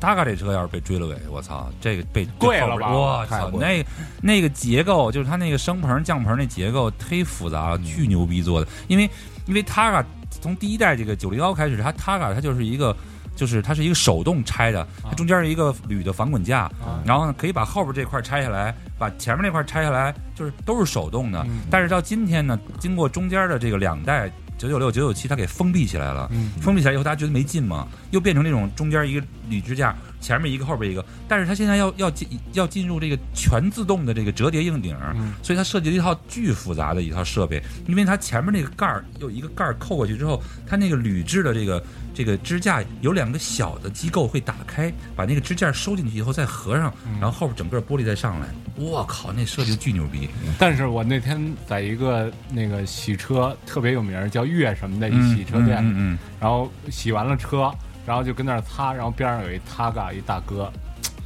Speaker 10: Targa 这车要是被追了尾，我操，这个被
Speaker 8: 贵了吧
Speaker 10: 我
Speaker 8: 太
Speaker 10: 操，
Speaker 8: 贵了
Speaker 10: 那那个结构就是它那个升棚降棚那结构忒复
Speaker 8: 嗯
Speaker 10: 杂了，巨牛逼做的。因为因为 Targa 从第一代这个九零幺开始，它 Targa 它就是一个。就是它是一个手动拆的，
Speaker 8: 啊
Speaker 10: 它中间是一个铝的防滚架，
Speaker 8: 嗯
Speaker 10: 然后呢可以把后边这块拆下来，把前面那块拆下来，就是都是手动的。但是到今天呢，经过中间的这个两代九九六、九九七，它给封闭起来了。
Speaker 8: 嗯
Speaker 10: 封闭起来以后，大家觉得没劲嘛，又变成那种中间一个铝支架，前面一个后边一个。但是它现在要要进要进入这个全自动的这个折叠硬顶儿，
Speaker 8: 嗯
Speaker 10: 所以它设计了一套巨复杂的一套设备，因为它前面那个盖儿有一个盖儿扣过去之后，它那个铝制的这个这个支架有两个小的机构会打开，把那个支架收进去以后再合上，
Speaker 8: 嗯
Speaker 10: 然后后边整个玻璃再上来。我靠，那设计巨牛逼！
Speaker 8: 但是我那天在一个那个洗车特别有名儿叫月什么的一洗车店，
Speaker 10: 嗯嗯嗯嗯
Speaker 8: 然后洗完了车，然后就跟那儿擦，然后边上有一 Targa 一大哥，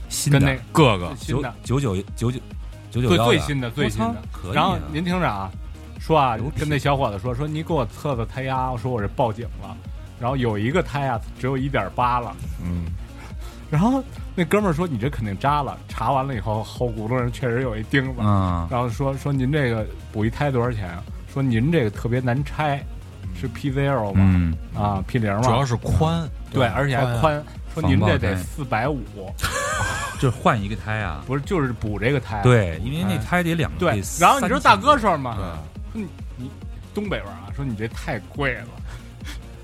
Speaker 10: 新的
Speaker 8: 跟那
Speaker 10: 哥哥
Speaker 8: 新的
Speaker 10: 九九九九九九九
Speaker 8: 最
Speaker 10: 幺
Speaker 8: 最
Speaker 10: 的
Speaker 8: 新的最新
Speaker 10: 我
Speaker 8: 的
Speaker 10: 操可以啊
Speaker 8: 然后您听着啊，说啊，跟那小伙子说说你给我测测胎压，我说我这报警了，然后有一个胎压只有一点八了，
Speaker 9: 嗯，
Speaker 8: 然后那哥们儿说你这肯定扎了，查完了以后后轱辘上确实有一钉子，
Speaker 10: 啊
Speaker 8: 然后说说您这个补一胎多少钱啊？说您这个特别难拆，是 P zero 吗？
Speaker 10: 嗯
Speaker 8: 啊 P 零吗？
Speaker 10: 主要是宽
Speaker 8: 对，
Speaker 10: 对
Speaker 8: 而且还宽
Speaker 10: 嗯哦
Speaker 8: 说
Speaker 10: 宽。
Speaker 8: 您这得
Speaker 10: 防
Speaker 8: 四百五，
Speaker 10: 就是换一个胎啊，
Speaker 8: 不是就是补这个胎，
Speaker 10: 对因为那胎得两
Speaker 8: 对
Speaker 10: 得。三
Speaker 8: 然后你知道大哥说什么？说你你东北味儿啊，说你这太贵了。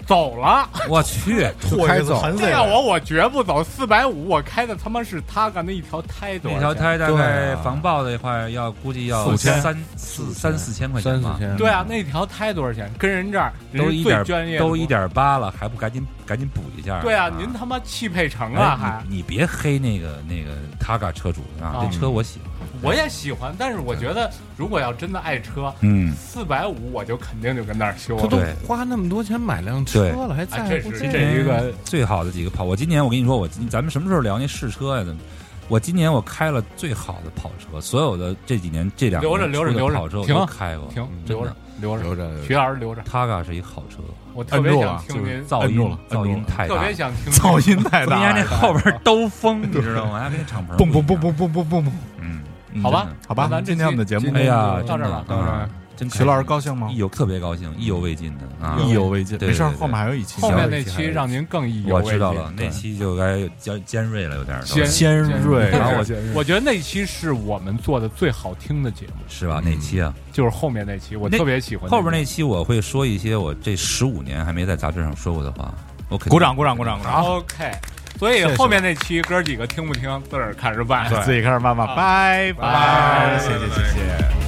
Speaker 8: 走 了，
Speaker 10: 我去，
Speaker 8: 开
Speaker 10: 开走
Speaker 8: 这要我我绝不走，四百五我开的他妈是他干那一条胎多
Speaker 10: 那
Speaker 8: 少钱，
Speaker 10: 条胎大概防爆的话，要估计要
Speaker 8: 四五千
Speaker 10: 三四三四千块钱吧。
Speaker 8: 对啊，那条胎多少钱？跟人这儿人
Speaker 10: 都
Speaker 8: 家
Speaker 10: 一
Speaker 8: 最专业
Speaker 10: 点
Speaker 8: 的
Speaker 10: 都一点八了，还不赶紧赶紧补一下？
Speaker 8: 对啊，您他妈汽配城啊
Speaker 10: 哎
Speaker 8: 还，？
Speaker 10: 你你别黑那个那个 Targa 车主啊，
Speaker 8: 啊
Speaker 10: 这车我喜欢。
Speaker 8: 我也喜欢，但是我觉得如果要真的爱车，
Speaker 10: 嗯
Speaker 8: 四百五我就肯定就跟那儿修
Speaker 9: 他
Speaker 8: 了。
Speaker 9: 都花那么多钱买辆车
Speaker 10: 对
Speaker 9: 了，还在
Speaker 8: 哎
Speaker 9: 乎
Speaker 8: 这是
Speaker 9: 这
Speaker 8: 这是一
Speaker 5: 嗯
Speaker 8: 个
Speaker 10: 最好的几个跑。我今年我跟你说，我今咱们什么时候聊那试车呀？怎么？我今年我开了最好的跑车，所有的这几年这两年
Speaker 8: 留着留着
Speaker 10: 出的
Speaker 8: 留着
Speaker 10: 跑车我
Speaker 8: 停
Speaker 10: 都
Speaker 8: 啊
Speaker 10: 开过，
Speaker 8: 停
Speaker 10: 嗯
Speaker 8: 留着留着留着留着徐老师留着。
Speaker 10: Targa 是一好车，
Speaker 8: 我特别想听您
Speaker 10: 就是噪
Speaker 8: 摁住
Speaker 10: 音
Speaker 8: 了，
Speaker 10: 噪音太大，
Speaker 8: 特别想听噪音太大
Speaker 10: 人家那后边兜风，你
Speaker 5: 对
Speaker 10: 知道吗？还跟那敞篷
Speaker 5: 蹦蹦蹦蹦蹦蹦蹦蹦，
Speaker 10: 嗯
Speaker 5: 好吧
Speaker 10: 真的
Speaker 5: 好吧
Speaker 10: 那咱
Speaker 5: 今天我们的节目
Speaker 10: 今天
Speaker 5: 哎呀
Speaker 10: 就
Speaker 5: 到这儿吧
Speaker 10: 真的
Speaker 5: 到这儿
Speaker 10: 啊真
Speaker 5: 徐老师高兴吗
Speaker 10: 意犹特别高兴，意犹未尽的啊，
Speaker 5: 意犹未尽
Speaker 10: 对
Speaker 5: 没事
Speaker 10: 对对
Speaker 5: 后面还有一期
Speaker 8: 后面
Speaker 10: 还有
Speaker 8: 那
Speaker 10: 一
Speaker 8: 期让您更意犹
Speaker 10: 我
Speaker 8: 未
Speaker 10: 知道
Speaker 8: 尽
Speaker 10: 了，
Speaker 8: 对
Speaker 10: 那期就该尖尖锐了，有点儿
Speaker 8: 尖
Speaker 5: 锐
Speaker 10: 然后我
Speaker 8: 我觉得那期是我们做的最好听的节目，
Speaker 10: 是吧？哪期啊？
Speaker 8: 就是后面那期，我
Speaker 10: 那
Speaker 8: 特别喜欢
Speaker 10: 后边
Speaker 8: 期
Speaker 10: 那期我会说一些我这十五年还没在杂志上说过的话。我肯定
Speaker 5: 鼓掌鼓掌鼓掌鼓掌
Speaker 8: OK，所以
Speaker 5: 谢谢
Speaker 8: 后面那期 哥几个听不听，自个儿看着办，
Speaker 5: 自己开始慢慢，
Speaker 8: 啊
Speaker 5: 拜
Speaker 8: 拜
Speaker 5: 谢谢谢谢。